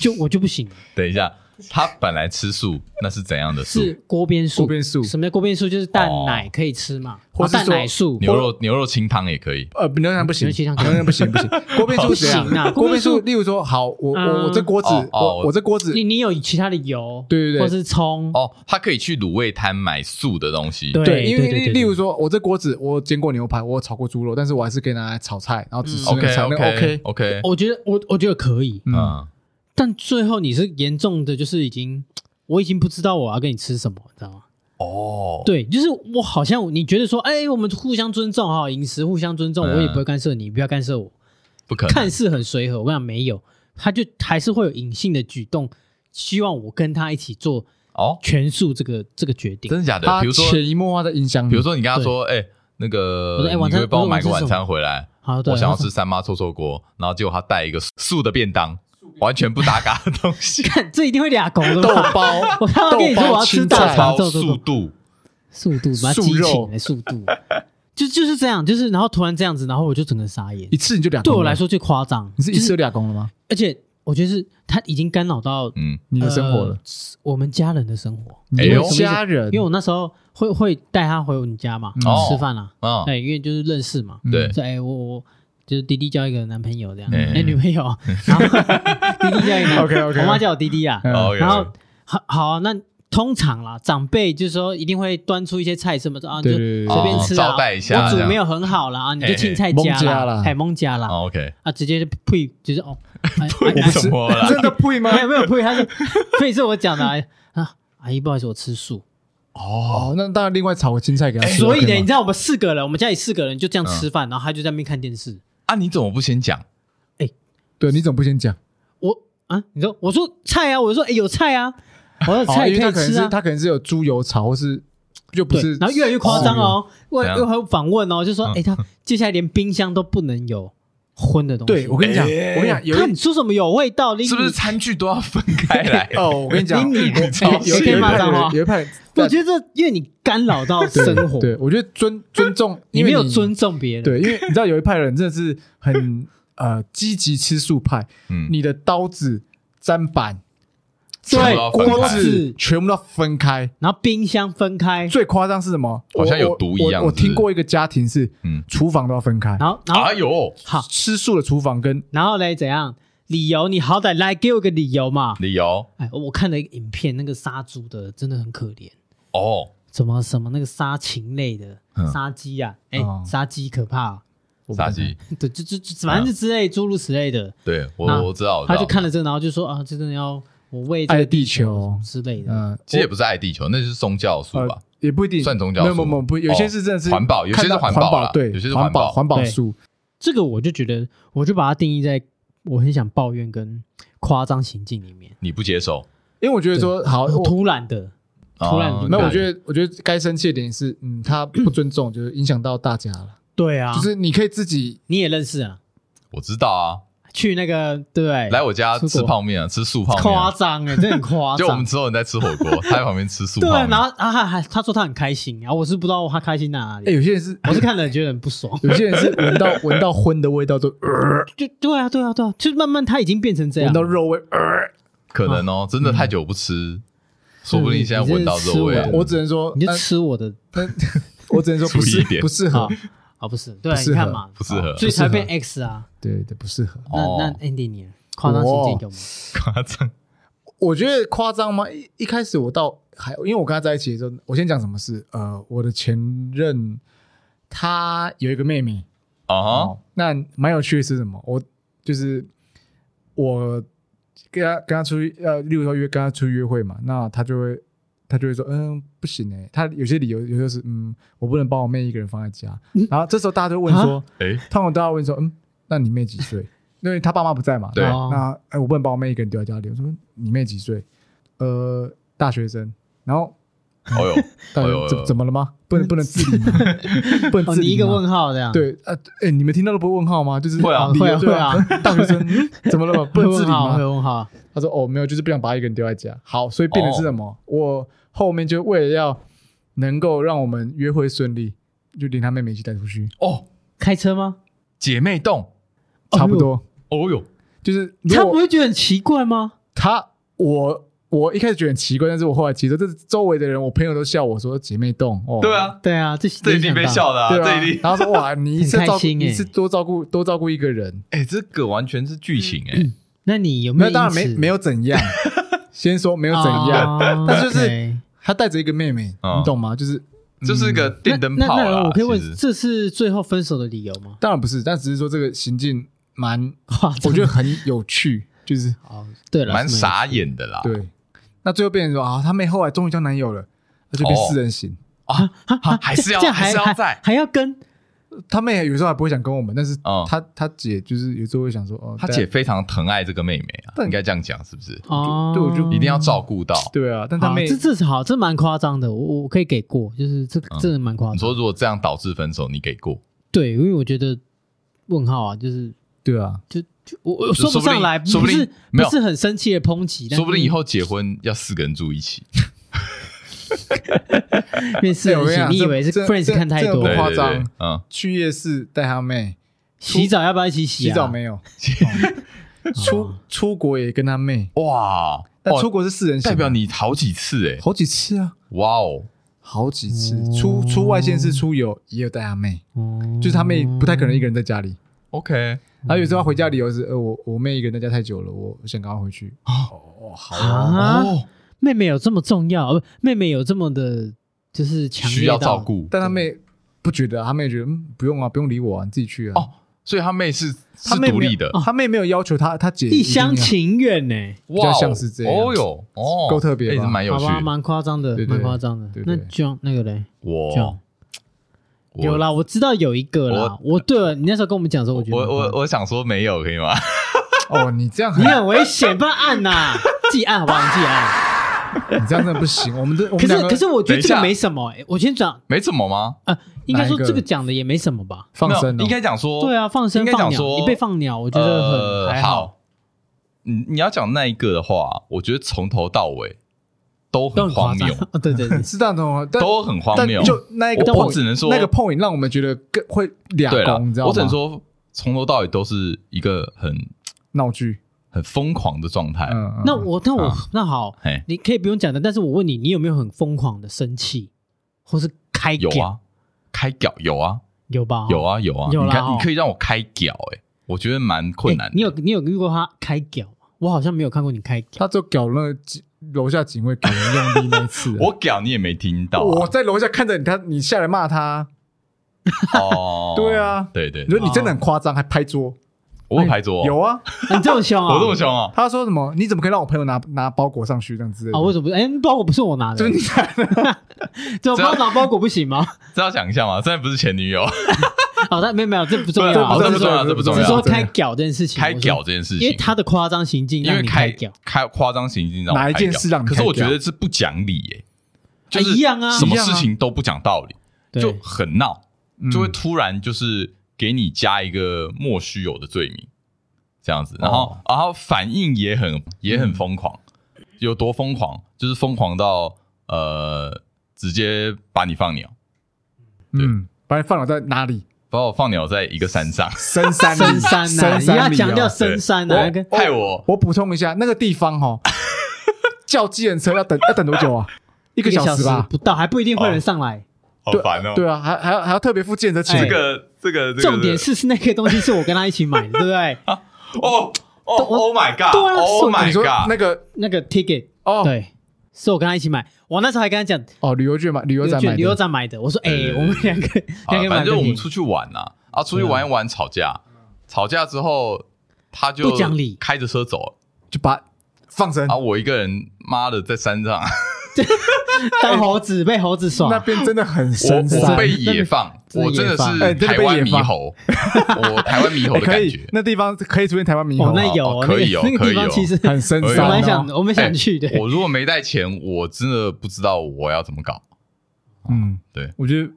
[SPEAKER 3] 就我就不行了。
[SPEAKER 1] 等一下，他本来吃素，那是怎样的素？
[SPEAKER 3] 是锅边素，
[SPEAKER 2] 锅边素
[SPEAKER 3] 什么叫锅边素？就是蛋
[SPEAKER 1] 哦
[SPEAKER 3] 奶可以吃嘛，
[SPEAKER 2] 或
[SPEAKER 3] 啊
[SPEAKER 2] 是
[SPEAKER 3] 蛋
[SPEAKER 2] 说
[SPEAKER 3] 奶素。
[SPEAKER 1] 牛肉牛肉清汤也可以。
[SPEAKER 2] 呃，牛腩不行，
[SPEAKER 3] 牛腩
[SPEAKER 2] 牛腩不行不 行。锅边素是怎
[SPEAKER 3] 不行啊
[SPEAKER 2] 样？
[SPEAKER 3] 锅
[SPEAKER 2] 锅
[SPEAKER 3] 边
[SPEAKER 2] 边
[SPEAKER 3] 素
[SPEAKER 2] 素，例如说，好，我
[SPEAKER 3] 嗯
[SPEAKER 2] 我我这锅子
[SPEAKER 1] 哦，哦
[SPEAKER 2] 我我这锅子
[SPEAKER 3] 你你有其他的油，
[SPEAKER 2] 对对对
[SPEAKER 3] 或是葱，
[SPEAKER 1] 哦，他可以去卤味摊买素的东西。
[SPEAKER 3] 对
[SPEAKER 2] 对，因
[SPEAKER 3] 对对对
[SPEAKER 2] 为
[SPEAKER 3] 对
[SPEAKER 2] 例如说，我这锅子我煎过牛排，我炒过猪肉，但是我还是可以拿来炒菜，然后只吃
[SPEAKER 1] 嗯
[SPEAKER 2] 那个
[SPEAKER 1] ，OK
[SPEAKER 2] 菜那个
[SPEAKER 1] OK
[SPEAKER 2] OK。
[SPEAKER 1] OK，
[SPEAKER 3] 我觉得我我觉得可以，
[SPEAKER 2] 嗯，
[SPEAKER 1] 嗯，
[SPEAKER 3] 但最后你是严重的，就是已经我已经不知道我要跟你吃什么，你知道吗？
[SPEAKER 1] 哦，
[SPEAKER 3] 对，就是我好像你觉得说，哎，我们互相尊重哈，饮食互相尊重，
[SPEAKER 1] 嗯
[SPEAKER 3] 我也不会干涉你，不要干涉我，
[SPEAKER 1] 不
[SPEAKER 2] 嗯
[SPEAKER 1] 可能
[SPEAKER 3] 看。似很随和，我跟你讲没有，他就还是会有隐性的举动，希望我跟他一起做
[SPEAKER 1] 哦，
[SPEAKER 3] 全素这个这个决定。
[SPEAKER 1] 真的假的？
[SPEAKER 2] 他
[SPEAKER 1] 比如说，
[SPEAKER 2] 潜移默化在影响你。
[SPEAKER 1] 比如，说你跟他说，哎，那
[SPEAKER 3] 我
[SPEAKER 1] 个
[SPEAKER 3] 说哎
[SPEAKER 1] 你
[SPEAKER 3] 晚
[SPEAKER 1] 可
[SPEAKER 3] 餐
[SPEAKER 1] 不可以帮我
[SPEAKER 3] 我说
[SPEAKER 1] 买个
[SPEAKER 3] 我吃
[SPEAKER 1] 晚
[SPEAKER 3] 什么
[SPEAKER 1] 餐回来？
[SPEAKER 3] 好，对，啊
[SPEAKER 1] 我想要
[SPEAKER 3] 然后，
[SPEAKER 1] 吃三妈臭臭锅，然后结果他带一个素的便当，完全不搭嘎的东西
[SPEAKER 3] 看这一定会俩狗的
[SPEAKER 2] 豆
[SPEAKER 3] 吧？，
[SPEAKER 2] 包
[SPEAKER 3] 我刚刚跟你说我要吃
[SPEAKER 2] 豆
[SPEAKER 3] 大
[SPEAKER 2] 包青
[SPEAKER 3] 肠
[SPEAKER 2] 菜
[SPEAKER 1] 包
[SPEAKER 3] 豆豆
[SPEAKER 1] 速
[SPEAKER 3] 豆
[SPEAKER 1] 度，
[SPEAKER 3] 速度，把它
[SPEAKER 2] 素
[SPEAKER 3] 激
[SPEAKER 2] 肉
[SPEAKER 3] 情的速度， 就就是这样，就是然后突然这样子，然后我就整个傻眼
[SPEAKER 2] 一。次你就 两。
[SPEAKER 3] 对我来，说最夸张，
[SPEAKER 2] 你是一
[SPEAKER 3] 就
[SPEAKER 2] 次就俩公了吗？
[SPEAKER 3] 而且我觉得是他已经干扰到
[SPEAKER 1] 嗯，
[SPEAKER 2] 你的生活了
[SPEAKER 3] 呃，我们家人的生活，
[SPEAKER 2] 你
[SPEAKER 1] 哎
[SPEAKER 2] 的
[SPEAKER 1] 呦
[SPEAKER 2] 家人，
[SPEAKER 3] 因为我那时候会会带他回我们家嘛，
[SPEAKER 1] 哦
[SPEAKER 3] 吃饭啦，
[SPEAKER 1] 啊，
[SPEAKER 3] 哎，因为就是认识嘛，
[SPEAKER 2] 嗯
[SPEAKER 1] 对
[SPEAKER 3] 说哎我我就是弟弟交一个男朋友这样，
[SPEAKER 1] 嗯
[SPEAKER 3] 哎女朋友， 然后弟弟交一个男
[SPEAKER 2] OK，OK
[SPEAKER 3] 我妈叫我弟弟啊，
[SPEAKER 2] 嗯
[SPEAKER 1] 哦，
[SPEAKER 3] 然后好好啊，那通常啦，长辈就是说一定会端出一些菜什么的啊，就
[SPEAKER 2] 对
[SPEAKER 3] 随
[SPEAKER 2] 对对
[SPEAKER 1] 哦
[SPEAKER 3] 便吃啊，
[SPEAKER 1] 招待一下
[SPEAKER 3] 我
[SPEAKER 1] 这
[SPEAKER 3] 煮
[SPEAKER 1] 样
[SPEAKER 3] 没有很好啦，啊你就
[SPEAKER 1] 嘿
[SPEAKER 3] 青菜
[SPEAKER 2] 嘿
[SPEAKER 3] 加
[SPEAKER 2] 蒙加
[SPEAKER 3] 啦，
[SPEAKER 2] 啦
[SPEAKER 3] 哎蒙加啦，
[SPEAKER 1] 哦，OK，
[SPEAKER 3] 啊直接就呸，就是 哦，哎
[SPEAKER 1] 为
[SPEAKER 3] 哎
[SPEAKER 1] 什么啦？
[SPEAKER 2] 嗯真的配吗
[SPEAKER 3] 哎没？有没有呸，他是所以是我讲的啊啊，阿姨不好意思，我吃素，
[SPEAKER 2] 哦，那当然，另外炒个青菜给他吃。
[SPEAKER 3] 所以呢，
[SPEAKER 2] OK
[SPEAKER 3] 你
[SPEAKER 2] 吗
[SPEAKER 3] 知道我们四个人，我们家里四个人就这样
[SPEAKER 1] 嗯
[SPEAKER 3] 吃饭，然后他就在那边看电视，
[SPEAKER 1] 啊，你怎么不先 讲？
[SPEAKER 2] 对你怎么不先讲？
[SPEAKER 3] 我啊，你说我说菜啊，我说哎有菜啊，我说
[SPEAKER 2] 哦，
[SPEAKER 3] 菜
[SPEAKER 2] 因为
[SPEAKER 3] 可
[SPEAKER 2] 他
[SPEAKER 3] 以
[SPEAKER 2] 可能
[SPEAKER 3] 吃
[SPEAKER 2] 是
[SPEAKER 3] 啊，
[SPEAKER 2] 他可能是有猪油炒，或是就不
[SPEAKER 3] 对
[SPEAKER 2] 是，，
[SPEAKER 3] 然后越来越夸张。哦，我
[SPEAKER 1] 怎样
[SPEAKER 3] 又还有访问哦，就说
[SPEAKER 1] 嗯
[SPEAKER 3] 哎，他接下来连冰箱都不能有荤的东西。
[SPEAKER 2] 对，我跟你讲，
[SPEAKER 1] 哎
[SPEAKER 2] 我跟你讲，有
[SPEAKER 3] 看
[SPEAKER 2] 一？
[SPEAKER 3] 你说什么有味道，你
[SPEAKER 1] 是不是餐具都要分开来
[SPEAKER 2] 哦，我跟你讲，
[SPEAKER 3] 你你
[SPEAKER 2] 有
[SPEAKER 1] 超
[SPEAKER 2] 有
[SPEAKER 3] 谁
[SPEAKER 2] 一
[SPEAKER 3] 可以
[SPEAKER 2] 派
[SPEAKER 3] 骂脏话
[SPEAKER 2] 人，有一派人，
[SPEAKER 3] 我觉得因为你干扰到
[SPEAKER 2] 对
[SPEAKER 3] 生活，
[SPEAKER 2] 对我觉得尊尊重，
[SPEAKER 3] 你
[SPEAKER 2] 因为
[SPEAKER 3] 没有尊，重别人，
[SPEAKER 2] 对，因为你知道有一派人真的是很呃积极吃素派，
[SPEAKER 1] 嗯，
[SPEAKER 2] 你的刀子、砧板、
[SPEAKER 3] 对
[SPEAKER 1] 全部都要分开
[SPEAKER 2] 锅
[SPEAKER 3] 锅子
[SPEAKER 2] 子全部都分开。
[SPEAKER 3] 然后冰箱分开，
[SPEAKER 2] 最夸张是什么？
[SPEAKER 1] 好像
[SPEAKER 2] 我
[SPEAKER 1] 有毒一样
[SPEAKER 2] 我我我
[SPEAKER 1] 是不是
[SPEAKER 2] 听过一个家庭是
[SPEAKER 1] 嗯，
[SPEAKER 2] 厨房都要分开，
[SPEAKER 3] 然后然后
[SPEAKER 1] 哎呦，
[SPEAKER 3] 好，
[SPEAKER 2] 吃素的厨房跟
[SPEAKER 3] 然后嘞怎样？理由你好歹来给我个理由嘛！
[SPEAKER 1] 理由
[SPEAKER 3] 哎，我看了一个影片，那个杀猪的真的很可怜，
[SPEAKER 1] 哦，
[SPEAKER 3] 什么什么那个杀禽类的
[SPEAKER 1] 嗯
[SPEAKER 3] 杀鸡啊，哎
[SPEAKER 2] 哦，
[SPEAKER 3] 杀鸡可怕啊， 我不
[SPEAKER 1] 杀
[SPEAKER 3] 知
[SPEAKER 2] 嗯
[SPEAKER 3] 道，
[SPEAKER 1] 鸡，
[SPEAKER 3] 对，就就就反正就之类诸如此类的，
[SPEAKER 1] 对
[SPEAKER 3] 那
[SPEAKER 1] 我我知道，我知
[SPEAKER 3] 啊他就
[SPEAKER 1] 道，
[SPEAKER 3] 看了这个，然后就说啊，这真的要我为这
[SPEAKER 2] 爱
[SPEAKER 3] 个
[SPEAKER 2] 地球
[SPEAKER 3] 之类的，
[SPEAKER 2] 呃，
[SPEAKER 1] 其实也不是爱地球，那就是宗教术
[SPEAKER 2] 呃
[SPEAKER 1] 吧，啊
[SPEAKER 2] 也不一定
[SPEAKER 1] 算宗教
[SPEAKER 2] 没
[SPEAKER 1] 术吗。
[SPEAKER 2] 有没有没有不，有些是真的是
[SPEAKER 1] 哦环保有些是
[SPEAKER 2] 看到
[SPEAKER 1] 环
[SPEAKER 2] 环
[SPEAKER 1] 保啦有
[SPEAKER 2] 对，
[SPEAKER 1] 些是环
[SPEAKER 2] 环
[SPEAKER 1] 保
[SPEAKER 2] 环保
[SPEAKER 3] 对
[SPEAKER 2] 树，
[SPEAKER 3] 这个我就觉得，我就把它定义在我很想抱怨跟夸张行径里面，
[SPEAKER 1] 你不接受，
[SPEAKER 2] 因为我觉得说好，哦我
[SPEAKER 3] 突然的，突然
[SPEAKER 1] 啊
[SPEAKER 3] 就
[SPEAKER 2] 没有，我
[SPEAKER 1] 对
[SPEAKER 2] 觉得我觉得该生气的点是，嗯，他不尊重，就是影响到大家了，
[SPEAKER 3] 对啊，
[SPEAKER 2] 就是你可以自己
[SPEAKER 3] 你也认识啊，
[SPEAKER 1] 我知道啊，
[SPEAKER 3] 去那个对不对？
[SPEAKER 1] 来我家
[SPEAKER 3] 出国
[SPEAKER 1] 吃泡面啊，吃素泡面
[SPEAKER 3] 哎夸
[SPEAKER 1] 啊，
[SPEAKER 3] 张哎，这很夸张，
[SPEAKER 1] 就我们之后人在吃火 锅，他在旁边吃素
[SPEAKER 3] 对
[SPEAKER 1] 泡
[SPEAKER 3] 啊，然
[SPEAKER 1] 面，
[SPEAKER 3] 后啊还还他说他很开心，啊然后我是不知道他开心在哪
[SPEAKER 2] 哎、
[SPEAKER 3] 里，
[SPEAKER 2] 有些人是，，
[SPEAKER 3] 我是看了觉得很不爽
[SPEAKER 2] 有些人是闻到闻到荤的味道 就，呃
[SPEAKER 3] 就对啊对啊对啊，就是慢慢他已经变成这样
[SPEAKER 2] 闻，到肉味，呃
[SPEAKER 1] 可能
[SPEAKER 3] 嗯
[SPEAKER 1] 哦，真的太久不吃，说不定现在闻到肉味啊
[SPEAKER 3] 你是吃
[SPEAKER 1] 了，
[SPEAKER 2] 我只能说，
[SPEAKER 3] 啊你就
[SPEAKER 1] 呃
[SPEAKER 2] 那
[SPEAKER 3] 吃我的
[SPEAKER 2] 我只 能说不
[SPEAKER 1] 注意
[SPEAKER 2] 适
[SPEAKER 1] 一点
[SPEAKER 2] 不适
[SPEAKER 3] 啊
[SPEAKER 2] 合，
[SPEAKER 3] 啊不是，对啊
[SPEAKER 2] 不适
[SPEAKER 3] 你
[SPEAKER 2] 合
[SPEAKER 3] 看嘛，
[SPEAKER 1] 嗯不适合
[SPEAKER 3] 所以才变
[SPEAKER 2] 不
[SPEAKER 3] X 啊，
[SPEAKER 2] 对对，不适合。
[SPEAKER 3] 那
[SPEAKER 1] 哦
[SPEAKER 3] 那 Andy 你呢夸张行径有吗？
[SPEAKER 1] 夸张，
[SPEAKER 2] 我觉得夸张吗？一一开始我倒还，因为我跟他在一起的时候，我先讲什么事，呃，我的前任他有一个妹妹，
[SPEAKER 1] 啊哈
[SPEAKER 2] 哦，那蛮有趣的是什么？我就是我跟他跟他出去，呃，例如说约跟他出去约会嘛，那他就会他就会说，嗯，不行哎、他有些理由，有些是嗯，我不能把我妹一个人放在家。
[SPEAKER 3] 嗯
[SPEAKER 2] 然后这时候大家就问
[SPEAKER 3] 啊
[SPEAKER 2] 说，
[SPEAKER 1] 哎，
[SPEAKER 2] 通常都要问说，嗯，那你妹几岁？因为他爸妈不在嘛，
[SPEAKER 1] 对
[SPEAKER 2] 那
[SPEAKER 3] 哦
[SPEAKER 2] 那哎、我不能把我妹一个人丢在家里。我说你妹几岁？呃，大学生。然后
[SPEAKER 1] 哦呦，
[SPEAKER 2] 大
[SPEAKER 1] 哎
[SPEAKER 2] 学
[SPEAKER 1] 呦哎哎呦
[SPEAKER 2] 怎怎么了吗？不能不能自理吗？不能
[SPEAKER 3] 哦，
[SPEAKER 2] 自
[SPEAKER 3] 你
[SPEAKER 2] 理
[SPEAKER 3] 一个
[SPEAKER 2] 吗
[SPEAKER 3] 问号这样，
[SPEAKER 2] 对，呃，哎，你们听到都不会问号吗？就是
[SPEAKER 1] 会啊
[SPEAKER 2] 理由
[SPEAKER 3] 会啊
[SPEAKER 2] 对
[SPEAKER 3] 会啊，
[SPEAKER 2] 大学生嗯 怎么了？不
[SPEAKER 3] 会
[SPEAKER 2] 能自
[SPEAKER 3] 问
[SPEAKER 2] 理
[SPEAKER 3] 号会
[SPEAKER 2] 吗？
[SPEAKER 3] 问号，
[SPEAKER 2] 他说哦，没有，就是不想把一个人丢在家。好，所以变成是什么？哦我后面就为了要能够让我们约会顺利，就连他妹妹一起带出去，
[SPEAKER 1] 哦，
[SPEAKER 3] 开车吗？
[SPEAKER 1] 姐妹洞，
[SPEAKER 3] 哎呦
[SPEAKER 2] 差不多
[SPEAKER 1] 哦呦，
[SPEAKER 2] 就是
[SPEAKER 3] 他
[SPEAKER 2] 如
[SPEAKER 3] 不
[SPEAKER 2] 果
[SPEAKER 3] 会觉得很奇怪吗？
[SPEAKER 2] 他我。我一开始觉得很奇怪，但是我后来其实这周围的人，我朋友都笑我说姐妹洞哦，
[SPEAKER 1] 对，啊，
[SPEAKER 3] 对啊，这
[SPEAKER 1] 这一定被
[SPEAKER 3] 联想
[SPEAKER 1] 笑
[SPEAKER 3] 到
[SPEAKER 1] 的啊，
[SPEAKER 2] 对
[SPEAKER 1] 这
[SPEAKER 2] 啊
[SPEAKER 1] 一定，，
[SPEAKER 2] 然后说哇，你一次
[SPEAKER 3] 很开
[SPEAKER 2] 照顾
[SPEAKER 3] 心
[SPEAKER 2] 你一
[SPEAKER 3] 欸
[SPEAKER 2] 次多照顾多照顾一个人，
[SPEAKER 1] 哎，这个完全是
[SPEAKER 3] 嗯
[SPEAKER 1] 剧情哎，
[SPEAKER 3] 那你有有
[SPEAKER 2] 没有
[SPEAKER 3] 因此？
[SPEAKER 2] 当然没没有怎样，先说没有 怎样，
[SPEAKER 3] 哦
[SPEAKER 2] 但就是
[SPEAKER 3] OK
[SPEAKER 2] 他带着一个妹妹，
[SPEAKER 1] 嗯
[SPEAKER 2] 你懂吗？就是
[SPEAKER 1] 就是一个
[SPEAKER 2] 嗯
[SPEAKER 1] 电灯
[SPEAKER 3] 那
[SPEAKER 1] 泡
[SPEAKER 3] 那那
[SPEAKER 1] 啦
[SPEAKER 3] 我可以，
[SPEAKER 1] 其
[SPEAKER 3] 问，
[SPEAKER 1] 实
[SPEAKER 3] 这是最后分手的理由吗？
[SPEAKER 2] 当然不是，但只是说这个行径 蛮，
[SPEAKER 3] 哇，
[SPEAKER 2] 我觉
[SPEAKER 3] 得
[SPEAKER 2] 得很有趣，就是
[SPEAKER 1] 啊
[SPEAKER 3] 哦，对了，
[SPEAKER 1] 蛮
[SPEAKER 3] 是没有
[SPEAKER 1] 傻眼的啦，
[SPEAKER 2] 对。那最后变成说啊，他妹后来终于交男友了，那就变
[SPEAKER 1] 哦
[SPEAKER 2] 四人行。
[SPEAKER 1] 啊，啊还是要
[SPEAKER 3] 这样
[SPEAKER 1] 还
[SPEAKER 3] 还
[SPEAKER 1] 是要
[SPEAKER 3] 还
[SPEAKER 1] 在，
[SPEAKER 3] 还要跟
[SPEAKER 2] 他妹有时候还不会想跟我们，但是
[SPEAKER 1] 嗯
[SPEAKER 2] 他他姐就是有时候会想说，哦，
[SPEAKER 1] 他
[SPEAKER 2] 大
[SPEAKER 1] 姐非常疼爱这个妹妹啊，
[SPEAKER 2] 但
[SPEAKER 1] 应该这样讲是不是？
[SPEAKER 3] 哦，
[SPEAKER 2] 对我就
[SPEAKER 1] 一定要照顾到。
[SPEAKER 2] 对啊，但他
[SPEAKER 3] 好。
[SPEAKER 2] 妹
[SPEAKER 3] 这这是好，这蛮夸张的，我我可以给过，就是这
[SPEAKER 1] 嗯
[SPEAKER 3] 真的蛮夸
[SPEAKER 1] 你
[SPEAKER 3] 张
[SPEAKER 1] 说。如果这样导致分手，你给过？
[SPEAKER 3] 对，因为我觉得问号啊，就是
[SPEAKER 2] 对啊，
[SPEAKER 3] 就就我我
[SPEAKER 1] 就
[SPEAKER 3] 说
[SPEAKER 1] 说不
[SPEAKER 3] 不上
[SPEAKER 1] 定
[SPEAKER 3] 来，
[SPEAKER 1] 说不
[SPEAKER 3] 不是
[SPEAKER 1] 定没有
[SPEAKER 3] 不是很生气的抨击，但
[SPEAKER 1] 说不定以
[SPEAKER 3] 是
[SPEAKER 1] 后结婚要四个人住一起。
[SPEAKER 3] 变四
[SPEAKER 2] 哎我
[SPEAKER 3] 人
[SPEAKER 2] 跟
[SPEAKER 3] 行，
[SPEAKER 2] 你讲
[SPEAKER 3] 你以为是
[SPEAKER 2] 这这
[SPEAKER 3] Friends
[SPEAKER 2] 这
[SPEAKER 3] 看太
[SPEAKER 2] 这
[SPEAKER 3] 多
[SPEAKER 2] 不，
[SPEAKER 1] 对
[SPEAKER 2] 夸
[SPEAKER 1] 对
[SPEAKER 2] 张
[SPEAKER 1] 对，嗯，
[SPEAKER 2] 去夜市带他妹，
[SPEAKER 3] 洗澡要不要一起洗啊？
[SPEAKER 2] 洗 澡没有，哦出出国也跟他妹，
[SPEAKER 1] 哇，
[SPEAKER 2] 但
[SPEAKER 1] 哇
[SPEAKER 2] 出国是四人
[SPEAKER 1] 哦
[SPEAKER 2] 行，啊
[SPEAKER 1] 代表你好几次哎，
[SPEAKER 2] 好几次啊，
[SPEAKER 1] 哇哦，
[SPEAKER 2] 好几次
[SPEAKER 3] 哦
[SPEAKER 2] 出出外县市出游也有带他妹，
[SPEAKER 3] 哦，
[SPEAKER 2] 就是他妹不太可能一个人在家里。
[SPEAKER 1] ，OK，
[SPEAKER 2] 然后有时候她回家理由是，呃，我我妹一个人在家太久了，我我想赶快回去。哦，好
[SPEAKER 3] 啊。
[SPEAKER 1] 哦，
[SPEAKER 3] 妹妹有这么重要？呃不妹妹有这么的，就是强烈
[SPEAKER 1] 需要
[SPEAKER 3] 到
[SPEAKER 1] 照。顾，
[SPEAKER 2] 但她妹不觉得啊，她妹觉得嗯，不用啊，不用理我啊，你自己去啊。
[SPEAKER 1] 哦所以他妹是是
[SPEAKER 2] 她妹
[SPEAKER 1] 独
[SPEAKER 2] 没有哦啊
[SPEAKER 1] 立的，
[SPEAKER 2] 她妹没有要求她她姐
[SPEAKER 3] 一
[SPEAKER 2] 定要
[SPEAKER 3] 厢情愿呢、
[SPEAKER 1] 哇哦，
[SPEAKER 2] 比较像是这样
[SPEAKER 1] 哦哟，哦，
[SPEAKER 2] 够特别吧
[SPEAKER 1] 哎这蛮有
[SPEAKER 3] 好
[SPEAKER 1] 趣的。
[SPEAKER 3] 吧，蛮夸张的
[SPEAKER 2] 对，对
[SPEAKER 3] 蛮夸张的
[SPEAKER 2] 对。
[SPEAKER 3] 那
[SPEAKER 2] 对
[SPEAKER 3] 就那个嘞，这样
[SPEAKER 1] 我我
[SPEAKER 3] 有啦，我知道有一个啦。我对了，你那时候跟我们讲的时候，我觉得
[SPEAKER 1] 我
[SPEAKER 3] 蛮夸张
[SPEAKER 1] 我
[SPEAKER 3] 的
[SPEAKER 1] 我想说没有，可以吗？
[SPEAKER 2] 哦，你这样很
[SPEAKER 3] 你很危险，不要按呐、 自己按好不好？你自己按。
[SPEAKER 2] 你这样真的不行。我们这我
[SPEAKER 3] 可
[SPEAKER 2] 们两
[SPEAKER 3] 是
[SPEAKER 2] 个
[SPEAKER 3] 可是我觉
[SPEAKER 1] 等一
[SPEAKER 3] 得这
[SPEAKER 1] 下
[SPEAKER 3] 个没什么、欸，我先讲，
[SPEAKER 1] 没怎么吗？
[SPEAKER 3] 呃，应该说
[SPEAKER 2] 哪一
[SPEAKER 3] 这
[SPEAKER 2] 个
[SPEAKER 3] 个讲的也没什么吧。
[SPEAKER 2] 放生
[SPEAKER 1] 没有
[SPEAKER 2] 哦
[SPEAKER 1] 应该讲说，
[SPEAKER 3] 对啊，放生
[SPEAKER 1] 应该
[SPEAKER 3] 放
[SPEAKER 1] 讲
[SPEAKER 3] 鸟，
[SPEAKER 1] 说
[SPEAKER 3] 你被放鸟，我觉得很还
[SPEAKER 1] 呃、。好。你你要讲那一个的话，我觉得从头到尾都很
[SPEAKER 3] 都很夸
[SPEAKER 1] 荒
[SPEAKER 3] 张哦
[SPEAKER 1] 谬，，嗯
[SPEAKER 3] 对对对，
[SPEAKER 2] 是这样的吗？但
[SPEAKER 1] 都很荒
[SPEAKER 2] 但
[SPEAKER 1] 谬。
[SPEAKER 2] 就那一个
[SPEAKER 1] 我
[SPEAKER 2] point，
[SPEAKER 1] 我只能说
[SPEAKER 2] 那个 point 让我们觉得更会俩
[SPEAKER 1] 对了
[SPEAKER 2] 攻，你知道，吗？
[SPEAKER 1] 我只能说从头到尾都是一个很
[SPEAKER 2] 闹剧。
[SPEAKER 1] 很疯狂的状态。
[SPEAKER 2] 嗯，嗯
[SPEAKER 3] 那我那我
[SPEAKER 1] 啊
[SPEAKER 3] 那好，
[SPEAKER 1] 嘿，
[SPEAKER 3] 你可以不用讲的，但是我问你，你有没有很疯狂的生气，或是开
[SPEAKER 1] 有
[SPEAKER 3] 屌，
[SPEAKER 1] 啊，开屌有啊，
[SPEAKER 3] 有吧？
[SPEAKER 1] 有啊，有啊。
[SPEAKER 3] 有
[SPEAKER 1] 你
[SPEAKER 3] 啦
[SPEAKER 1] 看，
[SPEAKER 3] 哦
[SPEAKER 1] 你可以让我开屌，哎，我觉得蛮
[SPEAKER 3] 欸
[SPEAKER 1] 困难的。，
[SPEAKER 3] 你有你有遇过他开屌吗？我好像没有看过你开屌，
[SPEAKER 2] 他就搞那几楼下警卫给人用力那一次
[SPEAKER 1] 我屌你也没听到、
[SPEAKER 2] 我
[SPEAKER 1] 啊，
[SPEAKER 2] 在楼下看着你，他你下来骂他，
[SPEAKER 1] 哦，
[SPEAKER 2] 对啊
[SPEAKER 1] 对对哦
[SPEAKER 2] 你说你真的很夸张，还拍桌，
[SPEAKER 1] 我有拍桌、
[SPEAKER 2] 有啊，
[SPEAKER 3] 你这么凶啊？
[SPEAKER 1] 我这么凶哦、
[SPEAKER 2] 他说什么？你怎么可以让我朋友拿拿包裹上去这样之类的？
[SPEAKER 3] 啊？为什么不是？哎，包裹不是我拿的，
[SPEAKER 2] 就是你拿的，
[SPEAKER 3] 怎么帮我拿包裹不行吗？
[SPEAKER 1] 这要讲一下嘛，虽然不是前女友，
[SPEAKER 3] 好的，没有没有，这不重要
[SPEAKER 1] 对
[SPEAKER 3] 啊，
[SPEAKER 1] 好这不
[SPEAKER 3] 是
[SPEAKER 1] 重
[SPEAKER 3] 说
[SPEAKER 1] 要这不重要
[SPEAKER 3] 只是说开
[SPEAKER 2] 对
[SPEAKER 3] 屌这件事情，
[SPEAKER 1] 开屌
[SPEAKER 3] 我说，
[SPEAKER 1] 这件事情，
[SPEAKER 3] 因为他的夸张行径
[SPEAKER 1] 因
[SPEAKER 3] 让
[SPEAKER 1] 为
[SPEAKER 3] 你开
[SPEAKER 1] 开
[SPEAKER 3] 屌，
[SPEAKER 1] 开夸张行径让我
[SPEAKER 2] 哪一件
[SPEAKER 1] 开屌
[SPEAKER 2] 事让你
[SPEAKER 1] 可是
[SPEAKER 2] 开
[SPEAKER 1] 我觉
[SPEAKER 2] 屌
[SPEAKER 1] 得是不讲理耶、就
[SPEAKER 3] 啊
[SPEAKER 1] 是
[SPEAKER 3] 一样啊
[SPEAKER 1] 什么
[SPEAKER 2] 一样啊
[SPEAKER 1] 事情都不讲道理，
[SPEAKER 3] 对
[SPEAKER 1] 就很闹，
[SPEAKER 2] 嗯
[SPEAKER 1] 就会突然就是给你加一个莫须有的罪名，这样
[SPEAKER 2] 哦
[SPEAKER 1] 子，然后、然后反应也很也很疯狂，
[SPEAKER 2] 嗯
[SPEAKER 1] 有多疯狂？就是疯狂到呃，直接把你放鸟，
[SPEAKER 2] 嗯，把你放了在哪里？
[SPEAKER 1] 把我放鸟在一个山上，
[SPEAKER 2] 深山里
[SPEAKER 3] 深山呐，
[SPEAKER 2] 深
[SPEAKER 3] 你
[SPEAKER 2] 山里
[SPEAKER 3] 要
[SPEAKER 2] 哦
[SPEAKER 3] 强调深山
[SPEAKER 1] 啊
[SPEAKER 3] 啊
[SPEAKER 1] 对
[SPEAKER 3] 呐，
[SPEAKER 1] 哦
[SPEAKER 3] 那个
[SPEAKER 1] 害我
[SPEAKER 2] 我补充一下，那个地方哈， 叫计程车要等要等多久啊？一
[SPEAKER 3] 一
[SPEAKER 2] 个小时吧。
[SPEAKER 3] 不到，还不一定会有人上来。
[SPEAKER 1] 好
[SPEAKER 2] 对
[SPEAKER 1] 烦哦、
[SPEAKER 2] 对啊，还还要还要特别付计程车
[SPEAKER 1] 哎这
[SPEAKER 2] 钱。
[SPEAKER 1] 个这个这个
[SPEAKER 3] 哎重点是是那个东西是我跟他一起买的，对 不对？
[SPEAKER 1] 哦哦，Oh my
[SPEAKER 3] 对啊
[SPEAKER 1] God，Oh
[SPEAKER 2] 你
[SPEAKER 1] ，Oh my
[SPEAKER 2] 说
[SPEAKER 1] God，
[SPEAKER 2] 那个
[SPEAKER 3] 那个 ticket，
[SPEAKER 2] 哦
[SPEAKER 3] 对，是我跟他一起买。我那时候还跟他讲，
[SPEAKER 2] 哦，旅游券嘛，旅游展买
[SPEAKER 3] 旅游
[SPEAKER 2] 的。
[SPEAKER 3] 站买的。我说，哎
[SPEAKER 1] 对对，对
[SPEAKER 3] 我们两个
[SPEAKER 1] 好
[SPEAKER 3] 两
[SPEAKER 1] 了
[SPEAKER 3] 个
[SPEAKER 1] 反
[SPEAKER 3] 买
[SPEAKER 1] 正就
[SPEAKER 3] 的
[SPEAKER 1] 是我们
[SPEAKER 3] 便宜，
[SPEAKER 1] 出去玩呐、啊，出去
[SPEAKER 3] 嗯
[SPEAKER 1] 玩一玩吵架，吵架之后他就
[SPEAKER 3] 不讲理
[SPEAKER 1] 开着车走了，
[SPEAKER 2] 就把放生
[SPEAKER 1] 然，后我一个人妈的在山 上，
[SPEAKER 3] 当猴子被猴子爽
[SPEAKER 2] 那。边真的很深
[SPEAKER 1] 我我
[SPEAKER 2] 山。
[SPEAKER 1] 被野放，
[SPEAKER 3] 真的
[SPEAKER 1] 我真的
[SPEAKER 3] 真
[SPEAKER 2] 哎的
[SPEAKER 1] 是
[SPEAKER 2] 野放
[SPEAKER 1] 台湾猕 猴，我台湾猕猴
[SPEAKER 2] 哎
[SPEAKER 1] 的
[SPEAKER 2] 可
[SPEAKER 1] 感
[SPEAKER 2] 以
[SPEAKER 1] 觉，。
[SPEAKER 2] 那地方可以出现台湾猕猴
[SPEAKER 3] 哦，，那有
[SPEAKER 1] 哦
[SPEAKER 3] 哦
[SPEAKER 1] 可以
[SPEAKER 3] 那
[SPEAKER 1] 哦
[SPEAKER 3] 个那个地
[SPEAKER 1] 可以
[SPEAKER 3] 方
[SPEAKER 1] 哦
[SPEAKER 3] 其实
[SPEAKER 2] 很深
[SPEAKER 1] 可以哦
[SPEAKER 3] 我
[SPEAKER 2] 山。啊
[SPEAKER 3] 蛮想，我蛮想去的。
[SPEAKER 1] 哎我如果没带钱，我真的不知道我要怎么搞。
[SPEAKER 2] 嗯，
[SPEAKER 1] 对，
[SPEAKER 2] 我觉得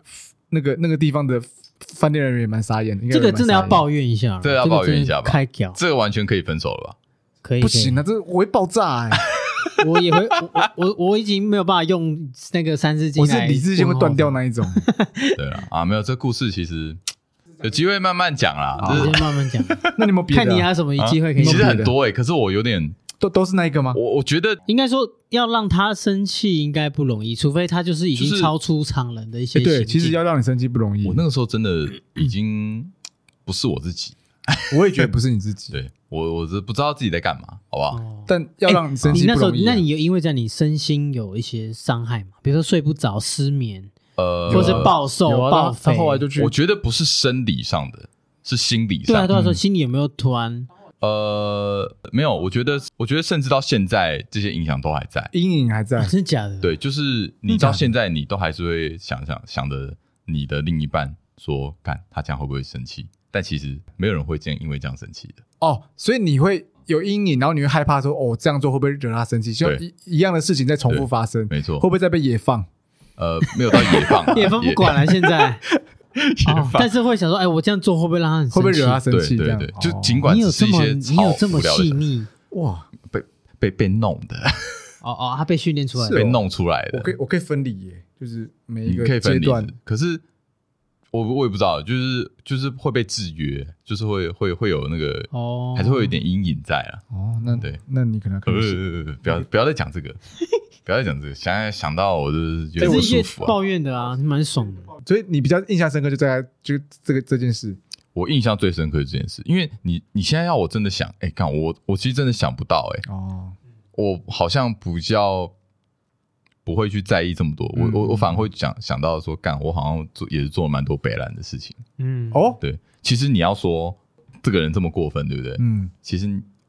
[SPEAKER 2] 那个那个地方的饭店人员也蛮傻眼的。应该
[SPEAKER 3] 这个真的要
[SPEAKER 2] 蛮傻眼
[SPEAKER 3] 抱怨一下，
[SPEAKER 1] 这个要抱怨一下吧
[SPEAKER 3] 这个真的开屌
[SPEAKER 1] 这个完全可以分手了吧？
[SPEAKER 3] 可以，
[SPEAKER 2] 不行啊，这我会爆炸哎，
[SPEAKER 3] 可以，我也会，我我我已经没有办法用那个三字经
[SPEAKER 2] 我
[SPEAKER 3] 来，
[SPEAKER 2] 是理智线会断掉。那一种。
[SPEAKER 1] 对了啊，没有这故事其实有机会慢慢讲啦，
[SPEAKER 3] 我
[SPEAKER 1] 就是
[SPEAKER 3] 先慢慢讲，
[SPEAKER 2] 那你们 别的啊
[SPEAKER 3] 看你还有什么机会可以
[SPEAKER 1] 其
[SPEAKER 3] 弄
[SPEAKER 1] 实
[SPEAKER 3] 别
[SPEAKER 1] 很
[SPEAKER 3] 的。啊
[SPEAKER 1] 多哎，可是我有点，
[SPEAKER 2] 都都是那一个吗？
[SPEAKER 1] 我我觉得
[SPEAKER 3] 应该说要让他生气应该不容易，除非他就是已
[SPEAKER 1] 就
[SPEAKER 3] 经
[SPEAKER 1] 是
[SPEAKER 3] 超出常人的一些
[SPEAKER 2] 哎
[SPEAKER 3] 行径。
[SPEAKER 2] 对，其实要让你生气不容易。
[SPEAKER 1] 我那个时候真的已经不是我自己，
[SPEAKER 2] 我也觉得不是你自 己，
[SPEAKER 1] 对我我是不知道自己在干嘛，好不好？
[SPEAKER 3] 哦
[SPEAKER 2] 但要让你生
[SPEAKER 3] 你
[SPEAKER 2] 气
[SPEAKER 3] 那
[SPEAKER 2] 不
[SPEAKER 3] 时候
[SPEAKER 2] 容易，啊。
[SPEAKER 3] 那你有因为在你身心有一些伤害嘛？比如说睡不着、失眠，
[SPEAKER 1] 呃，
[SPEAKER 3] 或是暴瘦、
[SPEAKER 2] 有啊
[SPEAKER 3] 暴
[SPEAKER 2] 他
[SPEAKER 3] 肥。
[SPEAKER 2] 他后来就去
[SPEAKER 1] 我觉得不是生理上的，是心理
[SPEAKER 3] 对啊，
[SPEAKER 1] 上
[SPEAKER 3] 对
[SPEAKER 1] 的。
[SPEAKER 2] 嗯
[SPEAKER 3] 啊，说心里有没有突然
[SPEAKER 1] 呃，没有，我觉得，我觉得甚至到现在，这些影响都还在。
[SPEAKER 2] 阴影还在
[SPEAKER 3] 啊，真的假的？
[SPEAKER 1] 对，就是
[SPEAKER 3] 嗯
[SPEAKER 1] 你
[SPEAKER 3] 啊
[SPEAKER 2] 真的假
[SPEAKER 1] 到
[SPEAKER 2] 的
[SPEAKER 1] 现在，你都还是会想想想着你的另一半说，干他这样会不会生气？但其实没有人会这样，因为这样生气的。
[SPEAKER 2] 哦，所以你会有阴影，然后你会害怕说，哦，这样做会不会惹他生气？就
[SPEAKER 1] 对
[SPEAKER 2] 一一样的事情再重复发生，
[SPEAKER 1] 没错
[SPEAKER 2] 会不会再被野放？
[SPEAKER 1] 呃，没有到野放
[SPEAKER 3] ，
[SPEAKER 1] 啊
[SPEAKER 3] 也分哦不管了，现在。
[SPEAKER 1] 野
[SPEAKER 3] 哦
[SPEAKER 1] 放，
[SPEAKER 3] 但是会想说，哎，我这样做会不会让他很生
[SPEAKER 2] 会
[SPEAKER 3] 气
[SPEAKER 2] 不会惹他生
[SPEAKER 1] 对
[SPEAKER 2] 气？这
[SPEAKER 1] 对
[SPEAKER 2] 样
[SPEAKER 1] 对，
[SPEAKER 2] 哦
[SPEAKER 1] 就尽管
[SPEAKER 3] 你有
[SPEAKER 1] 只是
[SPEAKER 3] 这
[SPEAKER 1] 一
[SPEAKER 3] 么
[SPEAKER 1] 些
[SPEAKER 3] 你有
[SPEAKER 1] 超
[SPEAKER 3] 这么
[SPEAKER 1] 无聊的
[SPEAKER 3] 细
[SPEAKER 1] 事
[SPEAKER 3] 腻
[SPEAKER 2] 哇，
[SPEAKER 1] 被被被弄的，
[SPEAKER 3] 哦哦，他被训练出来
[SPEAKER 2] 是哦
[SPEAKER 3] 的
[SPEAKER 1] 被弄出来
[SPEAKER 2] 我
[SPEAKER 1] 的
[SPEAKER 2] 可以。我可以分离耶，就是每一
[SPEAKER 1] 你
[SPEAKER 2] 个
[SPEAKER 1] 可以
[SPEAKER 2] 阶
[SPEAKER 1] 分离
[SPEAKER 2] 段
[SPEAKER 1] 子，可是我我也不知道，就是就是会被制约，就是会会会有那个，
[SPEAKER 3] 哦，
[SPEAKER 1] 还是会有一点阴影在啊。
[SPEAKER 2] 哦，那
[SPEAKER 1] 对
[SPEAKER 2] 那你可能可
[SPEAKER 1] 呃
[SPEAKER 2] 以，
[SPEAKER 1] 不要不要再讲这个，不要再讲这个，想想到我就是有点
[SPEAKER 3] 可
[SPEAKER 1] 不
[SPEAKER 3] 是越
[SPEAKER 1] 舒服啊。
[SPEAKER 3] 抱怨的啊，蛮爽的。
[SPEAKER 2] 哦所以你比较印象深刻就在就这个这件事，
[SPEAKER 1] 我印象最深刻是这件事，因为你你现在要我真的想，哎、看我我其实真的想不到、哎，
[SPEAKER 2] 哦，
[SPEAKER 1] 我好像比较不会去在意这么多，
[SPEAKER 2] 嗯
[SPEAKER 1] 我我我反而会想想到说，干我好像做也是做了蛮多北兰的事情。
[SPEAKER 3] 嗯，
[SPEAKER 2] 哦，
[SPEAKER 1] 对，其实你要说这个人这么过分，对不对？
[SPEAKER 2] 嗯，
[SPEAKER 1] 其实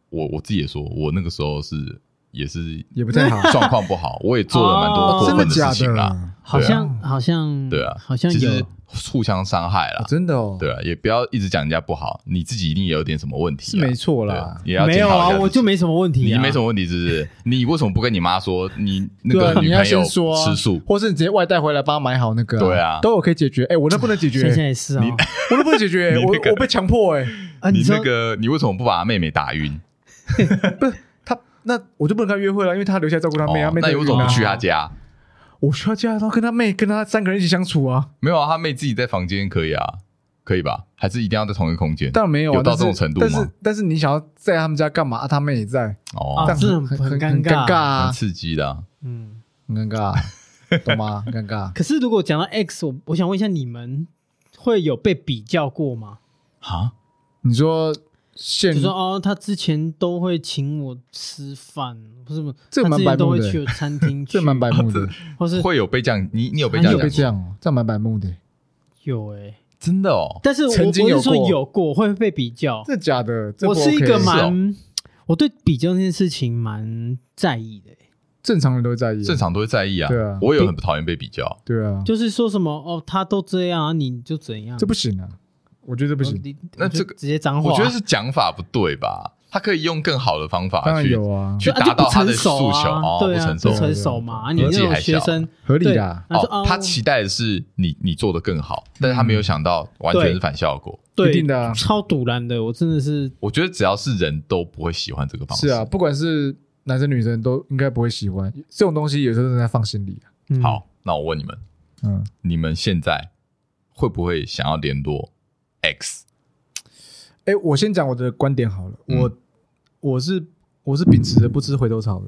[SPEAKER 1] 我我自己也说，我那个时候是也是
[SPEAKER 2] 也不 太好
[SPEAKER 1] 状况不好，我也做了蛮
[SPEAKER 3] 哦
[SPEAKER 1] 多
[SPEAKER 2] 真
[SPEAKER 1] 过
[SPEAKER 2] 的
[SPEAKER 1] 分事
[SPEAKER 2] 假
[SPEAKER 1] 情
[SPEAKER 2] 的
[SPEAKER 1] 啦。
[SPEAKER 2] 啊？
[SPEAKER 3] 好像好像
[SPEAKER 1] 对啊，
[SPEAKER 3] 好像
[SPEAKER 1] 其实
[SPEAKER 3] 有
[SPEAKER 1] 是互相伤害啦
[SPEAKER 2] 哦，真的哦，
[SPEAKER 1] 对啊，也不要一直讲人家不好，你自己一定也有点什么问题
[SPEAKER 2] 是
[SPEAKER 1] 啊，
[SPEAKER 2] 没错
[SPEAKER 1] 对
[SPEAKER 2] 啦，
[SPEAKER 1] 也要
[SPEAKER 3] 没
[SPEAKER 1] 检
[SPEAKER 3] 有
[SPEAKER 1] 讨一下
[SPEAKER 3] 啊，
[SPEAKER 1] 自己
[SPEAKER 3] 我就。没什么问题
[SPEAKER 1] 你
[SPEAKER 3] 啊，
[SPEAKER 1] 没什么问题，是不是？ 你为什么不跟你妈说你那
[SPEAKER 2] 对啊，
[SPEAKER 1] 个
[SPEAKER 2] 你
[SPEAKER 1] 女
[SPEAKER 2] 要
[SPEAKER 1] 朋友
[SPEAKER 2] 先说啊
[SPEAKER 1] 吃素？
[SPEAKER 2] 或是你直接外带回来帮他买好那个、
[SPEAKER 1] 对啊
[SPEAKER 2] 都有可以解决。哎、我那不能解 决、
[SPEAKER 3] 现在也是啊，
[SPEAKER 2] 我那不能解决、
[SPEAKER 1] 你
[SPEAKER 2] 我
[SPEAKER 1] 那个
[SPEAKER 2] 我被强迫哎、
[SPEAKER 3] 啊，
[SPEAKER 1] 你
[SPEAKER 3] 说
[SPEAKER 1] 那个你为什么不把她妹妹打晕？
[SPEAKER 2] 他那我就不能跟他约会了，因为他留下来照顾他妹，
[SPEAKER 1] 哦
[SPEAKER 2] 他妹
[SPEAKER 1] 那
[SPEAKER 2] 在
[SPEAKER 1] 你为什
[SPEAKER 2] 晕
[SPEAKER 1] 么
[SPEAKER 2] 啊
[SPEAKER 1] 不去她家？
[SPEAKER 2] 我去他家，然后跟他妹跟他三个人一起相处啊，
[SPEAKER 1] 没有啊，她妹自己在房间可以啊，可以吧？还是一定要在同一个空间？
[SPEAKER 2] 但没有、啊、
[SPEAKER 1] 有到
[SPEAKER 2] 但是
[SPEAKER 1] 这种程度吗
[SPEAKER 2] 但是但是你想要在他们家干嘛？啊、他妹也在，
[SPEAKER 1] 哦
[SPEAKER 3] 啊，
[SPEAKER 2] 这样
[SPEAKER 3] 这很
[SPEAKER 2] 很
[SPEAKER 3] 很
[SPEAKER 2] 很
[SPEAKER 3] 尴尬
[SPEAKER 2] 尬，尬
[SPEAKER 1] 蛮
[SPEAKER 2] 啊，
[SPEAKER 1] 刺激的啊。
[SPEAKER 3] 嗯，
[SPEAKER 2] 很尴尬、懂吗？很尴尬。
[SPEAKER 3] 可是如果讲到 X，我我想问一下，你们会有被比较过吗？
[SPEAKER 1] 哈
[SPEAKER 2] 你说现
[SPEAKER 3] 就说哦，他之前都会请我吃饭，不是不是，
[SPEAKER 2] 这
[SPEAKER 3] 他
[SPEAKER 2] 蛮
[SPEAKER 3] 之
[SPEAKER 2] 白
[SPEAKER 3] 前都
[SPEAKER 2] 目
[SPEAKER 3] 会
[SPEAKER 2] 的
[SPEAKER 3] 去餐 厅去，
[SPEAKER 2] 这蛮白目的，
[SPEAKER 3] 或是
[SPEAKER 1] 会有被这样，你你有被
[SPEAKER 2] 你
[SPEAKER 1] 这样讲
[SPEAKER 2] 有被哦这
[SPEAKER 1] 过？
[SPEAKER 2] 样哦，这蛮白目的，
[SPEAKER 3] 有哎、
[SPEAKER 1] 真的哦，
[SPEAKER 3] 但是我
[SPEAKER 2] 曾经
[SPEAKER 3] 我
[SPEAKER 2] 有
[SPEAKER 3] 是说
[SPEAKER 2] 过
[SPEAKER 3] 有过会被比较，
[SPEAKER 2] 这假的，这
[SPEAKER 3] 我
[SPEAKER 2] 不
[SPEAKER 3] 是一
[SPEAKER 2] OK
[SPEAKER 3] 个
[SPEAKER 1] 嘛
[SPEAKER 3] 蛮，我对比较这件事情蛮在意的欸、
[SPEAKER 2] 正常人都会在意，
[SPEAKER 1] 正常都会在意啊。
[SPEAKER 2] 对啊
[SPEAKER 1] 我有很讨厌被比较，
[SPEAKER 2] 对啊，
[SPEAKER 3] 就是说什么哦，他都这样，啊你就怎样，
[SPEAKER 2] 这不行啊，我觉得这不
[SPEAKER 3] 不
[SPEAKER 2] 行，，
[SPEAKER 1] 那
[SPEAKER 3] 我就
[SPEAKER 1] 这个
[SPEAKER 3] 直接脏话，啊
[SPEAKER 1] 我觉得是讲法不对吧？他可以用更好的方
[SPEAKER 2] 当
[SPEAKER 1] 法
[SPEAKER 2] 然
[SPEAKER 1] 去哦
[SPEAKER 2] 有啊，
[SPEAKER 1] 去
[SPEAKER 3] 就啊
[SPEAKER 1] 达到
[SPEAKER 3] 就不
[SPEAKER 1] 他的
[SPEAKER 3] 成
[SPEAKER 1] 诉
[SPEAKER 3] 熟
[SPEAKER 1] 求
[SPEAKER 3] 啊，
[SPEAKER 1] 哦
[SPEAKER 3] 对
[SPEAKER 1] 不
[SPEAKER 3] 啊，
[SPEAKER 1] 成熟嗯
[SPEAKER 3] 不成熟嘛，啊你
[SPEAKER 1] 年
[SPEAKER 3] 那
[SPEAKER 1] 纪
[SPEAKER 3] 种
[SPEAKER 1] 还
[SPEAKER 3] 学
[SPEAKER 1] 小
[SPEAKER 3] 生
[SPEAKER 2] 合理
[SPEAKER 3] 对
[SPEAKER 2] 的啊，
[SPEAKER 3] 他说
[SPEAKER 1] 哦，他
[SPEAKER 3] 哦
[SPEAKER 1] 期待的是你你做的更好，但是他没有想到完全是反效果。
[SPEAKER 3] 对
[SPEAKER 2] 一定的啊
[SPEAKER 3] 超堵然的，我真的是
[SPEAKER 1] 我觉得只要是人都不会喜欢这个方式。
[SPEAKER 2] 是啊，，不管是男生女生都应该不会喜欢这种东西，有时候真的在放心里啊，
[SPEAKER 3] 嗯
[SPEAKER 1] 好，那我问你们，
[SPEAKER 2] 嗯，
[SPEAKER 1] 你们现在会不会想要联络 X？
[SPEAKER 2] 哎，我先讲我的观点好了，
[SPEAKER 1] 嗯
[SPEAKER 2] 我我是我是秉持着不吃回头草的，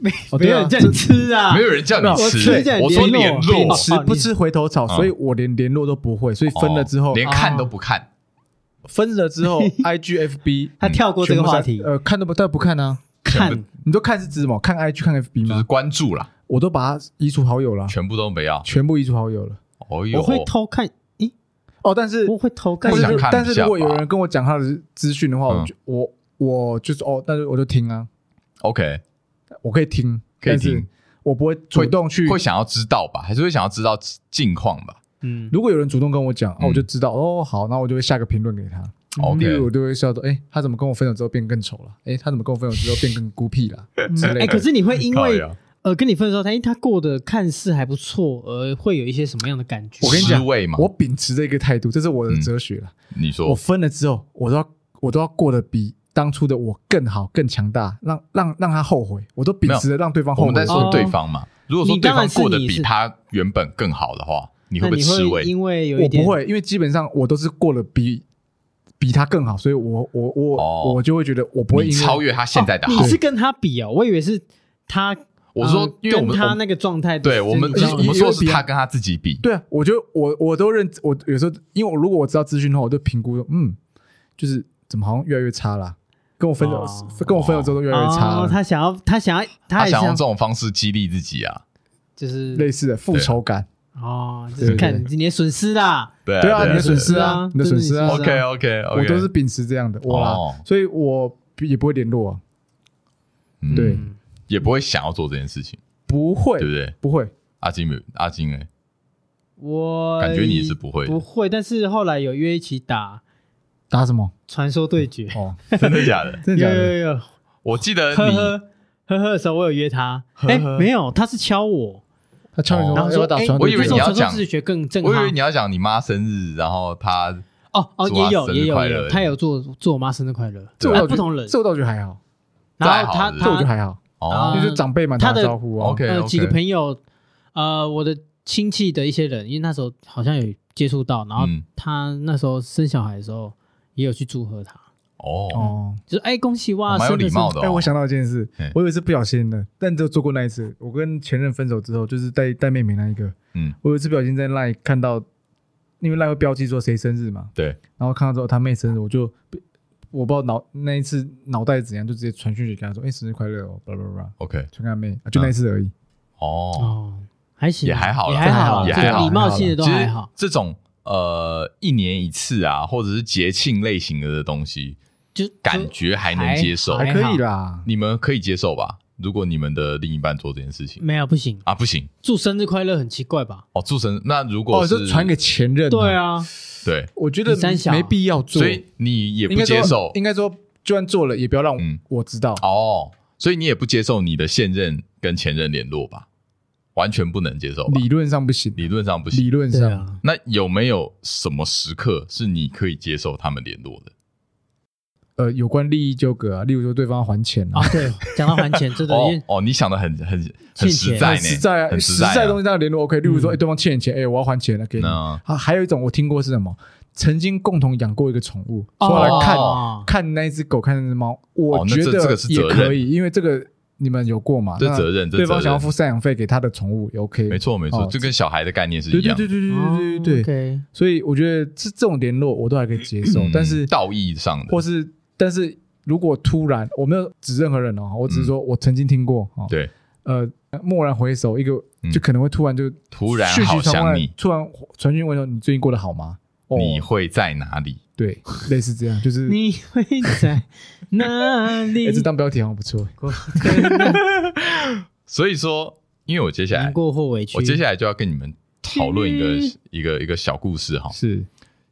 [SPEAKER 3] 没没
[SPEAKER 2] 哦对
[SPEAKER 3] 有
[SPEAKER 2] 啊
[SPEAKER 3] 人叫你吃啊，
[SPEAKER 1] 没有人叫你
[SPEAKER 3] 我
[SPEAKER 1] 吃
[SPEAKER 3] 吃叫，你
[SPEAKER 1] 我说
[SPEAKER 3] 联
[SPEAKER 1] 联
[SPEAKER 3] 络
[SPEAKER 1] 络
[SPEAKER 2] 秉，持不吃回头草，
[SPEAKER 1] 哦
[SPEAKER 2] 所以我连联络都不会，所以分了之后
[SPEAKER 1] 哦，连看
[SPEAKER 3] 哦
[SPEAKER 1] 都不看。
[SPEAKER 2] 分了 之后，IGFB
[SPEAKER 3] 他跳过这个话题，
[SPEAKER 2] 呃，看都不但不看啊，
[SPEAKER 1] 全
[SPEAKER 3] 看
[SPEAKER 2] 你都看是指什么？看 IG 看 FB
[SPEAKER 1] 就是
[SPEAKER 2] 吗？
[SPEAKER 1] 关注啦，
[SPEAKER 2] 我都把它移除好友了，
[SPEAKER 1] 全部都没要。
[SPEAKER 2] 全部移除好友了。
[SPEAKER 1] 哦
[SPEAKER 3] 我
[SPEAKER 1] 哟，
[SPEAKER 3] 会偷看，咦，
[SPEAKER 2] 哦，但是
[SPEAKER 3] 我会偷看
[SPEAKER 2] 但
[SPEAKER 1] 我
[SPEAKER 2] 是
[SPEAKER 1] 想
[SPEAKER 2] 如
[SPEAKER 1] 看一下吧
[SPEAKER 2] 但是如果有人跟我讲他的资讯的话，
[SPEAKER 1] 嗯
[SPEAKER 2] 我就我我就是哦，那就我就听啊，
[SPEAKER 1] OK，
[SPEAKER 2] 我可以听，
[SPEAKER 1] 可以听，
[SPEAKER 2] 我不会主动去
[SPEAKER 1] 会。想要知道吧，还是会想要知道近况吧
[SPEAKER 3] 嗯，
[SPEAKER 2] 如果有人主动跟我讲，哦，
[SPEAKER 1] 嗯
[SPEAKER 2] 我就知道哦，好，那我就会下个评论给他。嗯例如，
[SPEAKER 1] ？OK，
[SPEAKER 2] 我就会笑说，哎，他怎么跟我分手之后变更丑了？哎，他怎么跟我分手之后变更孤僻了？之
[SPEAKER 3] 哎、
[SPEAKER 2] 类的
[SPEAKER 3] 可是你会因
[SPEAKER 1] 靠
[SPEAKER 3] 为
[SPEAKER 1] 呀
[SPEAKER 3] 呃跟你分手，他哎他过得看似还不错，而会有一些什么样的感觉？
[SPEAKER 2] 我跟你讲
[SPEAKER 1] 失位嘛，
[SPEAKER 2] 我秉持这个态度，这是我的
[SPEAKER 1] 嗯
[SPEAKER 2] 哲学了。
[SPEAKER 1] 你
[SPEAKER 2] 我
[SPEAKER 1] 说
[SPEAKER 2] 分了之后，我都要我都要过得比当初的我更好、更强大，让让让他后悔，我都秉持着让对方
[SPEAKER 1] 我
[SPEAKER 2] 后哦
[SPEAKER 1] 们在
[SPEAKER 2] 悔的
[SPEAKER 1] 说
[SPEAKER 2] 态度。
[SPEAKER 1] 对方嘛，如果说
[SPEAKER 3] 你
[SPEAKER 1] 对
[SPEAKER 3] 当
[SPEAKER 1] 方
[SPEAKER 3] 然是
[SPEAKER 1] 过得
[SPEAKER 3] 你
[SPEAKER 1] 比
[SPEAKER 3] 是
[SPEAKER 1] 他原本更好的话，你会不会
[SPEAKER 3] 那你
[SPEAKER 1] 吃
[SPEAKER 3] 会
[SPEAKER 1] 味？
[SPEAKER 3] 因为有一
[SPEAKER 2] 我
[SPEAKER 3] 点
[SPEAKER 2] 不会，因为基本上我都是过得比比他更好，所以我我我、
[SPEAKER 1] 哦
[SPEAKER 2] 我就会觉得我不会
[SPEAKER 1] 你
[SPEAKER 2] 因为
[SPEAKER 1] 超越他现在的好
[SPEAKER 3] 你。是跟他比哦，我以为是他。
[SPEAKER 1] 我说
[SPEAKER 3] 呃
[SPEAKER 1] 因为我们
[SPEAKER 3] 跟他
[SPEAKER 1] 我们
[SPEAKER 3] 那个状态，
[SPEAKER 1] 对我们
[SPEAKER 3] 就是你知道
[SPEAKER 1] 我
[SPEAKER 2] 因
[SPEAKER 1] 们
[SPEAKER 2] 为
[SPEAKER 1] 说是
[SPEAKER 2] 比
[SPEAKER 1] 他
[SPEAKER 2] 他
[SPEAKER 1] 跟他自己比，
[SPEAKER 2] 对啊，我觉得我我都认我有时候，因为我如果我知道资讯的话，我就评估嗯，就是怎么好像越来越差啦。跟我分手、
[SPEAKER 3] 哦
[SPEAKER 2] 跟我分手之后都越来越差了，
[SPEAKER 3] 哦，他想要，他想要，
[SPEAKER 1] 他
[SPEAKER 3] 也
[SPEAKER 1] 想用
[SPEAKER 3] 想
[SPEAKER 1] 这，种方式激励自己啊。
[SPEAKER 3] 就是
[SPEAKER 2] 类似的复仇感。
[SPEAKER 3] 哦，就是
[SPEAKER 2] 对对
[SPEAKER 3] 看
[SPEAKER 2] 对
[SPEAKER 3] 你的损失啦，
[SPEAKER 1] 对
[SPEAKER 2] 对啊，你的损失
[SPEAKER 3] 对
[SPEAKER 2] 啊
[SPEAKER 3] 啊，
[SPEAKER 2] 你的损失啊
[SPEAKER 3] 真
[SPEAKER 1] OK
[SPEAKER 3] 的，
[SPEAKER 1] OK OK，
[SPEAKER 2] 我都是秉持这样的我啦，
[SPEAKER 1] 哦
[SPEAKER 2] 所以我也不会联络啊，对
[SPEAKER 3] 嗯
[SPEAKER 1] 也不会想要做这件事情，
[SPEAKER 2] 不会，
[SPEAKER 1] 对不对？
[SPEAKER 2] 不会，
[SPEAKER 1] 阿金没有阿金哎，
[SPEAKER 3] 我
[SPEAKER 1] 感觉你是不会的
[SPEAKER 3] 不会，但是后来有约一起打
[SPEAKER 2] 打什么？
[SPEAKER 3] 传说对决，
[SPEAKER 2] 哦，
[SPEAKER 1] 真的假的？
[SPEAKER 2] 真的
[SPEAKER 3] 有
[SPEAKER 2] 假
[SPEAKER 3] 有
[SPEAKER 2] 的？
[SPEAKER 3] 有有，
[SPEAKER 1] 我记得
[SPEAKER 3] 呵
[SPEAKER 1] 你
[SPEAKER 3] 呵呵呵的时候，我有约他，哎，没有，他是敲我，
[SPEAKER 2] 他敲你什
[SPEAKER 1] 哦
[SPEAKER 2] 么？
[SPEAKER 3] 然后
[SPEAKER 2] 要不要
[SPEAKER 3] 说，
[SPEAKER 2] 打
[SPEAKER 3] 哎
[SPEAKER 2] 传
[SPEAKER 1] 我
[SPEAKER 2] 对
[SPEAKER 1] 以
[SPEAKER 2] 决？
[SPEAKER 1] 为你要
[SPEAKER 3] 这种传
[SPEAKER 1] 讲
[SPEAKER 3] 说对决更震撼，
[SPEAKER 1] 我以为你要讲你妈生日，然后她
[SPEAKER 3] 哦哦，
[SPEAKER 1] 祝她
[SPEAKER 3] 也有
[SPEAKER 1] 生日
[SPEAKER 3] 也有
[SPEAKER 1] 快
[SPEAKER 3] 也
[SPEAKER 1] 乐哦
[SPEAKER 3] 有，他有做做我妈生日快乐，
[SPEAKER 2] 这我
[SPEAKER 3] 啊
[SPEAKER 2] 倒觉
[SPEAKER 3] 不
[SPEAKER 2] 得
[SPEAKER 3] 同人，
[SPEAKER 2] 这我倒觉得还好，
[SPEAKER 3] 然后
[SPEAKER 1] 还好
[SPEAKER 3] 他
[SPEAKER 1] 是不
[SPEAKER 2] 这我觉得
[SPEAKER 3] 他
[SPEAKER 2] 还好，
[SPEAKER 1] 哦
[SPEAKER 2] 因
[SPEAKER 3] 啊
[SPEAKER 2] 为就长辈嘛，
[SPEAKER 3] 他
[SPEAKER 2] 打
[SPEAKER 3] 的
[SPEAKER 2] 招呼啊。
[SPEAKER 1] OK
[SPEAKER 3] 呃
[SPEAKER 1] OK
[SPEAKER 3] 几个朋友，呃我的亲戚的一些人，因为那时候好像有接触到，然后
[SPEAKER 1] 嗯
[SPEAKER 3] 他那时候生小孩的时候也有去祝贺他，
[SPEAKER 1] 哦，
[SPEAKER 2] 哦，
[SPEAKER 3] 就是哎恭喜哇，
[SPEAKER 1] 哦蛮有
[SPEAKER 3] 生
[SPEAKER 1] 礼
[SPEAKER 3] 的
[SPEAKER 1] 貌的
[SPEAKER 2] 哎，
[SPEAKER 1] 哦
[SPEAKER 2] 我想到一件事
[SPEAKER 1] 嗯，
[SPEAKER 2] 我以为是不小心的，但就做过那一次。我跟前任分手之后，就是带带妹妹那一个，
[SPEAKER 1] 嗯，
[SPEAKER 2] 我有一次不小心在 line 看到，因为 line 会标记说谁生日嘛，
[SPEAKER 1] 对，
[SPEAKER 2] 然后看到之后他妹生日，我就我不知道脑那一次脑袋怎样，就直接传讯息给她说，哎，生日快乐哦，巴拉巴拉巴拉，
[SPEAKER 1] OK，
[SPEAKER 2] 传给她妹，啊就那一次而已。
[SPEAKER 1] 哦，
[SPEAKER 3] 哦，还行，
[SPEAKER 1] 也还好啦
[SPEAKER 3] 也还好，
[SPEAKER 1] 也
[SPEAKER 3] 就
[SPEAKER 1] 还好
[SPEAKER 3] 礼貌性的都
[SPEAKER 1] 其实
[SPEAKER 3] 还好。
[SPEAKER 1] 这种呃一年一次啊，或者是节庆类型的东西，
[SPEAKER 3] 就
[SPEAKER 1] 感觉还能
[SPEAKER 3] 还
[SPEAKER 1] 接受，
[SPEAKER 3] 还
[SPEAKER 2] 还可以啦，
[SPEAKER 1] 你们可以接受吧？如果你们的另一半做这件事
[SPEAKER 3] 就
[SPEAKER 1] 情
[SPEAKER 3] 没有不行，
[SPEAKER 1] 啊，不行
[SPEAKER 3] 祝生日快乐很奇怪吧？
[SPEAKER 1] 哦，祝生那如果
[SPEAKER 2] 哦，
[SPEAKER 1] 是、
[SPEAKER 2] 就传给前任，
[SPEAKER 3] 对，啊，
[SPEAKER 1] 对，
[SPEAKER 2] 我觉得
[SPEAKER 3] 第三小
[SPEAKER 2] 没必要做，
[SPEAKER 1] 所以你也
[SPEAKER 2] 应
[SPEAKER 1] 不
[SPEAKER 2] 该说
[SPEAKER 1] 接受
[SPEAKER 2] 应该说就算做了，也不要让
[SPEAKER 1] 嗯
[SPEAKER 2] 我知道，
[SPEAKER 1] 哦，所以你也不接受你的现任跟前任联络吧？完全不能接受吧？
[SPEAKER 2] 理论上不行，
[SPEAKER 1] 理论上不行。
[SPEAKER 2] 理论
[SPEAKER 3] 对
[SPEAKER 2] 上
[SPEAKER 3] 啊，
[SPEAKER 1] 那有没有什么时刻是你可以接受他们联络的？
[SPEAKER 2] 呃有关利益纠葛啊，例如说对方要还钱啊
[SPEAKER 3] 啊，对，讲到还钱，真的，因
[SPEAKER 1] 哦
[SPEAKER 3] 为
[SPEAKER 1] 哦，你想的很很很
[SPEAKER 3] 欠钱
[SPEAKER 1] 实在呢，
[SPEAKER 2] 很实在啊，
[SPEAKER 1] 很
[SPEAKER 2] 实
[SPEAKER 1] 实在啊、
[SPEAKER 2] 的东西当然联络 OK，例如说
[SPEAKER 3] 嗯
[SPEAKER 2] 哎对方欠你钱，哎我要还钱了给你。
[SPEAKER 1] 那
[SPEAKER 2] 啊，还有一种我听过是什么？曾经共同养过一个宠物，说来看
[SPEAKER 3] 哦
[SPEAKER 2] 看那只狗，看那只猫，
[SPEAKER 1] 哦
[SPEAKER 2] 我
[SPEAKER 1] 那
[SPEAKER 2] 觉
[SPEAKER 1] 这这
[SPEAKER 2] 得
[SPEAKER 1] 个是
[SPEAKER 2] 也
[SPEAKER 1] 责任
[SPEAKER 2] 可以，因为这个你们有过嘛？
[SPEAKER 1] 这
[SPEAKER 2] 那
[SPEAKER 1] 责任这
[SPEAKER 2] 对方
[SPEAKER 1] 责
[SPEAKER 2] 想要
[SPEAKER 1] 任
[SPEAKER 2] 付赡养费给他的宠物也，OK，
[SPEAKER 1] 没错没错
[SPEAKER 2] 哦，
[SPEAKER 1] 就跟小孩的概念是
[SPEAKER 2] 对
[SPEAKER 1] 一
[SPEAKER 2] 对
[SPEAKER 1] 样，
[SPEAKER 2] 对对对对对对，
[SPEAKER 3] 对，
[SPEAKER 2] 所以我觉得这这种联络我都还可以接受
[SPEAKER 1] 嗯，
[SPEAKER 2] 但是
[SPEAKER 1] 道义上的
[SPEAKER 2] 或是但是如果突然我没有指任何人哦，我只是说我曾经听过哦，
[SPEAKER 1] 对，
[SPEAKER 2] 呃，蓦然回首，一个
[SPEAKER 1] 嗯
[SPEAKER 2] 就可能会突然就
[SPEAKER 1] 突然
[SPEAKER 2] 讯息
[SPEAKER 1] 好
[SPEAKER 2] 传过
[SPEAKER 1] 想
[SPEAKER 2] 来
[SPEAKER 1] 你，
[SPEAKER 2] 突然传讯问说你最近过得好吗？哦，
[SPEAKER 1] 你会在哪里？
[SPEAKER 2] 对，类似这样，就是
[SPEAKER 3] 你会在哪里
[SPEAKER 2] 哎，？这当标题好像不错，
[SPEAKER 3] 过
[SPEAKER 1] 所以说，因为我接下
[SPEAKER 3] 难
[SPEAKER 1] 来
[SPEAKER 3] 过或委屈？
[SPEAKER 1] 我接下来就要跟你们讨论一个一个一个小故事哈，
[SPEAKER 2] 是，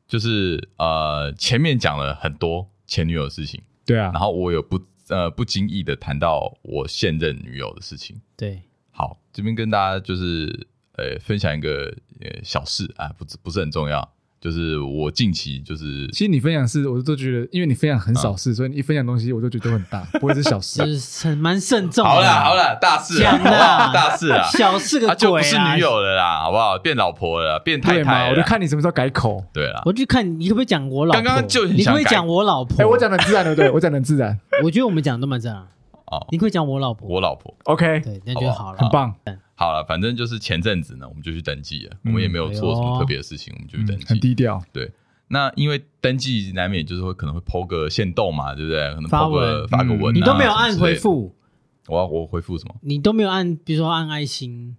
[SPEAKER 1] 就是呃前面讲了很多前女友的事情，
[SPEAKER 2] 对啊
[SPEAKER 1] 然，后我有不呃不经意的谈到我现任女友的事情。
[SPEAKER 3] 对，
[SPEAKER 1] 好，这边跟大家就是呃分享一个呃小事啊，不是不是很重要，就是我近期就是
[SPEAKER 2] 其实你分享事，我都觉得，因为你分享很少事，所以你一分享东西，我就觉得都很 大，不会是小事啊
[SPEAKER 3] 就。是很蛮慎重的。
[SPEAKER 1] 好啦好啦，大事啦，
[SPEAKER 3] 啊讲
[SPEAKER 1] 好不
[SPEAKER 3] 啦
[SPEAKER 1] 好？大事啊啦，
[SPEAKER 3] 小事个
[SPEAKER 1] 她
[SPEAKER 3] 鬼啊
[SPEAKER 1] 就不是
[SPEAKER 3] 啦
[SPEAKER 1] 女。友了啦，好不好？变老婆了啦，变太
[SPEAKER 2] 对嘛？
[SPEAKER 1] 太
[SPEAKER 2] 我
[SPEAKER 1] 了
[SPEAKER 2] 就
[SPEAKER 1] 啦。
[SPEAKER 2] 看你什么时候改口。
[SPEAKER 1] 对啦，
[SPEAKER 3] 我就看你可不可以讲我老婆，
[SPEAKER 1] 刚刚就很
[SPEAKER 3] 你可
[SPEAKER 1] 想
[SPEAKER 3] 不可以
[SPEAKER 1] 改
[SPEAKER 3] 讲我老婆？
[SPEAKER 2] 哎，我，讲的自然，对不 对？我讲的自然
[SPEAKER 3] 我觉得我们讲得都蛮正常。
[SPEAKER 1] 哦
[SPEAKER 3] 你可不可以讲我老婆，
[SPEAKER 1] 我老婆。
[SPEAKER 2] ，OK，
[SPEAKER 3] 对，那就好了。
[SPEAKER 2] 很棒，
[SPEAKER 1] 好了，反正就是前阵子呢，我们就去登记了，我
[SPEAKER 2] 嗯
[SPEAKER 1] 们也没有做什
[SPEAKER 3] 哎
[SPEAKER 1] 么
[SPEAKER 3] 呦
[SPEAKER 1] 特别的事情，我们就去登
[SPEAKER 2] 嗯很
[SPEAKER 1] 记。
[SPEAKER 2] 低调。
[SPEAKER 1] 那因为登记难免就是会可能会抛个限动嘛，对不对？可能
[SPEAKER 3] 发
[SPEAKER 1] 抛个
[SPEAKER 3] 文嗯
[SPEAKER 1] 发个文啊，
[SPEAKER 3] 你都没有按
[SPEAKER 1] 什么之类
[SPEAKER 3] 回
[SPEAKER 1] 的。
[SPEAKER 3] 复，
[SPEAKER 1] 我要我回复什么？
[SPEAKER 3] 你都没有按，比如说按爱心，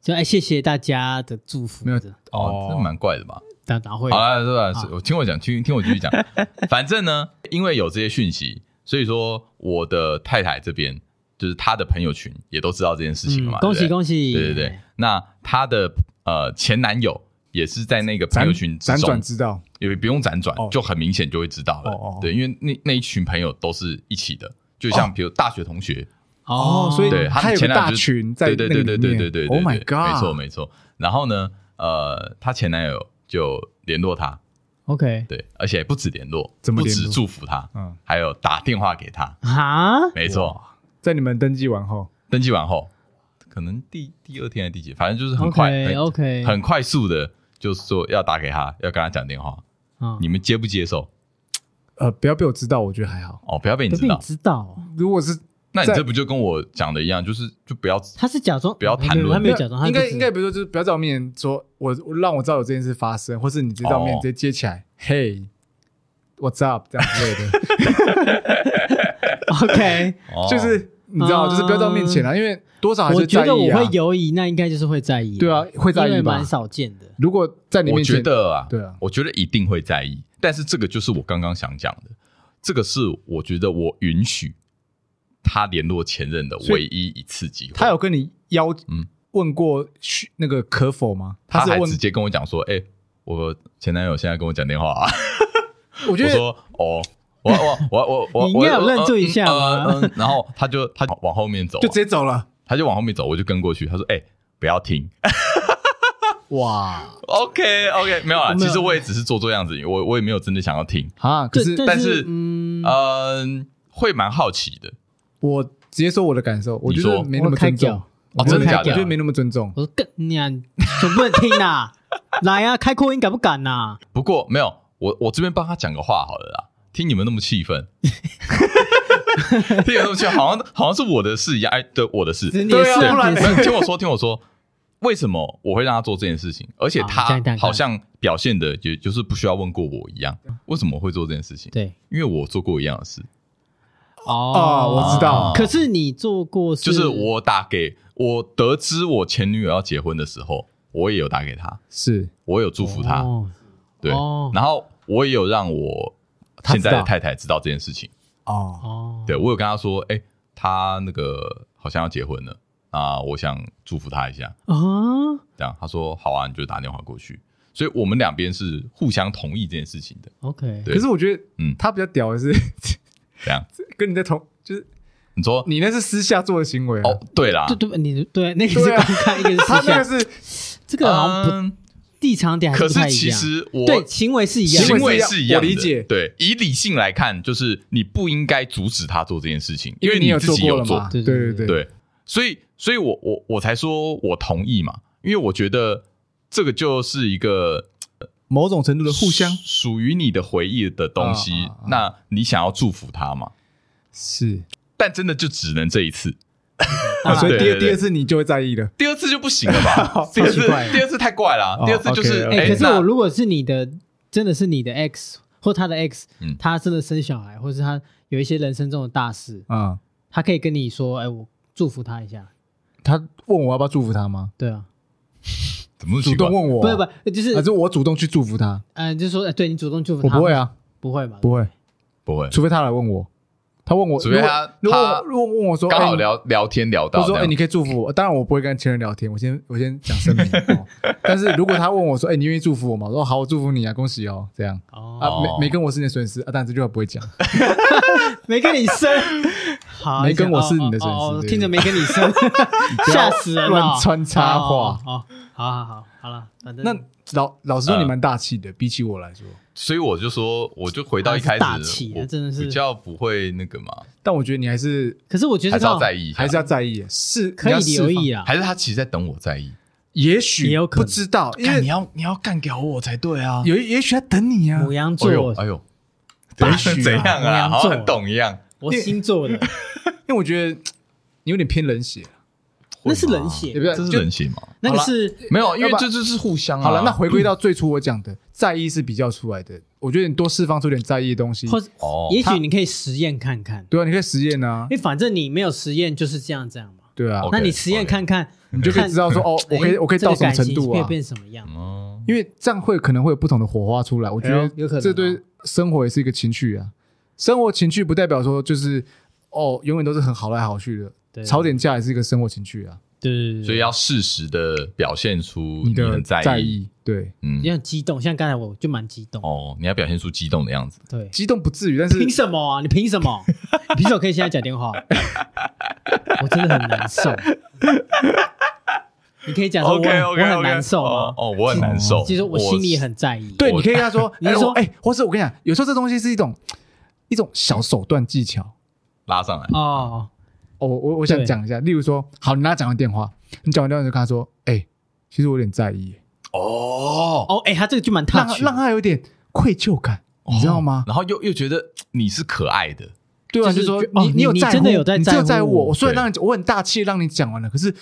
[SPEAKER 3] 就哎谢谢大家的祝福，
[SPEAKER 2] 没有
[SPEAKER 3] 这样
[SPEAKER 1] 哦
[SPEAKER 2] 哦，
[SPEAKER 1] 这蛮怪的吧？
[SPEAKER 3] 哪哪会啊
[SPEAKER 1] 好？了，是吧？
[SPEAKER 3] 好
[SPEAKER 1] 是我听我讲，听听我继续讲。 反正呢，因为有这些讯息，所以说我的太太这边就是她的朋友群也都知道这件事情了嘛。
[SPEAKER 3] 嗯恭喜
[SPEAKER 1] 对不
[SPEAKER 3] 恭喜！
[SPEAKER 1] 对对对对，，那她的呃前男友也是在那个朋
[SPEAKER 2] 辗
[SPEAKER 1] 友群之
[SPEAKER 2] 辗
[SPEAKER 1] 中
[SPEAKER 2] 转，知道，
[SPEAKER 1] 也不用辗转
[SPEAKER 2] 哦，
[SPEAKER 1] 就很明显就会知道
[SPEAKER 2] 哦哦
[SPEAKER 1] 了
[SPEAKER 2] 哦。
[SPEAKER 1] 对，因为那那一群朋友都是一起的，就像比如大学同学，
[SPEAKER 2] 哦所以
[SPEAKER 1] 对，
[SPEAKER 2] 他有
[SPEAKER 1] 前
[SPEAKER 2] 个
[SPEAKER 1] 男友
[SPEAKER 2] 大
[SPEAKER 1] 就是
[SPEAKER 2] 群在
[SPEAKER 1] 对对
[SPEAKER 2] 那
[SPEAKER 1] 对
[SPEAKER 2] 个
[SPEAKER 1] 对
[SPEAKER 2] 里
[SPEAKER 1] 对
[SPEAKER 2] 面
[SPEAKER 1] 对对
[SPEAKER 2] Oh my
[SPEAKER 1] 对对没错
[SPEAKER 2] God
[SPEAKER 1] 没错。然后呢，呃，她前男友就联络她，
[SPEAKER 3] OK
[SPEAKER 1] 对，而且不止联络，
[SPEAKER 2] 怎么
[SPEAKER 1] 不
[SPEAKER 2] 联
[SPEAKER 1] 止
[SPEAKER 2] 络
[SPEAKER 1] 祝福她，
[SPEAKER 2] 嗯，
[SPEAKER 1] 还有打电话给她。
[SPEAKER 3] 哈，
[SPEAKER 1] 没错，
[SPEAKER 2] 在你们登记完后，
[SPEAKER 1] 登记完后，可能第第二天还是第几，反正就是很快
[SPEAKER 3] OK
[SPEAKER 1] 很
[SPEAKER 3] OK，
[SPEAKER 1] 很快速的，就是说要打给她，要跟她讲电话。
[SPEAKER 3] 啊
[SPEAKER 1] 你们接不接受？
[SPEAKER 2] 呃，不要被我知道，我觉得还好。
[SPEAKER 1] 哦，不要被你
[SPEAKER 3] 都
[SPEAKER 1] 知
[SPEAKER 3] 被你
[SPEAKER 1] 道。
[SPEAKER 3] 知道，
[SPEAKER 2] 如果是
[SPEAKER 1] 那你
[SPEAKER 2] 在
[SPEAKER 1] 这不就跟我讲的一样，就是就不要
[SPEAKER 3] 他是假装
[SPEAKER 1] 不要谈论
[SPEAKER 3] 没有他没有假装，他
[SPEAKER 2] 应该
[SPEAKER 3] 就
[SPEAKER 2] 应该比如说就是不要在我面前说，我我让我知道有这件事发生，或是你直接在我面前
[SPEAKER 1] 哦
[SPEAKER 2] 直接接起来，Hey，what's up 这样之类 的，
[SPEAKER 3] 是 OK。
[SPEAKER 1] 哦
[SPEAKER 2] 就是你知道，
[SPEAKER 3] 嗯
[SPEAKER 2] 就是不要在我面前 啊，因为多少还
[SPEAKER 3] 我
[SPEAKER 2] 是
[SPEAKER 3] 觉
[SPEAKER 2] 在
[SPEAKER 3] 得我
[SPEAKER 2] 意啊
[SPEAKER 3] 会。犹疑，那应该就是会在意，
[SPEAKER 2] 对啊，，会在
[SPEAKER 3] 因
[SPEAKER 2] 意
[SPEAKER 3] 为
[SPEAKER 2] 吧
[SPEAKER 3] 蛮？少见的。
[SPEAKER 2] 如果在你
[SPEAKER 1] 我
[SPEAKER 2] 面前，
[SPEAKER 1] 觉得啊，
[SPEAKER 2] 对啊
[SPEAKER 1] 我觉得一定会在意，但是这个就是我刚刚想讲的，这个是我觉得我允许他联络前任的
[SPEAKER 2] 所
[SPEAKER 1] 唯
[SPEAKER 2] 以
[SPEAKER 1] 一一次机会。
[SPEAKER 2] 他有跟你邀
[SPEAKER 1] 嗯
[SPEAKER 2] 问过去那个可否吗？
[SPEAKER 1] 他
[SPEAKER 2] 是
[SPEAKER 1] 还
[SPEAKER 2] 问
[SPEAKER 1] 直，接跟我讲说：“哎、我前男友现在跟我讲电话、 啊。
[SPEAKER 2] 我”觉
[SPEAKER 1] 我
[SPEAKER 2] 得
[SPEAKER 1] 说：“哦，我我我我我，
[SPEAKER 3] 你应该有
[SPEAKER 1] 我
[SPEAKER 3] 认罪一下
[SPEAKER 1] 呃
[SPEAKER 3] 吧
[SPEAKER 1] 嗯嗯然后他就他往后面走啊、
[SPEAKER 2] 就直接走了。
[SPEAKER 1] 他就往后面走，我就跟过去。他说：“哎、不要听。
[SPEAKER 2] 哇
[SPEAKER 1] OK OK，没有啦，
[SPEAKER 3] 我没
[SPEAKER 1] 其
[SPEAKER 3] 有
[SPEAKER 1] 实我也只是做做样子，我我也没有真的想要听。
[SPEAKER 2] 啊！可
[SPEAKER 3] 对
[SPEAKER 2] 是
[SPEAKER 1] 但是
[SPEAKER 3] 是嗯，
[SPEAKER 1] 嗯，会蛮好奇的。
[SPEAKER 2] 我直接说我的感受，我觉
[SPEAKER 1] 你说
[SPEAKER 2] 得没那么尊重。
[SPEAKER 1] 哦，
[SPEAKER 3] 我
[SPEAKER 1] 真的
[SPEAKER 3] 开
[SPEAKER 1] 假
[SPEAKER 2] 我觉
[SPEAKER 1] 的
[SPEAKER 3] 掉
[SPEAKER 2] 得？没那么尊重。
[SPEAKER 3] 我说更你啊，总不能听 呐，来啊，开扩音敢不敢啊呐？
[SPEAKER 1] 不过没有，我我这边帮他讲个话好了啦。听你们那么气愤， 听你们那么气，好像好像是我的事一样。哎，对，我的事。
[SPEAKER 3] 你
[SPEAKER 2] 对啊
[SPEAKER 3] 是
[SPEAKER 2] 不然
[SPEAKER 3] 你
[SPEAKER 2] 呢
[SPEAKER 3] 是
[SPEAKER 1] 没有听我说，听我说，为什么我会让他做这件事情？而且
[SPEAKER 3] 好这
[SPEAKER 1] 他
[SPEAKER 3] 样这样
[SPEAKER 1] 好像表现的也就是不需要问过我一样。为什么会做这件事情？
[SPEAKER 3] 对
[SPEAKER 1] 因为我做过一样的事，
[SPEAKER 2] 哦，我知道
[SPEAKER 1] 哦，
[SPEAKER 3] 可是你做过
[SPEAKER 1] 就是我打给我得知我前女友要结婚的时候，我也有打给她，
[SPEAKER 2] 是
[SPEAKER 1] 我有祝福她，
[SPEAKER 3] 哦
[SPEAKER 1] 对，
[SPEAKER 3] 哦
[SPEAKER 1] 然后我也有让我
[SPEAKER 2] 她
[SPEAKER 1] 现在
[SPEAKER 2] 知
[SPEAKER 1] 的
[SPEAKER 2] 道
[SPEAKER 1] 太太知道这件事情。
[SPEAKER 2] 哦，
[SPEAKER 3] 哦，
[SPEAKER 1] 对我有跟他说，哎、他那个好像要结婚了啊，我想祝福他一下。
[SPEAKER 3] 啊
[SPEAKER 1] 这样他说好啊，你就打电话过去。所以我们两边是互相同意这件事情的。
[SPEAKER 3] ，OK，
[SPEAKER 1] 对
[SPEAKER 2] 可是我觉得，
[SPEAKER 1] 嗯
[SPEAKER 2] 嗯，他比较屌的是
[SPEAKER 1] 这样
[SPEAKER 2] 跟你在同，就是
[SPEAKER 1] 你说
[SPEAKER 2] 你那是私下做的行为啊
[SPEAKER 1] 哦，对啦，
[SPEAKER 3] 对对，你对那个是
[SPEAKER 2] 对啊
[SPEAKER 3] 公开，一个是
[SPEAKER 2] 他
[SPEAKER 3] 私
[SPEAKER 2] 那
[SPEAKER 3] 下
[SPEAKER 2] 个，是
[SPEAKER 3] 这个好像不
[SPEAKER 1] 嗯
[SPEAKER 3] 立场点还
[SPEAKER 1] 可
[SPEAKER 3] 不太
[SPEAKER 1] 是
[SPEAKER 3] 一
[SPEAKER 1] 其
[SPEAKER 3] 样。
[SPEAKER 1] 实我
[SPEAKER 3] 对行为是一样的，
[SPEAKER 1] 行
[SPEAKER 2] 行为
[SPEAKER 1] 为
[SPEAKER 2] 是
[SPEAKER 1] 是一
[SPEAKER 2] 一
[SPEAKER 1] 样
[SPEAKER 2] 样
[SPEAKER 1] 的，
[SPEAKER 2] 我理解
[SPEAKER 1] 对，以理性来看，就是你不应该阻止他做这件事情，因为
[SPEAKER 2] 你有
[SPEAKER 1] 自己
[SPEAKER 2] 过
[SPEAKER 1] 有
[SPEAKER 2] 了
[SPEAKER 1] 做
[SPEAKER 2] 嘛？，
[SPEAKER 3] 对
[SPEAKER 2] 对
[SPEAKER 3] 对
[SPEAKER 2] 对对，
[SPEAKER 1] 对，所以，所以我我我才说我同意嘛，因为我觉得这个就是一个
[SPEAKER 2] 某种程度的互相
[SPEAKER 1] 属于你的回忆的东西，
[SPEAKER 2] 啊啊啊
[SPEAKER 1] 那你想要祝福他嘛？
[SPEAKER 2] 是
[SPEAKER 1] 但真的就只能这一次，
[SPEAKER 3] 哎
[SPEAKER 2] 啊所以
[SPEAKER 1] 对
[SPEAKER 2] 第二
[SPEAKER 1] 对对
[SPEAKER 2] 第二次你就会在意了。
[SPEAKER 1] 第二次就不行了 吧？第
[SPEAKER 2] 奇
[SPEAKER 1] 二次
[SPEAKER 2] 怪
[SPEAKER 1] 第二次太怪了啊、
[SPEAKER 2] 哦
[SPEAKER 1] 第二次就是
[SPEAKER 2] ，OK，OK
[SPEAKER 1] 哎、
[SPEAKER 3] 哎，可是
[SPEAKER 1] 那
[SPEAKER 3] 我如果是你的，真的是你的 X 或他的 X，
[SPEAKER 1] 嗯
[SPEAKER 3] 他真的生小孩，或是他有一些人生中的大事，
[SPEAKER 2] 啊、
[SPEAKER 3] 他可以跟你说，哎，我祝福他一下，
[SPEAKER 2] 他问我要不要祝福他吗？
[SPEAKER 3] 对啊，
[SPEAKER 1] 怎么那么
[SPEAKER 2] 主
[SPEAKER 1] 奇怪
[SPEAKER 2] 动问我，
[SPEAKER 3] 不是不是，就是
[SPEAKER 2] 还是我主动去祝福他？
[SPEAKER 3] 嗯、就是说，哎，对你主动祝福
[SPEAKER 2] 啊我
[SPEAKER 3] 他，
[SPEAKER 2] 不会，啊，
[SPEAKER 3] 不会吧？
[SPEAKER 2] 不会，
[SPEAKER 1] 不会，
[SPEAKER 2] 除非他来问我，他问我，
[SPEAKER 1] 除非他
[SPEAKER 2] 如果
[SPEAKER 1] 他
[SPEAKER 2] 如果如果问我说
[SPEAKER 1] 刚好，
[SPEAKER 2] 哎
[SPEAKER 1] 聊、聊天聊到
[SPEAKER 2] 我说
[SPEAKER 1] 这
[SPEAKER 2] 哎、
[SPEAKER 1] 样
[SPEAKER 2] 你可以祝福我，当然我不会跟前任聊天，我先我先讲声 明、哦。但是如果他问我说，哎、你愿意祝福我吗？我说好，我祝福你啊，恭喜哦，这样啊
[SPEAKER 3] 哦，，嗯
[SPEAKER 1] 哦
[SPEAKER 2] 没没跟我是你的损失啊，当然这句话不会讲。
[SPEAKER 3] 没跟你 生，好，
[SPEAKER 2] 没跟我是你的
[SPEAKER 3] 哦哦
[SPEAKER 2] 损失
[SPEAKER 3] 哦
[SPEAKER 2] 对
[SPEAKER 3] 听着没跟你 生，
[SPEAKER 2] 不
[SPEAKER 3] 吓
[SPEAKER 2] 要
[SPEAKER 3] 死人了，
[SPEAKER 2] 乱穿插话
[SPEAKER 3] 哦，哦，哦好好好，好了，反正
[SPEAKER 2] 那老老实说，
[SPEAKER 1] 呃
[SPEAKER 2] 你蛮大气的，比起我来说，
[SPEAKER 1] 所以我就说，我就回到一开始，
[SPEAKER 3] 还是大气啊
[SPEAKER 1] 我
[SPEAKER 3] 真的是
[SPEAKER 1] 比较不会那个嘛，
[SPEAKER 2] 但我觉得你还是
[SPEAKER 3] 可是我觉得
[SPEAKER 1] 还
[SPEAKER 3] 这
[SPEAKER 1] 是
[SPEAKER 3] 个
[SPEAKER 1] 要在意一下，
[SPEAKER 2] 还是要在意，是
[SPEAKER 3] 可以留意
[SPEAKER 2] 啊，
[SPEAKER 3] 啊，
[SPEAKER 1] 还是他其实在等我在意，
[SPEAKER 2] 也许
[SPEAKER 3] 也有可
[SPEAKER 2] 不
[SPEAKER 3] 能
[SPEAKER 2] 知道，因
[SPEAKER 1] 干
[SPEAKER 2] 为
[SPEAKER 1] 你要你要干掉我才对啊！
[SPEAKER 2] 有也许他等你啊
[SPEAKER 3] 母，羊
[SPEAKER 1] 哎呦
[SPEAKER 3] 座，
[SPEAKER 1] 哎呦，
[SPEAKER 2] 大
[SPEAKER 1] 对
[SPEAKER 2] 许啊
[SPEAKER 1] 怎样
[SPEAKER 3] 母
[SPEAKER 1] 啊？
[SPEAKER 3] 羊
[SPEAKER 1] 好
[SPEAKER 3] 座
[SPEAKER 1] 像很懂一样，
[SPEAKER 3] 我星座的，
[SPEAKER 2] 因为我觉得嗯你有点偏冷血，
[SPEAKER 3] 那是冷
[SPEAKER 1] 会
[SPEAKER 3] 血
[SPEAKER 2] 对不，对？
[SPEAKER 1] 吗，这是
[SPEAKER 2] 就
[SPEAKER 1] 冷血吗？
[SPEAKER 3] 那个
[SPEAKER 2] 好啦
[SPEAKER 3] 是
[SPEAKER 1] 没有，因为
[SPEAKER 2] 要不
[SPEAKER 1] 这就是互相啊
[SPEAKER 2] 好了，那回归到最初我讲的，在意是比较出来的。我觉得你多释放出点在意的东西，
[SPEAKER 3] 或是
[SPEAKER 1] 哦，
[SPEAKER 3] 也许你可以实验看看，
[SPEAKER 2] 嗯对啊，你可以实验啊
[SPEAKER 3] 因，为反正你没有实验就是这样这样嘛，
[SPEAKER 2] 对啊，
[SPEAKER 1] OK，
[SPEAKER 3] 那你实验看看，
[SPEAKER 2] 你就可以知道说，哦，我可以
[SPEAKER 3] 哎
[SPEAKER 2] 我可以到
[SPEAKER 3] 这
[SPEAKER 2] 什
[SPEAKER 3] 个
[SPEAKER 2] 么
[SPEAKER 3] 感
[SPEAKER 2] 程
[SPEAKER 3] 情
[SPEAKER 2] 度
[SPEAKER 3] 可以
[SPEAKER 2] 啊？
[SPEAKER 3] 变什么样？
[SPEAKER 1] 嗯，
[SPEAKER 2] 因为这样会可能会有不同的火花出来。我觉
[SPEAKER 3] 哎呦有可能
[SPEAKER 2] 得
[SPEAKER 3] 哦
[SPEAKER 2] 这对生活也是一个情趣啊。生活情趣不代表说就是哦，永远都是很好来好去的，
[SPEAKER 3] 对，
[SPEAKER 2] 吵点架也是一个生活情趣啊。
[SPEAKER 3] 对，对对对，
[SPEAKER 1] 所以要适时的表现出
[SPEAKER 2] 你的
[SPEAKER 1] 很
[SPEAKER 2] 在
[SPEAKER 1] 意，
[SPEAKER 2] 意，对，
[SPEAKER 1] 嗯
[SPEAKER 3] 你，很激动，像刚才我就蛮激动，
[SPEAKER 1] 哦，你要表现出激动的样子，
[SPEAKER 3] 对，
[SPEAKER 2] 激动不至于，但是
[SPEAKER 3] 凭什么啊？你凭什 么？你凭什么可以现在讲电话？我真的很难受。你可以讲说我
[SPEAKER 1] OK，
[SPEAKER 3] 很
[SPEAKER 1] OK，OK
[SPEAKER 3] 我很难受
[SPEAKER 1] 哦
[SPEAKER 3] 吗？
[SPEAKER 1] 哦，我很难受，
[SPEAKER 3] 其实我心里
[SPEAKER 1] 是
[SPEAKER 3] 很在意。
[SPEAKER 2] 对，
[SPEAKER 1] 我
[SPEAKER 2] 你可以跟 他说，
[SPEAKER 3] 你
[SPEAKER 2] 哎
[SPEAKER 3] 是
[SPEAKER 2] 我
[SPEAKER 3] 说
[SPEAKER 2] 哎，或是我跟你讲，有时候这东西是一种一种小手段技巧。
[SPEAKER 1] 拉上来，
[SPEAKER 3] 哦，
[SPEAKER 2] 哦，我我我想
[SPEAKER 3] 对
[SPEAKER 2] 讲一下，例如说，好，你跟他讲完电话，你讲完电话就跟他说，哎、其实我有点在意耶，
[SPEAKER 1] 哦，
[SPEAKER 3] 哦，哎，他这个就蛮
[SPEAKER 2] 让他
[SPEAKER 3] touch，的
[SPEAKER 2] 让他有点愧疚感，你知道吗？
[SPEAKER 1] 哦然后又又觉得你是可爱的，
[SPEAKER 2] 对啊，
[SPEAKER 3] 哦就是
[SPEAKER 2] 就说
[SPEAKER 3] 觉得哦
[SPEAKER 2] 你
[SPEAKER 3] 你
[SPEAKER 2] 有
[SPEAKER 3] 你
[SPEAKER 2] 在乎，
[SPEAKER 3] 真的有在
[SPEAKER 2] 你
[SPEAKER 3] 在
[SPEAKER 2] 就
[SPEAKER 3] 乎
[SPEAKER 2] 在乎我，
[SPEAKER 3] 我
[SPEAKER 2] 我虽然
[SPEAKER 1] 对
[SPEAKER 2] 让你我很大气让你讲完了，可是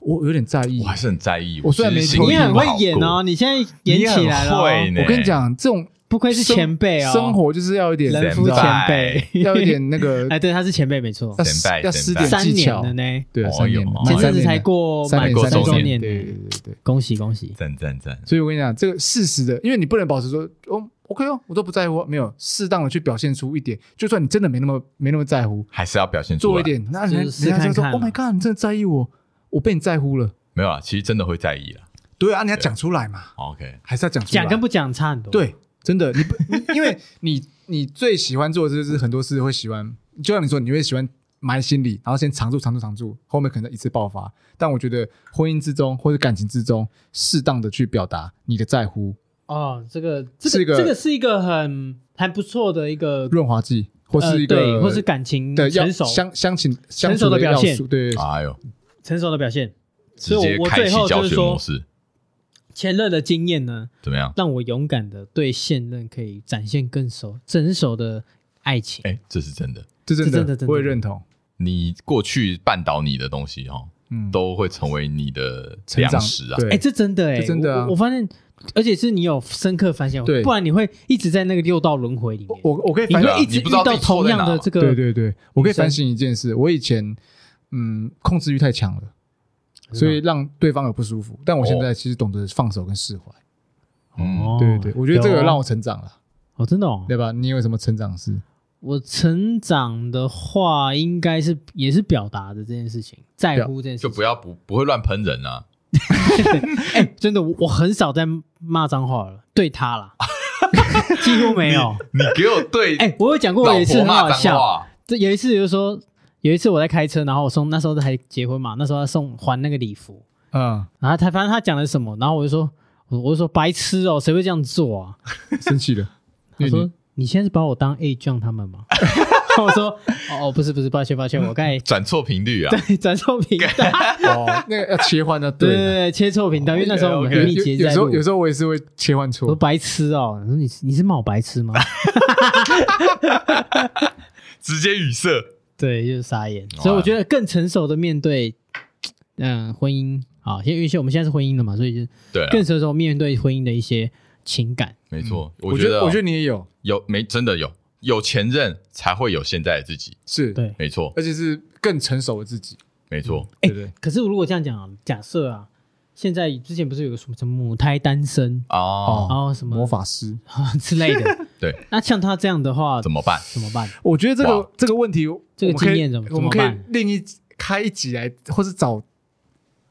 [SPEAKER 2] 我有点在意
[SPEAKER 1] 我。还是很在意。
[SPEAKER 2] 我虽然没
[SPEAKER 1] 其实心里
[SPEAKER 2] 我
[SPEAKER 3] 你
[SPEAKER 2] 也
[SPEAKER 3] 很
[SPEAKER 1] 不
[SPEAKER 3] 会
[SPEAKER 1] 好
[SPEAKER 3] 演
[SPEAKER 1] 过
[SPEAKER 3] 哦，，你现在演
[SPEAKER 1] 你很
[SPEAKER 3] 起来了
[SPEAKER 1] 会
[SPEAKER 3] 哦，
[SPEAKER 1] 呢
[SPEAKER 2] 我跟你，讲，这种
[SPEAKER 3] 不愧是
[SPEAKER 2] 生
[SPEAKER 3] 前辈哦，
[SPEAKER 2] 生活就是要有点
[SPEAKER 3] 人夫
[SPEAKER 2] 你知道吗
[SPEAKER 3] 前辈，
[SPEAKER 2] 要有点那个
[SPEAKER 3] 哎，对，他是前辈没错
[SPEAKER 2] 要，
[SPEAKER 1] 前辈
[SPEAKER 2] 要
[SPEAKER 1] 前
[SPEAKER 2] 施
[SPEAKER 1] 辈
[SPEAKER 2] 点
[SPEAKER 3] 三
[SPEAKER 2] 技
[SPEAKER 3] 年
[SPEAKER 2] 巧
[SPEAKER 3] 了，呢，
[SPEAKER 2] 对啊，
[SPEAKER 1] 哦
[SPEAKER 2] 三年
[SPEAKER 1] 有
[SPEAKER 2] 了
[SPEAKER 1] 哦，
[SPEAKER 3] 前
[SPEAKER 2] 三
[SPEAKER 3] 阵子
[SPEAKER 2] 年
[SPEAKER 3] 才
[SPEAKER 2] 了
[SPEAKER 3] 过
[SPEAKER 2] 三
[SPEAKER 3] 满
[SPEAKER 2] 年
[SPEAKER 1] 过
[SPEAKER 2] 三
[SPEAKER 3] 周
[SPEAKER 1] 周
[SPEAKER 3] 年
[SPEAKER 2] 年，
[SPEAKER 3] 呢，
[SPEAKER 2] 对对对对对。
[SPEAKER 3] 恭喜恭喜，
[SPEAKER 1] 赞赞赞，
[SPEAKER 2] 所以我跟你讲，这个适时的，因为你不能保持说，哦，OK 哦，我都不在乎，没有适当的去表现出一点，就算你真的没那么没那么在乎，
[SPEAKER 1] 还是要表现出来
[SPEAKER 2] 做一点，那
[SPEAKER 3] 就
[SPEAKER 2] 人
[SPEAKER 3] 是试
[SPEAKER 2] 人家就说
[SPEAKER 3] 看看
[SPEAKER 2] ，Oh my god，你真的在意我，我被你在乎了。
[SPEAKER 1] 没有啦，啊其实真的会在意啦。
[SPEAKER 2] 对啊，你要讲出来嘛，
[SPEAKER 1] OK，
[SPEAKER 2] 还是要讲出来。
[SPEAKER 3] 讲跟不讲差很多，，
[SPEAKER 2] 对，真的，你不，你因为你你最喜欢做的就是很多事会喜欢，就像你说，你会喜欢埋心里，然后先藏住、藏住、藏住，后面可能一次爆发。但我觉得婚姻之中或者感情之中，适当的去表达你的在乎，
[SPEAKER 3] 哦，这个
[SPEAKER 2] 是
[SPEAKER 3] 这
[SPEAKER 2] 一
[SPEAKER 3] 个
[SPEAKER 2] 个
[SPEAKER 3] 这个是一个很还不错的一个
[SPEAKER 2] 润滑剂或是一个、
[SPEAKER 3] 呃对，或是感情
[SPEAKER 2] 的要
[SPEAKER 3] 成熟
[SPEAKER 2] 相相情相
[SPEAKER 3] 成熟
[SPEAKER 2] 处
[SPEAKER 3] 的表
[SPEAKER 2] 要
[SPEAKER 3] 现啊
[SPEAKER 2] 素，对，
[SPEAKER 1] 哎呦，
[SPEAKER 3] 成熟的表现。
[SPEAKER 1] 直
[SPEAKER 3] 所以
[SPEAKER 1] 接
[SPEAKER 3] 我我
[SPEAKER 1] 开
[SPEAKER 3] 最
[SPEAKER 1] 启
[SPEAKER 3] 后
[SPEAKER 1] 教
[SPEAKER 3] 就是
[SPEAKER 1] 学
[SPEAKER 3] 说
[SPEAKER 1] 模，式，
[SPEAKER 3] 前任的经验呢，
[SPEAKER 1] 怎么样？
[SPEAKER 3] 让我勇敢的对现任可以展现更熟成熟的爱情。
[SPEAKER 1] 哎，这是真的，
[SPEAKER 2] 这真
[SPEAKER 3] 这真的
[SPEAKER 2] 的
[SPEAKER 3] 真的
[SPEAKER 2] 我也认同，
[SPEAKER 1] 你过去绊倒你的东西哦，
[SPEAKER 2] 嗯，
[SPEAKER 1] 都会成为你的
[SPEAKER 2] 成长
[SPEAKER 1] 粮食啊。
[SPEAKER 2] 对
[SPEAKER 3] 哎，这真的哎，
[SPEAKER 2] 这真的啊
[SPEAKER 3] 我我发现，而且是你有深刻反省，
[SPEAKER 2] 对
[SPEAKER 3] 不然你会一直在那个六道轮回里面，
[SPEAKER 2] 我我可以
[SPEAKER 3] 你
[SPEAKER 2] 反
[SPEAKER 1] 对啊
[SPEAKER 3] 会一直
[SPEAKER 1] 你
[SPEAKER 3] 遇
[SPEAKER 1] 不知道自
[SPEAKER 3] 到
[SPEAKER 1] 己错
[SPEAKER 3] 同
[SPEAKER 1] 在
[SPEAKER 3] 样
[SPEAKER 1] 哪
[SPEAKER 3] 的
[SPEAKER 1] 嘛
[SPEAKER 3] 这
[SPEAKER 2] 对
[SPEAKER 3] 个，
[SPEAKER 2] 对对，我可以
[SPEAKER 3] 女生
[SPEAKER 2] 反省一件事，我以前嗯控制欲太强了，所以让对方有不舒服，但我
[SPEAKER 3] 哦
[SPEAKER 2] 现在其实懂得放手跟释怀。
[SPEAKER 1] 嗯，
[SPEAKER 2] 哦对对对，我觉得
[SPEAKER 3] 啊
[SPEAKER 2] 这个有让我成长了，
[SPEAKER 3] 哦，真的哦，
[SPEAKER 2] 对吧？你有什么成长是？
[SPEAKER 3] 我成长的话，应该是也是表达的这件事情，在乎这件事
[SPEAKER 1] 就
[SPEAKER 3] 情，
[SPEAKER 1] 不要不不会乱喷人啊。
[SPEAKER 3] 哎，真的，我我很少在骂脏话了，对 他啦，几乎没有。
[SPEAKER 1] 你给我对
[SPEAKER 3] 哎，我有讲过
[SPEAKER 1] 老
[SPEAKER 3] 有一次
[SPEAKER 1] 婆
[SPEAKER 3] 很
[SPEAKER 1] 骂
[SPEAKER 3] 好
[SPEAKER 1] 脏
[SPEAKER 3] 笑，
[SPEAKER 1] 话，
[SPEAKER 3] 这有一次就是说，有一次我在开车，然后我送那时候还结婚嘛，那时候他送还那个礼服，
[SPEAKER 2] 嗯，
[SPEAKER 3] 然后他反正他讲了什么，然后我就说，我我就说白痴哦，谁会这样做啊？
[SPEAKER 2] 生气了，
[SPEAKER 3] 他
[SPEAKER 2] 因为
[SPEAKER 3] 说
[SPEAKER 2] 你
[SPEAKER 3] 你现在是把我当 A 酱他们吗？ 我说哦哦不是不是抱歉抱歉，我刚 才
[SPEAKER 1] 转错频率啊。
[SPEAKER 3] 对转错频道。
[SPEAKER 2] 哦，那个要切换的
[SPEAKER 3] 对
[SPEAKER 2] 对
[SPEAKER 3] 对
[SPEAKER 2] 了。
[SPEAKER 3] 对，切错频道，因为那时候我们很
[SPEAKER 2] 有
[SPEAKER 3] 密集
[SPEAKER 2] 有
[SPEAKER 3] 在
[SPEAKER 2] 时
[SPEAKER 3] 录
[SPEAKER 2] 候。有时候我也是会切换
[SPEAKER 3] 我说
[SPEAKER 2] 错，
[SPEAKER 3] 白痴哦，你说你你是骂我白痴吗？
[SPEAKER 1] 直接语塞。
[SPEAKER 3] 对，就是傻眼。
[SPEAKER 1] 哇
[SPEAKER 3] 所以我觉得更成熟的面对，嗯、婚姻啊，因为因为我们现在是婚姻了嘛，所以就
[SPEAKER 1] 对啊，
[SPEAKER 3] 更成熟面对婚姻的一些情感。
[SPEAKER 1] 没错，
[SPEAKER 2] 嗯我
[SPEAKER 1] 觉
[SPEAKER 2] 觉
[SPEAKER 1] 得
[SPEAKER 2] 得我觉
[SPEAKER 1] 得
[SPEAKER 2] 得你也有
[SPEAKER 1] 有没真的有有前任才会有现在的自己，
[SPEAKER 2] 是，
[SPEAKER 3] 对，
[SPEAKER 1] 没错，
[SPEAKER 2] 而且是更成熟的自己，
[SPEAKER 1] 没错，
[SPEAKER 2] 对不对？
[SPEAKER 3] 可是如果这样讲啊，假设啊，现在之前不是有个什么什么母胎单身，
[SPEAKER 1] 哦，
[SPEAKER 3] 然后什么
[SPEAKER 2] 魔法师，
[SPEAKER 3] 之类的，
[SPEAKER 1] 对，
[SPEAKER 3] 那像他这样的话
[SPEAKER 1] 怎么办？
[SPEAKER 3] 怎么办？
[SPEAKER 2] 我觉得这
[SPEAKER 1] 哇
[SPEAKER 2] 个这个问题，
[SPEAKER 3] 这个
[SPEAKER 2] 我们可以
[SPEAKER 3] 经验怎么
[SPEAKER 2] 我们
[SPEAKER 3] 怎
[SPEAKER 2] 可
[SPEAKER 3] 么
[SPEAKER 2] 以
[SPEAKER 3] 办
[SPEAKER 2] 另一开一集来，或是找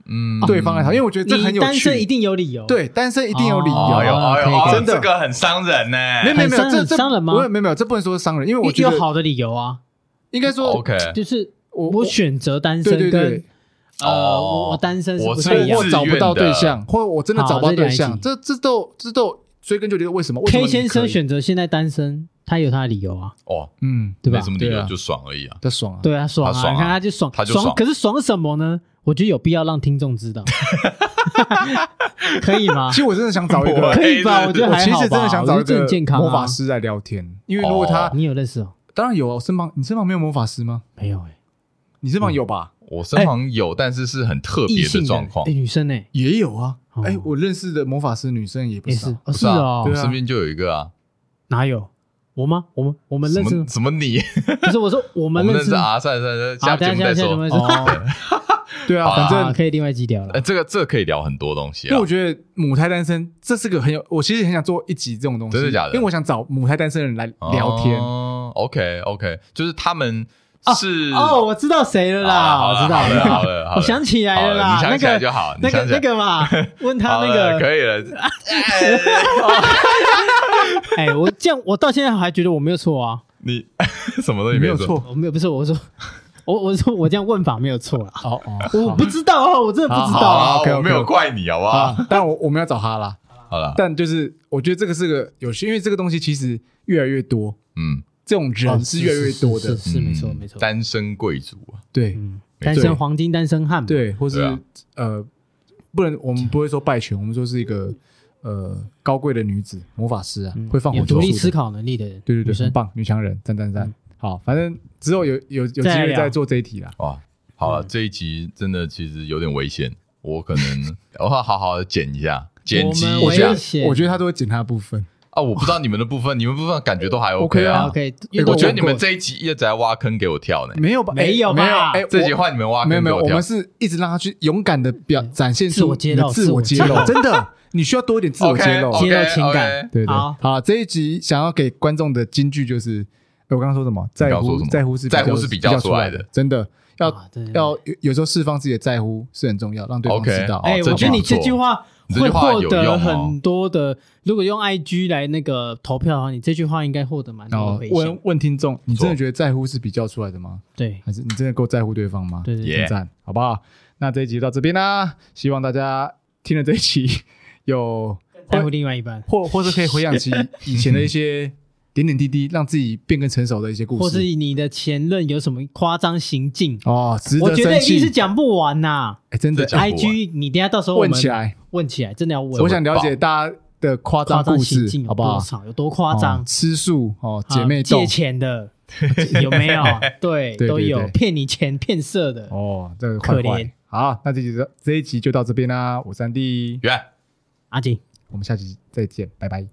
[SPEAKER 1] 嗯，
[SPEAKER 2] 对方来讨论，因为我觉得这很
[SPEAKER 3] 你
[SPEAKER 2] 有
[SPEAKER 3] 单身一
[SPEAKER 2] 趣。
[SPEAKER 3] 定有理由，啊
[SPEAKER 2] 对，单身一定有理
[SPEAKER 3] 哦哎
[SPEAKER 1] 哎
[SPEAKER 2] 由
[SPEAKER 1] 呦，哎呦，哎呦
[SPEAKER 2] 可以可以
[SPEAKER 1] 这个很伤人呢。
[SPEAKER 2] 没有没有没有，
[SPEAKER 3] 很伤
[SPEAKER 2] 这
[SPEAKER 3] 很
[SPEAKER 2] 这
[SPEAKER 3] 伤人吗
[SPEAKER 2] 没有没有没有，这不能说是伤人，因为
[SPEAKER 3] 有，
[SPEAKER 2] 我觉
[SPEAKER 3] 有
[SPEAKER 2] 得
[SPEAKER 3] 好的理由啊，
[SPEAKER 2] 应该说
[SPEAKER 1] OK，
[SPEAKER 3] 就是
[SPEAKER 2] 我
[SPEAKER 3] 我选择单
[SPEAKER 2] 对对
[SPEAKER 3] 身
[SPEAKER 2] 对
[SPEAKER 3] 跟，呃
[SPEAKER 1] 哦
[SPEAKER 3] 我我单身是
[SPEAKER 1] 我
[SPEAKER 3] 不
[SPEAKER 1] 是
[SPEAKER 3] 太一
[SPEAKER 2] 或
[SPEAKER 3] 样
[SPEAKER 1] 自
[SPEAKER 2] 或
[SPEAKER 1] 愿。
[SPEAKER 2] 找不到
[SPEAKER 1] 的
[SPEAKER 2] 对象，或者我真的
[SPEAKER 3] 好
[SPEAKER 2] 找不到
[SPEAKER 3] 这两
[SPEAKER 2] 对
[SPEAKER 3] 集
[SPEAKER 2] 象，这这都这都追根究底的为什么为什么
[SPEAKER 3] K
[SPEAKER 2] 你
[SPEAKER 3] 先
[SPEAKER 2] 可
[SPEAKER 3] 生
[SPEAKER 2] 以
[SPEAKER 3] 选择现在单身，他有他的理由啊，
[SPEAKER 1] 哦，
[SPEAKER 2] 嗯，
[SPEAKER 3] 对吧
[SPEAKER 1] 没什？么理
[SPEAKER 2] 对
[SPEAKER 1] 由
[SPEAKER 2] 啊
[SPEAKER 1] 就爽而已啊。
[SPEAKER 2] 这爽啊！
[SPEAKER 3] 对啊，爽
[SPEAKER 1] 他
[SPEAKER 3] 啊！
[SPEAKER 1] 爽啊
[SPEAKER 3] 你看他就爽，
[SPEAKER 1] 他就爽
[SPEAKER 3] 爽。可是爽什么呢？我觉得有必要让听众 知道，可以吗
[SPEAKER 2] 啊其？实我真的想找一
[SPEAKER 1] 我哎
[SPEAKER 2] 个，
[SPEAKER 3] 可以吧？
[SPEAKER 1] 对对对啊
[SPEAKER 3] 我觉得
[SPEAKER 2] 我
[SPEAKER 3] 还哎
[SPEAKER 2] 其
[SPEAKER 3] 好吧。
[SPEAKER 2] 实真的想找
[SPEAKER 3] 我
[SPEAKER 2] 一
[SPEAKER 3] 觉得这
[SPEAKER 2] 个
[SPEAKER 3] 很健康
[SPEAKER 2] 魔
[SPEAKER 3] 啊
[SPEAKER 2] 法。师来聊天，因为如果他
[SPEAKER 1] 哦
[SPEAKER 3] 你有认识哦？
[SPEAKER 2] 当然有啊，我身旁你身旁没有魔法师吗？
[SPEAKER 3] 没有哎，
[SPEAKER 2] 你身旁有吧？
[SPEAKER 1] 我身旁有，但是是很特
[SPEAKER 3] 异
[SPEAKER 1] 别的
[SPEAKER 3] 性的
[SPEAKER 1] 状况
[SPEAKER 3] 哎，。女生哎，
[SPEAKER 2] 也有啊
[SPEAKER 3] 哦，
[SPEAKER 2] 哎，我认识的魔法师女生也不
[SPEAKER 3] 也
[SPEAKER 2] 少
[SPEAKER 3] 是，哦，
[SPEAKER 1] 不
[SPEAKER 3] 是
[SPEAKER 1] 啊
[SPEAKER 3] 哦
[SPEAKER 1] 我
[SPEAKER 2] 对，啊
[SPEAKER 1] 身边就有一个啊，
[SPEAKER 3] 哪有我吗？我们我们
[SPEAKER 1] 什
[SPEAKER 3] 认识
[SPEAKER 1] 么？什么你，
[SPEAKER 3] 不是 我说我
[SPEAKER 1] 我
[SPEAKER 3] 们
[SPEAKER 1] 们
[SPEAKER 3] 认
[SPEAKER 1] 认
[SPEAKER 3] 识
[SPEAKER 1] 识啊，算了算了，
[SPEAKER 3] 好，
[SPEAKER 1] 下节
[SPEAKER 3] 等一
[SPEAKER 1] 目
[SPEAKER 3] 下
[SPEAKER 1] 再
[SPEAKER 3] 下节
[SPEAKER 1] 说哦
[SPEAKER 3] 目。再
[SPEAKER 2] 哦
[SPEAKER 3] 说。
[SPEAKER 2] 对啊， 反
[SPEAKER 3] 啊
[SPEAKER 2] 正
[SPEAKER 3] 可以另外一集聊
[SPEAKER 1] 呃，
[SPEAKER 3] 了。
[SPEAKER 1] 这个这个可以聊很多东西
[SPEAKER 2] 因为
[SPEAKER 1] 啊
[SPEAKER 2] 我。觉得母胎单身这是个很有，我其实很想做一集这种东西，
[SPEAKER 1] 真的假的哦
[SPEAKER 2] 因为我想找母胎单身的人来聊天，
[SPEAKER 1] OK OK，就是他们
[SPEAKER 3] 哦
[SPEAKER 1] 是啊
[SPEAKER 3] 哦，我知道谁了啦，
[SPEAKER 1] 好了
[SPEAKER 3] 我知道
[SPEAKER 1] 好了好了好了
[SPEAKER 3] 我想起来了
[SPEAKER 1] 好
[SPEAKER 3] 啦，
[SPEAKER 1] 了你想
[SPEAKER 3] 那
[SPEAKER 1] 起来
[SPEAKER 3] 个
[SPEAKER 1] 就好
[SPEAKER 3] 那个
[SPEAKER 1] 你想起来
[SPEAKER 3] 那个 嘛，问他
[SPEAKER 1] 好
[SPEAKER 3] 那
[SPEAKER 1] 了，
[SPEAKER 3] 个，
[SPEAKER 1] 可以了。
[SPEAKER 3] 哎，我这样我到现在还觉得我没有错啊，
[SPEAKER 1] 你 什么东西
[SPEAKER 2] 你没有
[SPEAKER 1] 做？
[SPEAKER 2] 错。
[SPEAKER 3] 我没有不是我说 我我说我这样问法没有错啦，
[SPEAKER 2] 哦哦，
[SPEAKER 3] 我不知道啊，我真的不知
[SPEAKER 1] 好
[SPEAKER 3] 道啊，
[SPEAKER 1] 啊，
[SPEAKER 2] OK，OK
[SPEAKER 1] 我没有怪你，好不好？
[SPEAKER 2] 啊，但我我们要找他啦。
[SPEAKER 1] 好了，
[SPEAKER 2] 但就是我觉得这个是个有趣，因为这个东西其实越来越多，
[SPEAKER 1] 嗯，
[SPEAKER 2] 这种人是越来越多
[SPEAKER 3] 哦是
[SPEAKER 2] 的，
[SPEAKER 3] 是是没错
[SPEAKER 1] 嗯
[SPEAKER 3] 没错，
[SPEAKER 1] 单身贵族啊，
[SPEAKER 2] 对
[SPEAKER 3] 嗯，
[SPEAKER 1] 没
[SPEAKER 3] 单
[SPEAKER 1] 错
[SPEAKER 3] 身黄金单身汉嘛，
[SPEAKER 2] 对，或是
[SPEAKER 1] 对啊
[SPEAKER 2] 呃，不能我们不会说败犬，我们说是一个呃高贵的女子魔法师啊
[SPEAKER 3] 嗯，
[SPEAKER 2] 会放
[SPEAKER 3] 有
[SPEAKER 2] 火
[SPEAKER 3] 独
[SPEAKER 2] 咒
[SPEAKER 3] 立
[SPEAKER 2] 术
[SPEAKER 3] 思
[SPEAKER 2] 的，
[SPEAKER 3] 考能力的人，
[SPEAKER 2] 对对
[SPEAKER 3] 女
[SPEAKER 2] 对，很
[SPEAKER 3] 生
[SPEAKER 2] 棒，女强人，赞赞赞
[SPEAKER 3] 嗯。
[SPEAKER 2] 好，反正之后有有有机
[SPEAKER 3] 再来
[SPEAKER 2] 会
[SPEAKER 3] 聊
[SPEAKER 2] 再做这一题啦。
[SPEAKER 1] 哇，好
[SPEAKER 3] 嗯
[SPEAKER 1] 了，这一集真的其实有点危险，我可能 我要好好的剪一下，剪辑
[SPEAKER 3] 我
[SPEAKER 1] 一
[SPEAKER 3] 们
[SPEAKER 1] 下
[SPEAKER 3] 危险
[SPEAKER 2] 我觉得他都会剪他的部分，
[SPEAKER 1] 啊，我不知道你们的部分，你们部分感觉都还
[SPEAKER 2] OK
[SPEAKER 1] 啊
[SPEAKER 2] 啊。
[SPEAKER 3] OK，
[SPEAKER 2] 哎
[SPEAKER 1] 我觉得
[SPEAKER 2] 我
[SPEAKER 1] 你们这一集一直在挖坑给我跳呢，
[SPEAKER 2] 没有吧？哎
[SPEAKER 3] 没有吧
[SPEAKER 2] 没有，哎，
[SPEAKER 1] 这集
[SPEAKER 2] 我
[SPEAKER 1] 换你们挖
[SPEAKER 2] 没有
[SPEAKER 1] 坑
[SPEAKER 2] 没
[SPEAKER 1] 给
[SPEAKER 2] 有，我
[SPEAKER 1] 跳
[SPEAKER 2] 们。是一直让他去勇敢的表展现
[SPEAKER 3] 嗯自
[SPEAKER 2] 出
[SPEAKER 3] 我揭露
[SPEAKER 2] 你的自我揭
[SPEAKER 3] 自我揭
[SPEAKER 2] 露，
[SPEAKER 3] 露
[SPEAKER 2] 真的，你需要多一点自我
[SPEAKER 1] OK
[SPEAKER 2] 揭露。
[SPEAKER 1] OK，
[SPEAKER 3] 揭露情感
[SPEAKER 1] OK
[SPEAKER 2] 对对，
[SPEAKER 3] 好
[SPEAKER 2] 好，这一集想要给观众的金句就是，哎我刚刚说什么？在
[SPEAKER 1] 刚刚说
[SPEAKER 2] 乎
[SPEAKER 1] 什么
[SPEAKER 2] 在乎是
[SPEAKER 1] 在乎是比
[SPEAKER 2] 比
[SPEAKER 1] 较
[SPEAKER 2] 较
[SPEAKER 1] 出来
[SPEAKER 2] 来
[SPEAKER 1] 的，
[SPEAKER 2] 真的要
[SPEAKER 3] 啊对对对
[SPEAKER 2] 要有有时候释放自己的在乎是很重要，让对方
[SPEAKER 1] OK
[SPEAKER 2] 知道。
[SPEAKER 1] 哦
[SPEAKER 3] 哎、
[SPEAKER 1] 这
[SPEAKER 3] 我
[SPEAKER 1] 句
[SPEAKER 3] 觉得
[SPEAKER 1] 话不错你
[SPEAKER 3] 你这句话
[SPEAKER 1] 这
[SPEAKER 3] 会
[SPEAKER 1] 句话有
[SPEAKER 3] 获
[SPEAKER 1] 用哦
[SPEAKER 3] 得很多的。如果用 IG 来那个投票的话，你这句话应该获得蛮
[SPEAKER 2] 然
[SPEAKER 3] 多
[SPEAKER 2] 后
[SPEAKER 3] 的回响
[SPEAKER 2] 问。问听众，你真
[SPEAKER 1] 不错
[SPEAKER 2] 的觉得在乎是比较出来的吗？
[SPEAKER 3] 对
[SPEAKER 2] 还是你真的够在乎对方吗？
[SPEAKER 3] 对对对
[SPEAKER 1] Yeah
[SPEAKER 2] 赞，好不好？那这一集到这边啦，希望大家听了这一集有
[SPEAKER 3] 在乎另外一半，
[SPEAKER 2] 或或是可以回想起以前的一些点点滴滴，让自己变更成熟的一些故
[SPEAKER 3] 或
[SPEAKER 2] 事
[SPEAKER 3] 是。你的前任有什么夸张行径，
[SPEAKER 2] 哦，值
[SPEAKER 3] 我
[SPEAKER 2] 得
[SPEAKER 3] 觉得
[SPEAKER 2] 生
[SPEAKER 3] 一定是
[SPEAKER 2] 气。
[SPEAKER 3] 讲不完呐、
[SPEAKER 2] 哎，真的
[SPEAKER 1] 这，讲不完
[SPEAKER 3] IG 你等一下到时候我
[SPEAKER 2] 问
[SPEAKER 3] 们
[SPEAKER 2] 起，来，
[SPEAKER 3] 问起来，真的要问。
[SPEAKER 2] 我想了解大家的夸
[SPEAKER 3] 夸
[SPEAKER 2] 张
[SPEAKER 3] 张
[SPEAKER 2] 故
[SPEAKER 3] 行
[SPEAKER 2] 事
[SPEAKER 3] 径，有
[SPEAKER 2] 好不
[SPEAKER 3] 多
[SPEAKER 2] 好？
[SPEAKER 3] 少？有多夸张？
[SPEAKER 2] 哦吃素哦，姐
[SPEAKER 3] 啊
[SPEAKER 2] 妹斗
[SPEAKER 3] 借钱的有没有？对，
[SPEAKER 2] 对对
[SPEAKER 3] 都有
[SPEAKER 2] 对
[SPEAKER 3] 骗你钱骗色的。
[SPEAKER 2] 哦，这个
[SPEAKER 3] 可
[SPEAKER 2] 坏
[SPEAKER 3] 怜
[SPEAKER 2] 坏。好，那这集就这一集就到这边啦，我三弟，
[SPEAKER 1] 远。
[SPEAKER 3] 阿锦。
[SPEAKER 2] 我们下集再见，拜拜。